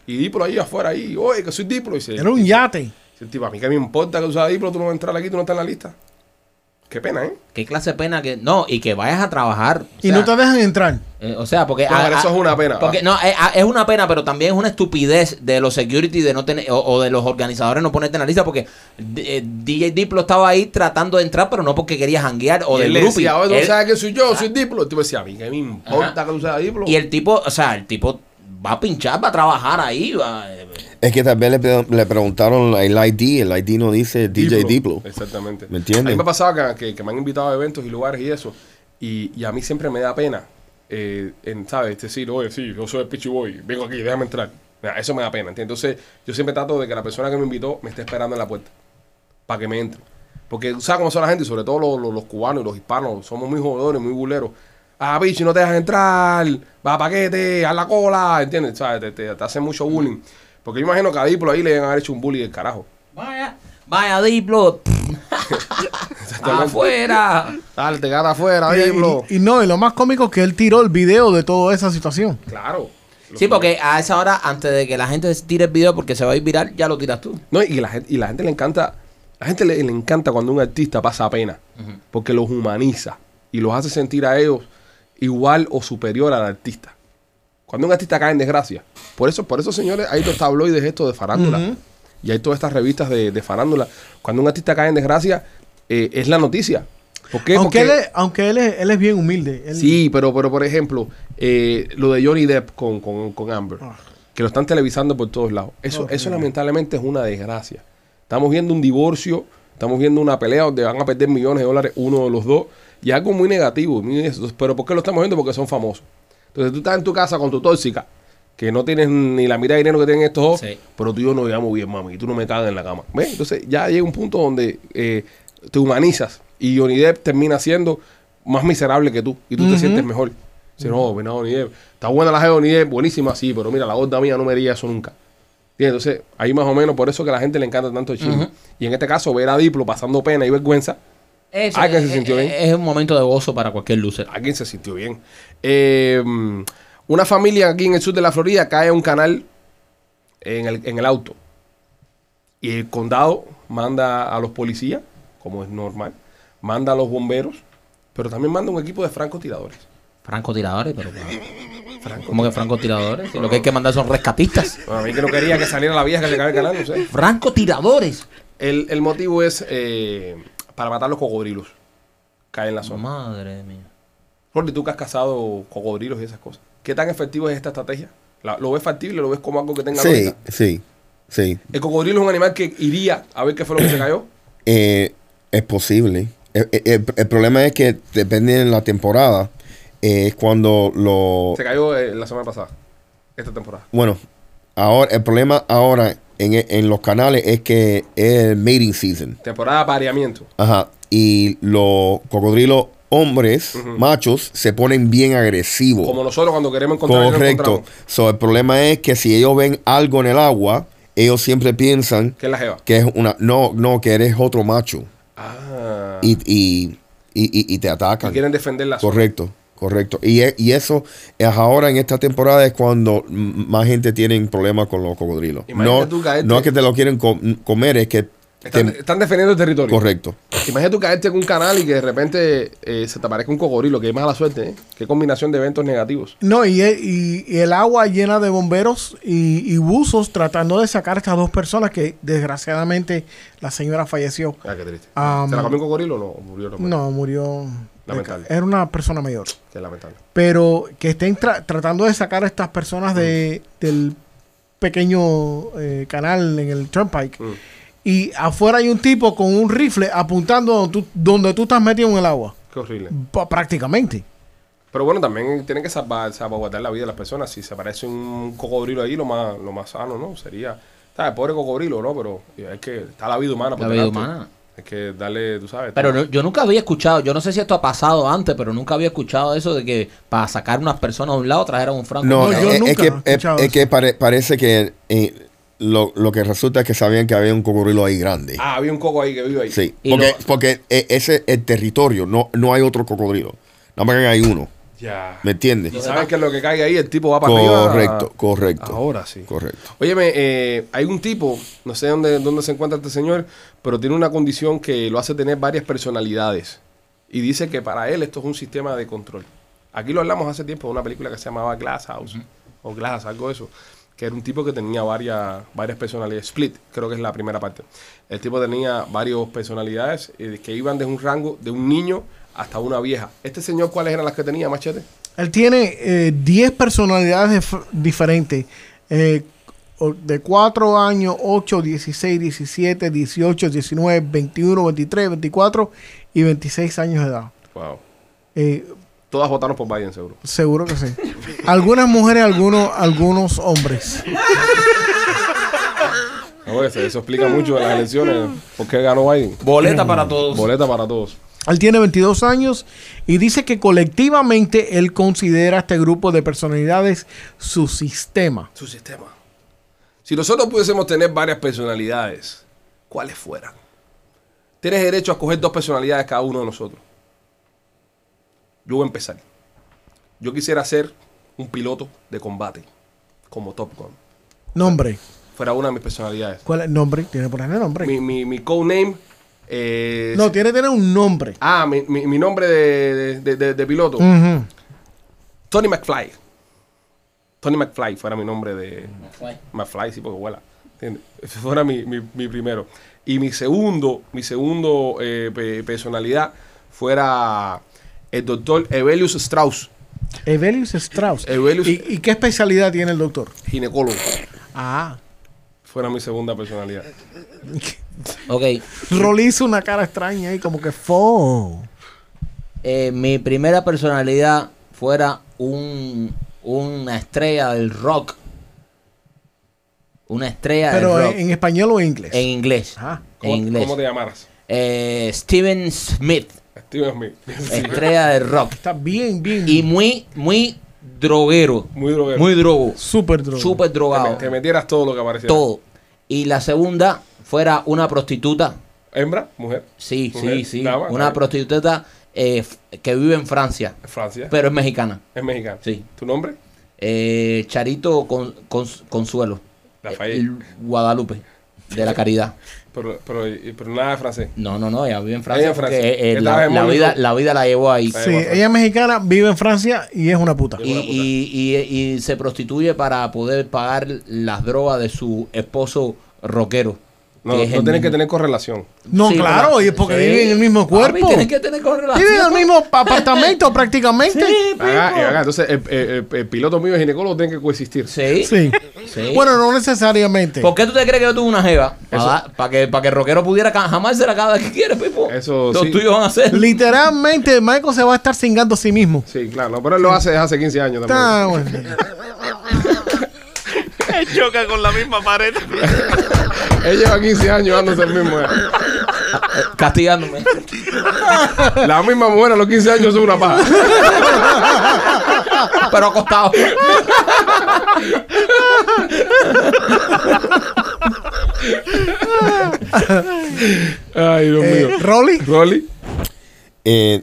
[SPEAKER 1] Y Diplo ahí afuera, ahí, oye, que soy Diplo. Y se,
[SPEAKER 3] Era un yate.
[SPEAKER 1] dice el tipo, a mí que me importa que usas Diplo, tú no vas a entrar aquí, tú no estás en la lista. Qué pena, ¿eh?
[SPEAKER 2] Qué clase de pena que. No, y que vayas a trabajar. O
[SPEAKER 3] Y
[SPEAKER 2] sea,
[SPEAKER 3] no te dejan entrar.
[SPEAKER 2] eh, o sea, porque.
[SPEAKER 1] No, pero eso es una pena,
[SPEAKER 2] Porque, no, eh, ah, es una pena, pero también es una estupidez de los security de no tener, o, o de los organizadores no ponerte en la lista, porque eh, DJ Diplo estaba ahí tratando de entrar, pero no porque quería janguear o
[SPEAKER 1] y
[SPEAKER 2] del Ah.
[SPEAKER 1] él le
[SPEAKER 2] grupo.
[SPEAKER 1] decía, oye, ¿tú no sabes que soy yo? Soy Diplo. El tipo decía, a mí que me importa que usas Diplo.
[SPEAKER 2] Y el tipo, o sea, el tipo va a pinchar, va a trabajar ahí. Va,
[SPEAKER 4] Es que tal vez le, pre- le preguntaron el ID, el ID no dice DJ Diplo.
[SPEAKER 1] Exactamente.
[SPEAKER 4] ¿Me entiendes?
[SPEAKER 1] A mí me ha pasado que, que- que me han invitado a eventos y lugares y eso. Y, y a mí siempre me da pena, eh, en, ¿sabes? Decir, oye, sí, yo soy el Pichi Boy, vengo aquí, déjame entrar. Nah, eso me da pena, ¿entiendes? Entonces, yo siempre trato de que la persona que me invitó me esté esperando en la puerta para que me entre. Porque, ¿sabes cómo son la gente? Y sobre todo los, los- los cubanos y los hispanos, somos muy jugadores, muy buleros. Ah, bicho, no te dejas entrar, va a paquete, a la cola, ¿entiendes? ¿Sabes? Te, te- te hacen mucho bullying. Porque yo imagino que a Diplo ahí le deben haber hecho un bullying del carajo.
[SPEAKER 2] Vaya, vaya Diplo. afuera.
[SPEAKER 1] Dale, te quedas afuera,
[SPEAKER 3] Y-
[SPEAKER 1] Diplo.
[SPEAKER 3] y, y no, y lo más cómico es que él tiró el video de toda esa situación.
[SPEAKER 1] Claro.
[SPEAKER 2] Sí, porque a esa hora, antes de que la gente tire el video porque se va a ir viral, ya lo tiras tú.
[SPEAKER 1] No, y la gente, y la gente le encanta, la gente le, le encanta cuando un artista pasa pena, porque los humaniza y los hace sentir a ellos igual o superior al artista. Cuando un artista cae en desgracia. Por eso, por eso, señores, hay los tabloides estos de farándula. Y hay todas estas revistas de, de farándula. Cuando un artista cae en desgracia, eh, es la noticia. ¿Por qué?
[SPEAKER 3] Aunque,
[SPEAKER 1] Porque-
[SPEAKER 3] él, es, aunque él, es, él es bien humilde. él-
[SPEAKER 1] Sí, pero, pero por ejemplo, eh, lo de Johnny Depp con, con, con Amber,
[SPEAKER 3] Ah.
[SPEAKER 1] que lo están televisando por todos lados. Eso, eso lamentablemente es una desgracia. Estamos viendo un divorcio, estamos viendo una pelea donde van a perder millones de dólares uno de los dos. Y algo muy negativo. muy eso. Pero ¿por qué lo estamos viendo? Porque son famosos. Entonces tú estás en tu casa con tu tóxica, que no tienes ni la mitad de dinero que tienen estos dos,
[SPEAKER 2] Sí.
[SPEAKER 1] pero tú y yo nos llevamos bien, mami, y tú no me cagas en la cama. ¿Ves? Entonces ya llega un punto donde eh, te humanizas y Johnny Depp termina siendo más miserable que tú y tú te sientes mejor. Dice, no, mira, Johnny Depp, está buena la jeva de Johnny Depp, buenísima, sí, pero mira, la gorda mía no me diría eso nunca. ¿Entiendes? Entonces, ahí más o menos, por eso que a la gente le encanta tanto el chisme. Y en este caso, ver a Diplo pasando pena y vergüenza,
[SPEAKER 2] Eso
[SPEAKER 1] Ah, que
[SPEAKER 2] es,
[SPEAKER 1] se sintió bien.
[SPEAKER 2] es- es un momento de gozo para cualquier loser.
[SPEAKER 1] alguien se sintió bien. Eh, una familia aquí en el sur de la Florida cae a un canal en el, en el auto. Y el condado manda a los policías, como es normal, manda a los bomberos, pero también manda un equipo de francotiradores.
[SPEAKER 2] Francotiradores, pero. ¿Cómo que francotiradores? Si lo que hay que mandar son rescatistas.
[SPEAKER 1] Bueno, a mí que no quería que saliera la vieja que se cae el canal, no sé.
[SPEAKER 2] ¡Francotiradores!
[SPEAKER 1] El, el motivo es eh, para matar los cocodrilos. Caen en la zona.
[SPEAKER 2] Madre mía.
[SPEAKER 1] Jordi, tú que has cazado cocodrilos y esas cosas. ¿Qué tan efectiva es esta estrategia? La- ¿Lo ves factible? ¿Lo ves como algo que tenga
[SPEAKER 4] Sí,
[SPEAKER 1] lógica?
[SPEAKER 4] sí, sí.
[SPEAKER 1] El cocodrilo es un animal que iría a ver qué fue lo que se cayó.
[SPEAKER 4] Eh, es posible. Eh, eh, El, el problema es que depende de la temporada. eh, es cuando lo...
[SPEAKER 1] Se cayó eh, la semana pasada, esta temporada.
[SPEAKER 4] Bueno, ahora el problema ahora en, en los canales es que es mating season.
[SPEAKER 1] Temporada de apareamiento.
[SPEAKER 4] Ajá. Y los cocodrilos hombres,
[SPEAKER 1] Ujú.
[SPEAKER 4] machos, se ponen bien agresivos.
[SPEAKER 1] Como nosotros cuando queremos encontrar y no
[SPEAKER 4] Correcto.
[SPEAKER 1] encontramos,
[SPEAKER 4] So, el problema es que si ellos ven algo en el agua, ellos siempre piensan
[SPEAKER 1] que es la jeva.
[SPEAKER 4] que es una... No, no, que eres otro macho.
[SPEAKER 1] Ah.
[SPEAKER 4] Y, y, y, y- y te
[SPEAKER 1] que
[SPEAKER 4] atacan.
[SPEAKER 1] quieren defender la zona.
[SPEAKER 4] Correcto, correcto. Y, e- y eso es ahora en esta temporada es cuando m- más gente tiene problemas con los cocodrilos.
[SPEAKER 1] Imagínate
[SPEAKER 4] No,
[SPEAKER 1] tú este caerte.
[SPEAKER 4] no es que te lo quieren com- comer, es que...
[SPEAKER 1] Están,
[SPEAKER 4] te-
[SPEAKER 1] están defendiendo el territorio.
[SPEAKER 4] correcto.
[SPEAKER 1] Imagínate tú caerte en un canal y que de repente eh, se te aparezca un cocodrilo. Qué mala suerte, ¿eh? Qué combinación de eventos negativos.
[SPEAKER 3] No, y, e- y- y el agua llena de bomberos y, y buzos tratando de sacar a estas dos personas que desgraciadamente la señora falleció.
[SPEAKER 1] Ah, qué triste.
[SPEAKER 3] Ah,
[SPEAKER 1] ¿Se la comió un cocodrilo o no? Murió normal.
[SPEAKER 3] No, murió.
[SPEAKER 1] Lamentable.
[SPEAKER 3] Era una persona mayor.
[SPEAKER 1] Qué lamentable.
[SPEAKER 3] Pero que estén tra- tratando de sacar a estas personas de, del pequeño eh, canal en el Turnpike.
[SPEAKER 1] Mm.
[SPEAKER 3] Y afuera hay un tipo con un rifle apuntando donde tú, donde tú estás metido en el agua.
[SPEAKER 1] Qué horrible.
[SPEAKER 3] Pa- prácticamente.
[SPEAKER 1] Pero bueno, también tienen que salvar, salvaguardar la vida de las personas. Si se aparece un cocodrilo ahí, lo más, lo más sano, ¿no? Sería, ¿sabes? Pobre cocodrilo, ¿no? Pero eh, hay que, está la vida humana. por
[SPEAKER 2] La vida
[SPEAKER 1] delante.
[SPEAKER 2] humana.
[SPEAKER 1] Hay que darle, tú sabes.
[SPEAKER 2] Pero
[SPEAKER 1] todo.
[SPEAKER 2] no- yo nunca había escuchado, yo no sé si esto ha pasado antes, pero nunca había escuchado eso de que para sacar unas personas a un lado trajeran un franco.
[SPEAKER 4] No,
[SPEAKER 3] Ah,
[SPEAKER 4] eh,
[SPEAKER 3] No,
[SPEAKER 4] es,
[SPEAKER 3] yo
[SPEAKER 4] es
[SPEAKER 3] nunca he
[SPEAKER 4] que,
[SPEAKER 3] escuchado
[SPEAKER 4] es- es
[SPEAKER 3] eso.
[SPEAKER 4] que pare- parece que eh, lo, lo que resulta es que sabían que había un cocodrilo ahí grande.
[SPEAKER 1] Ah, había un coco ahí que vive ahí.
[SPEAKER 4] Sí,
[SPEAKER 2] Y
[SPEAKER 4] porque,
[SPEAKER 2] lo-
[SPEAKER 4] porque e- ese es el territorio, no, no hay otro cocodrilo. Nada más que hay uno,
[SPEAKER 1] Ya.
[SPEAKER 4] ¿me entiendes?
[SPEAKER 1] Y saben que lo que caiga ahí, el tipo va para arriba.
[SPEAKER 4] Correcto, correcto.
[SPEAKER 1] Ahora sí.
[SPEAKER 4] Correcto.
[SPEAKER 1] Óyeme, eh, hay un tipo, no sé dónde, dónde se encuentra este señor, pero tiene una condición que lo hace tener varias personalidades. Y dice que para él esto es un sistema de control. Aquí lo hablamos hace tiempo de una película que se llamaba Glass House, o Glass, algo de eso, que era un tipo que tenía varias, varias personalidades. Split, creo que es la primera parte. El tipo tenía varias personalidades eh, que iban desde un rango de un niño hasta una vieja. ¿Este señor cuáles eran las que tenía, Machete?
[SPEAKER 3] Él tiene eh, 10 personalidades dif- diferentes. eh, o- de 4 años, 8, 16, 17, 18, 19, 21, 23, 24 y 26 años de edad.
[SPEAKER 1] Wow.
[SPEAKER 3] Eh,
[SPEAKER 1] Todas votaron por Biden, seguro.
[SPEAKER 3] seguro que sí. Algunas mujeres, algunos, algunos hombres.
[SPEAKER 1] No, eso, eso explica mucho de las elecciones. ¿Por qué ganó Biden?
[SPEAKER 6] Boleta para todos.
[SPEAKER 1] Boleta para todos.
[SPEAKER 3] Él tiene 22 años y dice que colectivamente él considera a este grupo de personalidades su sistema.
[SPEAKER 1] Su sistema. Si nosotros pudiésemos tener varias personalidades, ¿cuáles fueran? Tienes derecho a escoger dos personalidades cada uno de nosotros. Yo voy a empezar. Yo quisiera ser un piloto de combate, como Top Gun.
[SPEAKER 3] Nombre.
[SPEAKER 1] Fuera una de mis personalidades.
[SPEAKER 3] ¿Cuál es el nombre? Tiene que ponerle nombre.
[SPEAKER 1] Mi, mi, mi codename eh,
[SPEAKER 3] no, tiene que tener un nombre.
[SPEAKER 1] Ah, mi, mi- mi nombre de, de- de- de piloto.
[SPEAKER 3] Ujú.
[SPEAKER 1] Tony McFly. Tony McFly fuera mi nombre de... McFly, sí, porque vuela. ¿Entiendes? Ese fuera mi, mi- mi primero. Y mi segundo, mi segundo eh, pe- personalidad fuera el doctor Evelius Strauss,
[SPEAKER 3] Evelius Strauss.
[SPEAKER 1] Evelius-
[SPEAKER 3] ¿Y, y qué especialidad tiene el doctor?
[SPEAKER 1] ginecólogo.
[SPEAKER 3] Ah.
[SPEAKER 1] Fuera mi segunda personalidad.
[SPEAKER 2] Ok.
[SPEAKER 3] Rolly hizo una cara extraña ahí, como que fo.
[SPEAKER 2] Eh, mi primera personalidad fuera un, una estrella del rock. Una estrella
[SPEAKER 3] Pero
[SPEAKER 2] del
[SPEAKER 3] en, Ah.
[SPEAKER 2] rock.
[SPEAKER 3] en español o en inglés.
[SPEAKER 2] En inglés.
[SPEAKER 3] Ajá.
[SPEAKER 2] En
[SPEAKER 1] ¿Cómo,
[SPEAKER 2] inglés.
[SPEAKER 1] cómo te llamaras?
[SPEAKER 2] Eh, Steven Smith,
[SPEAKER 1] Steven Smith.
[SPEAKER 2] estrella del rock.
[SPEAKER 3] Está bien, bien.
[SPEAKER 2] Y muy, muy droguero.
[SPEAKER 1] Muy droguero.
[SPEAKER 2] Muy drogo.
[SPEAKER 3] Súper droga.
[SPEAKER 2] Súper drogado.
[SPEAKER 1] Te metieras todo lo que apareciera.
[SPEAKER 2] Todo. Y la segunda fuera una prostituta.
[SPEAKER 1] ¿Hembra? ¿Mujer?
[SPEAKER 2] Sí, sí,
[SPEAKER 1] Mujer,
[SPEAKER 2] sí.
[SPEAKER 1] dama,
[SPEAKER 2] Una
[SPEAKER 1] dama.
[SPEAKER 2] prostituta eh, f- que vive en Francia,
[SPEAKER 1] ¿Francia?
[SPEAKER 2] pero es mexicana.
[SPEAKER 1] ¿Es mexicano?
[SPEAKER 2] Sí.
[SPEAKER 1] ¿Tu nombre?
[SPEAKER 2] Eh, Charito Con- Cons- Consuelo.
[SPEAKER 1] Lafayette.
[SPEAKER 2] Eh, el Guadalupe, de la caridad.
[SPEAKER 1] Pero, pero, y- pero nada de francés.
[SPEAKER 2] No, no, no, ella vive en Francia.
[SPEAKER 1] Ella en Francia.
[SPEAKER 2] porque, eh,
[SPEAKER 1] Ella
[SPEAKER 2] la,
[SPEAKER 1] estaba en
[SPEAKER 2] la
[SPEAKER 1] Mónaco.
[SPEAKER 2] vida, la vida la llevó ahí.
[SPEAKER 1] Ahí.
[SPEAKER 3] Sí, ella
[SPEAKER 2] pues.
[SPEAKER 3] es mexicana, vive en Francia y es una puta.
[SPEAKER 2] Y, y- y- y se prostituye para poder pagar las drogas de su esposo rockero.
[SPEAKER 1] No,
[SPEAKER 2] que
[SPEAKER 1] no
[SPEAKER 2] es
[SPEAKER 1] tienes
[SPEAKER 2] el
[SPEAKER 1] que
[SPEAKER 2] mismo.
[SPEAKER 1] tener correlación.
[SPEAKER 3] No,
[SPEAKER 2] Sí,
[SPEAKER 3] claro,
[SPEAKER 2] pero-
[SPEAKER 3] y es porque
[SPEAKER 2] sí.
[SPEAKER 3] viven en el mismo
[SPEAKER 2] Papi,
[SPEAKER 3] cuerpo.
[SPEAKER 2] tienen que tener correlación.
[SPEAKER 3] Viven en el mismo apartamento prácticamente.
[SPEAKER 2] Sí, pico.
[SPEAKER 1] Acá- y acá, entonces, el, el- el- el piloto mío y el ginecólogo tienen que coexistir.
[SPEAKER 2] Sí,
[SPEAKER 3] Sí.
[SPEAKER 2] sí.
[SPEAKER 3] Bueno, no necesariamente.
[SPEAKER 2] ¿Por qué tú te crees que yo tuve una jeva? Para que, pa' que el rockero pudiera ca- jamársela cada vez que quiere, Pipo.
[SPEAKER 1] Eso
[SPEAKER 2] Los
[SPEAKER 1] sí.
[SPEAKER 2] tuyos van a eh, ser.
[SPEAKER 3] Literalmente, Michael se va a estar cingando a sí mismo.
[SPEAKER 1] Sí, claro, no, pero él lo hace desde hace 15 años también.
[SPEAKER 3] Está bueno.
[SPEAKER 5] Choca con la misma pared.
[SPEAKER 1] Él lleva 15 años dándose el mismo. eh.
[SPEAKER 2] Castigándome.
[SPEAKER 1] La misma mujer a los 15 años es una paja.
[SPEAKER 2] pero acostado.
[SPEAKER 1] Ay, Dios
[SPEAKER 3] Eh,
[SPEAKER 1] mío.
[SPEAKER 3] Rolly,
[SPEAKER 1] Rolly,
[SPEAKER 4] Eh,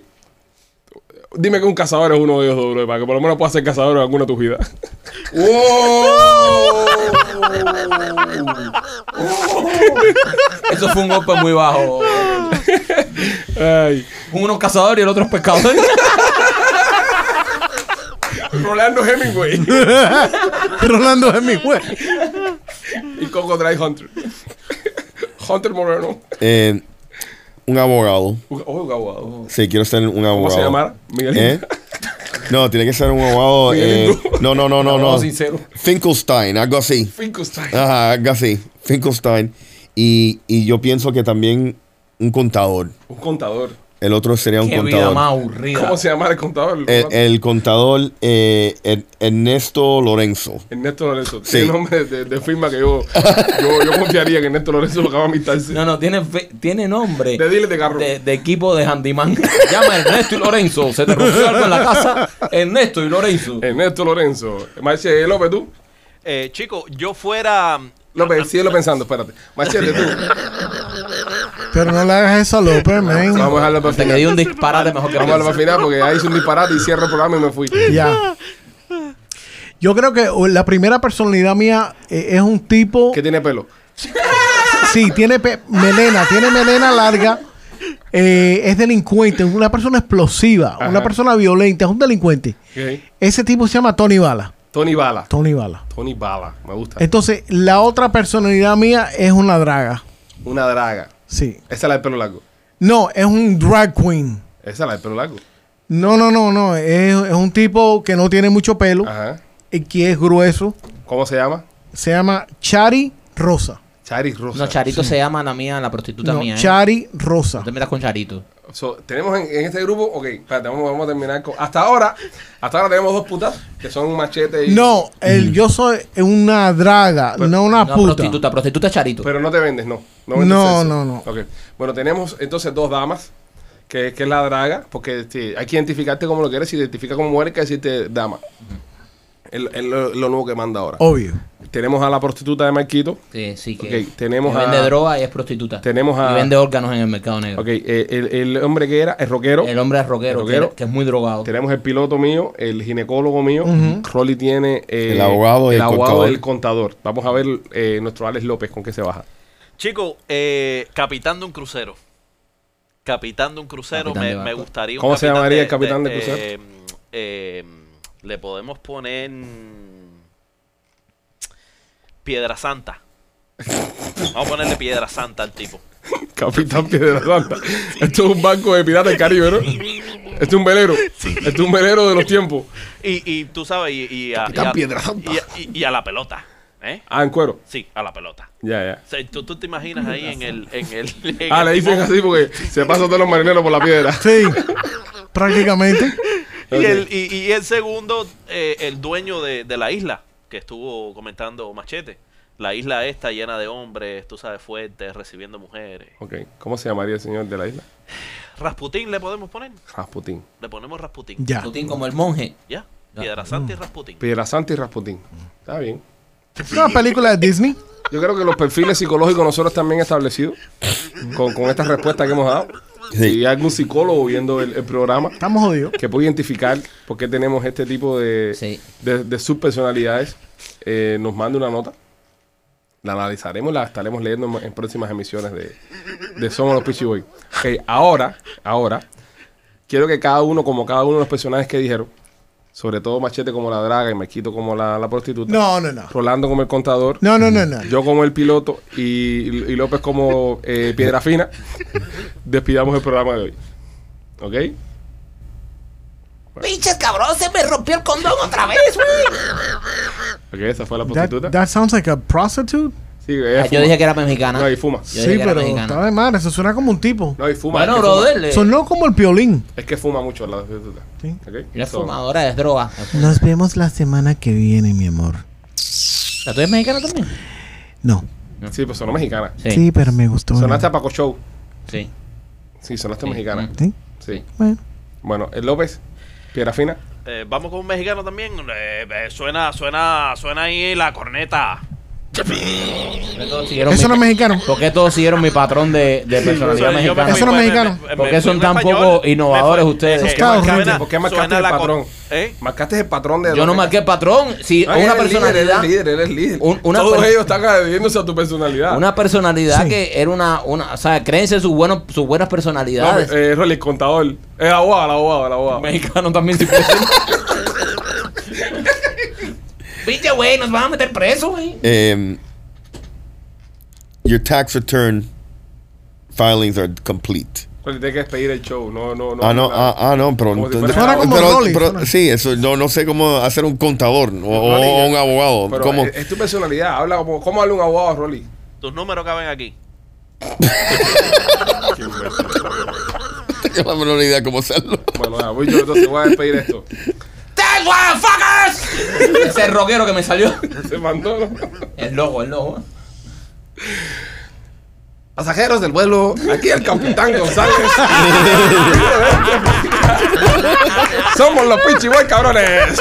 [SPEAKER 1] dime que un cazador es uno de ellos, doble, para que por lo menos puedas ser cazador en alguna de tus vidas.
[SPEAKER 2] Eso fue un golpe muy bajo.
[SPEAKER 1] Ay.
[SPEAKER 2] Uno es cazador y el otro es pescador.
[SPEAKER 1] Rolando Hemingway
[SPEAKER 3] Rolando es mi juez.
[SPEAKER 1] y Coco Dry Hunter. Hunter Moreno.
[SPEAKER 4] eh, un abogado.
[SPEAKER 1] Oh, guau.
[SPEAKER 4] Sí, quiero ser un abogado.
[SPEAKER 1] ¿Cómo se llamara? Miguelito.
[SPEAKER 4] ¿Eh? No, tiene que ser un abogado. eh,
[SPEAKER 1] Miguelito.
[SPEAKER 4] no, no, no, no,
[SPEAKER 1] Abogado
[SPEAKER 4] no.
[SPEAKER 1] sincero.
[SPEAKER 4] Finkelstein, algo así.
[SPEAKER 1] Finkelstein.
[SPEAKER 4] Ajá, algo así. Finkelstein. Y, y yo pienso que también un contador.
[SPEAKER 1] Un contador.
[SPEAKER 4] El otro sería un
[SPEAKER 2] Qué vida
[SPEAKER 4] contador.
[SPEAKER 2] más aburrida.
[SPEAKER 1] ¿Cómo se llama el contador?
[SPEAKER 4] El, el contador eh, Er- Ernesto Lorenzo.
[SPEAKER 1] Ernesto Lorenzo.
[SPEAKER 4] Sí.
[SPEAKER 1] Tiene nombre de, de firma que yo, yo, yo confiaría que Ernesto Lorenzo lo acaba de amistarse.
[SPEAKER 2] No, no, tiene, fe- tiene nombre.
[SPEAKER 1] De dealer de carro.
[SPEAKER 2] De, de equipo de handyman. Llama a Ernesto y Lorenzo. Se te rompió algo en la casa. Ernesto y Lorenzo.
[SPEAKER 1] Ernesto Lorenzo. Marche López, tú.
[SPEAKER 5] Eh, chico, yo fuera.
[SPEAKER 1] López, síguelo pensando, espérate. Machete, tú.
[SPEAKER 3] Pero no le hagas eso a López, man.
[SPEAKER 1] Vamos a dejarlo para el
[SPEAKER 2] Te le di
[SPEAKER 1] final.
[SPEAKER 2] un disparate mejor que
[SPEAKER 1] Vamos a dejarlo
[SPEAKER 2] Lorenzo.
[SPEAKER 1] para el final porque ahí hice un disparate y cierro el programa y me fui.
[SPEAKER 3] Ya. Yo creo que o, la primera personalidad mía eh, es un tipo.
[SPEAKER 1] ¿Qué tiene pelo?
[SPEAKER 3] Sí, tiene pe- melena, tiene melena larga. eh, es delincuente, es una persona explosiva,
[SPEAKER 1] Ajá.
[SPEAKER 3] una persona violenta, es un delincuente.
[SPEAKER 1] Ok.
[SPEAKER 3] Ese tipo se llama Tony Bala.
[SPEAKER 1] Tony Bala.
[SPEAKER 3] Tony Bala.
[SPEAKER 1] Tony Bala, me gusta.
[SPEAKER 3] Entonces, la otra personalidad mía es una draga.
[SPEAKER 1] Una draga.
[SPEAKER 3] Sí.
[SPEAKER 1] Esa es la del pelo largo.
[SPEAKER 3] No, es un drag queen.
[SPEAKER 1] Esa es la del pelo largo.
[SPEAKER 3] No, no, no, no. Es, es un tipo que no tiene mucho pelo,
[SPEAKER 1] Ajá.
[SPEAKER 3] y que es grueso.
[SPEAKER 1] ¿Cómo se llama?
[SPEAKER 3] Se llama Chari Rosa.
[SPEAKER 1] Charis Rosa.
[SPEAKER 2] No, Charito se llama la mía, la prostituta
[SPEAKER 3] No,
[SPEAKER 2] mía. ¿eh?
[SPEAKER 3] Chari Rosa.
[SPEAKER 2] No te metas con Charito.
[SPEAKER 1] So, tenemos en, en este grupo, ok, espérate, vamos, vamos a terminar con. Hasta ahora, hasta ahora tenemos dos putas que son un machete y.
[SPEAKER 3] No,
[SPEAKER 1] Mm.
[SPEAKER 3] el, yo soy una draga, no una
[SPEAKER 2] no,
[SPEAKER 3] puta.
[SPEAKER 2] prostituta, prostituta es Charito.
[SPEAKER 1] Pero no te vendes, no. vendes
[SPEAKER 3] No,
[SPEAKER 1] sexo.
[SPEAKER 3] no, no.
[SPEAKER 1] Ok. Bueno, tenemos entonces dos damas, que, que es la draga, porque este, hay que identificarte como lo que eres. Si te identificas como mujer, hay que decirte dama. Es lo- es lo, lo nuevo que manda ahora.
[SPEAKER 3] Obvio.
[SPEAKER 1] Tenemos a la prostituta de Marquito.
[SPEAKER 2] Sí, sí que.
[SPEAKER 1] Ok, tenemos
[SPEAKER 2] que
[SPEAKER 1] a-
[SPEAKER 2] Vende droga y es prostituta.
[SPEAKER 1] tenemos a-
[SPEAKER 2] Y vende órganos en el mercado negro.
[SPEAKER 1] Ok, eh, el, el hombre que era, el rockero.
[SPEAKER 2] El hombre es rockero,
[SPEAKER 1] El rockero.
[SPEAKER 2] Que, que es muy drogado.
[SPEAKER 1] Tenemos el piloto mío, el ginecólogo mío. Rolly tiene eh,
[SPEAKER 4] El abogado
[SPEAKER 1] el
[SPEAKER 4] y el
[SPEAKER 1] abogado
[SPEAKER 4] contador.
[SPEAKER 1] del contador. Vamos a ver eh, nuestro Alex López con qué se baja.
[SPEAKER 5] Chico, eh, capitán de un crucero. Capitán de un crucero,
[SPEAKER 2] Capitán
[SPEAKER 5] me,
[SPEAKER 2] de barco.
[SPEAKER 5] me gustaría. un
[SPEAKER 1] ¿Cómo se
[SPEAKER 5] capitán
[SPEAKER 1] llamaría el capitán de crucero?
[SPEAKER 5] eh, eh, le podemos poner. mm, Piedra Santa. Vamos a ponerle Piedra Santa al tipo.
[SPEAKER 1] Capitán Piedra Santa. Esto es un banco de piratas del Caribe, ¿no? Esto es un velero. Esto es un velero de los tiempos.
[SPEAKER 5] Y, y tú sabes, y, y a,
[SPEAKER 1] Capitán
[SPEAKER 5] y a-
[SPEAKER 1] Piedra Santa.
[SPEAKER 5] y a- y- y a la pelota. ¿Eh?
[SPEAKER 1] Ah, en cuero.
[SPEAKER 5] Sí, a la pelota.
[SPEAKER 1] Ya, ya.
[SPEAKER 5] O sea, ¿tú, tú te imaginas ahí en el. En el en
[SPEAKER 1] Ah,
[SPEAKER 5] el
[SPEAKER 1] le dicen
[SPEAKER 5] timón?
[SPEAKER 1] así porque se pasan todos los marineros por la piedra.
[SPEAKER 3] Sí, prácticamente.
[SPEAKER 5] Y el, y, y el segundo, eh, el dueño de, de la isla, que estuvo comentando Machete. La isla esta llena de hombres, tú sabes, fuertes, recibiendo mujeres.
[SPEAKER 1] Ok, ¿cómo se llamaría el señor de la isla?
[SPEAKER 5] Rasputín le podemos poner.
[SPEAKER 1] Rasputín.
[SPEAKER 5] Le ponemos Rasputín.
[SPEAKER 3] Ya. Mm.
[SPEAKER 2] Putin como el monje.
[SPEAKER 5] ¿Ya? Piedra Santa y Rasputín.
[SPEAKER 1] Piedra Santa y Rasputín. Está bien.
[SPEAKER 3] Es una película de Disney.
[SPEAKER 1] Yo creo que los perfiles psicológicos nosotros también establecidos con, con estas respuestas que hemos dado.
[SPEAKER 4] Sí.
[SPEAKER 1] Si hay algún psicólogo viendo el, el programa
[SPEAKER 3] Estamos jodidos.
[SPEAKER 1] que puede identificar por qué tenemos este tipo de,
[SPEAKER 2] Sí.
[SPEAKER 1] de, de subpersonalidades, eh, nos manda una nota. La analizaremos, la estaremos leyendo en, en próximas emisiones de, de Somos los Peachy Boys. Ok, ahora, ahora, quiero que cada uno, como cada uno de los personajes que dijeron, sobre todo Machete como la draga y Mequito como la, la prostituta,
[SPEAKER 3] No, no, no.
[SPEAKER 1] Rolando como el contador,
[SPEAKER 3] No, no, no, no.
[SPEAKER 1] yo como el piloto y, y López como eh, piedra fina, despidamos el programa de hoy. ¿Ok?
[SPEAKER 6] Pinches cabrón, se me rompió el condón otra vez, güey.
[SPEAKER 1] Ok, esa fue la
[SPEAKER 3] That,
[SPEAKER 1] prostituta.
[SPEAKER 3] that sounds like a prostitute.
[SPEAKER 1] sí, ella
[SPEAKER 2] Ah,
[SPEAKER 1] fuma.
[SPEAKER 2] yo dije que era mexicana.
[SPEAKER 1] No, y fuma.
[SPEAKER 2] Yo
[SPEAKER 3] sí,
[SPEAKER 2] dije que era
[SPEAKER 3] pero
[SPEAKER 2] mexicana.
[SPEAKER 3] está de madre. Eso suena como un tipo.
[SPEAKER 1] No, y fuma. es
[SPEAKER 2] Bueno,
[SPEAKER 1] que fuma.
[SPEAKER 2] brother. eh,
[SPEAKER 3] Sonó como el piolín.
[SPEAKER 1] Es que fuma mucho la prostituta.
[SPEAKER 3] Sí.
[SPEAKER 1] Ok,
[SPEAKER 2] Ella es
[SPEAKER 1] so-
[SPEAKER 2] fumadora de droga.
[SPEAKER 3] Nos vemos la semana que viene, mi amor.
[SPEAKER 2] ¿La tú eres mexicana también?
[SPEAKER 3] No.
[SPEAKER 1] Sí, pues sonó mexicana.
[SPEAKER 2] Sí.
[SPEAKER 3] pero me gustó.
[SPEAKER 1] Sonaste a Paco Show.
[SPEAKER 2] sí.
[SPEAKER 1] Sí, sonaste
[SPEAKER 2] Sí. Mm.
[SPEAKER 1] mexicana.
[SPEAKER 3] Sí,
[SPEAKER 1] Sí.
[SPEAKER 3] bueno.
[SPEAKER 1] Bueno, el López, piedra fina.
[SPEAKER 5] Eh, Vamos con un mexicano también. Eh, eh, suena, suena, suena ahí la corneta.
[SPEAKER 2] ¿Por qué todos siguieron
[SPEAKER 3] Eso no
[SPEAKER 2] mi-
[SPEAKER 3] es mexicano.
[SPEAKER 2] ¿Por qué todos siguieron mi patrón de, de personalidad
[SPEAKER 5] Suena- yo me
[SPEAKER 2] mexicana?
[SPEAKER 5] fui
[SPEAKER 3] Eso no es
[SPEAKER 5] por-
[SPEAKER 3] mexicano.
[SPEAKER 5] me- me-
[SPEAKER 2] ¿Por qué
[SPEAKER 5] me
[SPEAKER 2] son
[SPEAKER 5] fui
[SPEAKER 2] tan
[SPEAKER 5] español?
[SPEAKER 2] poco
[SPEAKER 5] Me
[SPEAKER 2] innovadores
[SPEAKER 5] fue-
[SPEAKER 2] ustedes?
[SPEAKER 5] eh,
[SPEAKER 3] Los cabros,
[SPEAKER 5] suena-
[SPEAKER 3] gente.
[SPEAKER 1] ¿Por qué marcaste
[SPEAKER 5] suena
[SPEAKER 1] el
[SPEAKER 5] la cor-
[SPEAKER 1] patrón?
[SPEAKER 5] ¿Eh?
[SPEAKER 1] Marcaste el patrón de.
[SPEAKER 2] Yo no marqué patrón. Si
[SPEAKER 1] Ah,
[SPEAKER 2] una
[SPEAKER 1] él es líder, él es
[SPEAKER 2] personalidad.
[SPEAKER 1] líder, él es líder.
[SPEAKER 2] Un- una
[SPEAKER 1] Todos
[SPEAKER 2] per-
[SPEAKER 1] ellos están adhiriéndose a tu personalidad.
[SPEAKER 2] Una personalidad
[SPEAKER 3] Sí.
[SPEAKER 2] que era una, una. O sea, créense sus, buenos, sus buenas
[SPEAKER 1] No,
[SPEAKER 2] personalidades.
[SPEAKER 1] eh, Rolly, contador. El abogado, el abogado, el abogado.
[SPEAKER 2] Mexicano también se puede ser.
[SPEAKER 6] Pinche güey, nos van a meter preso, güey.
[SPEAKER 4] Um, your tax return filings are complete.
[SPEAKER 1] Rolly, tienes que despedir el show. No, no, no.
[SPEAKER 4] ah, no, ah, ah, no, pero,
[SPEAKER 1] Como si
[SPEAKER 4] pero,
[SPEAKER 1] fuera-
[SPEAKER 3] Suena como
[SPEAKER 4] pero-
[SPEAKER 3] Rolly,
[SPEAKER 4] pero-
[SPEAKER 3] suena.
[SPEAKER 4] sí, eso, no, no sé cómo hacer un contador o, o un abogado.
[SPEAKER 1] Pero eh, este
[SPEAKER 4] ¿Cómo?
[SPEAKER 1] Es, es tu personalidad. Habla como. ¿Cómo habla un abogado, Rolly?
[SPEAKER 5] Tus números caben aquí.
[SPEAKER 4] Tengo la menor idea cómo hacerlo.
[SPEAKER 1] Bueno, ya, voy yo entonces voy a despedir esto.
[SPEAKER 6] ¡That's what fuckers!
[SPEAKER 2] Ese rockero que me salió.
[SPEAKER 1] Se mandó, ¿no?
[SPEAKER 2] El logo, el logo.
[SPEAKER 1] Pasajeros del vuelo, aquí el capitán González. Somos los Pichiboy cabrones.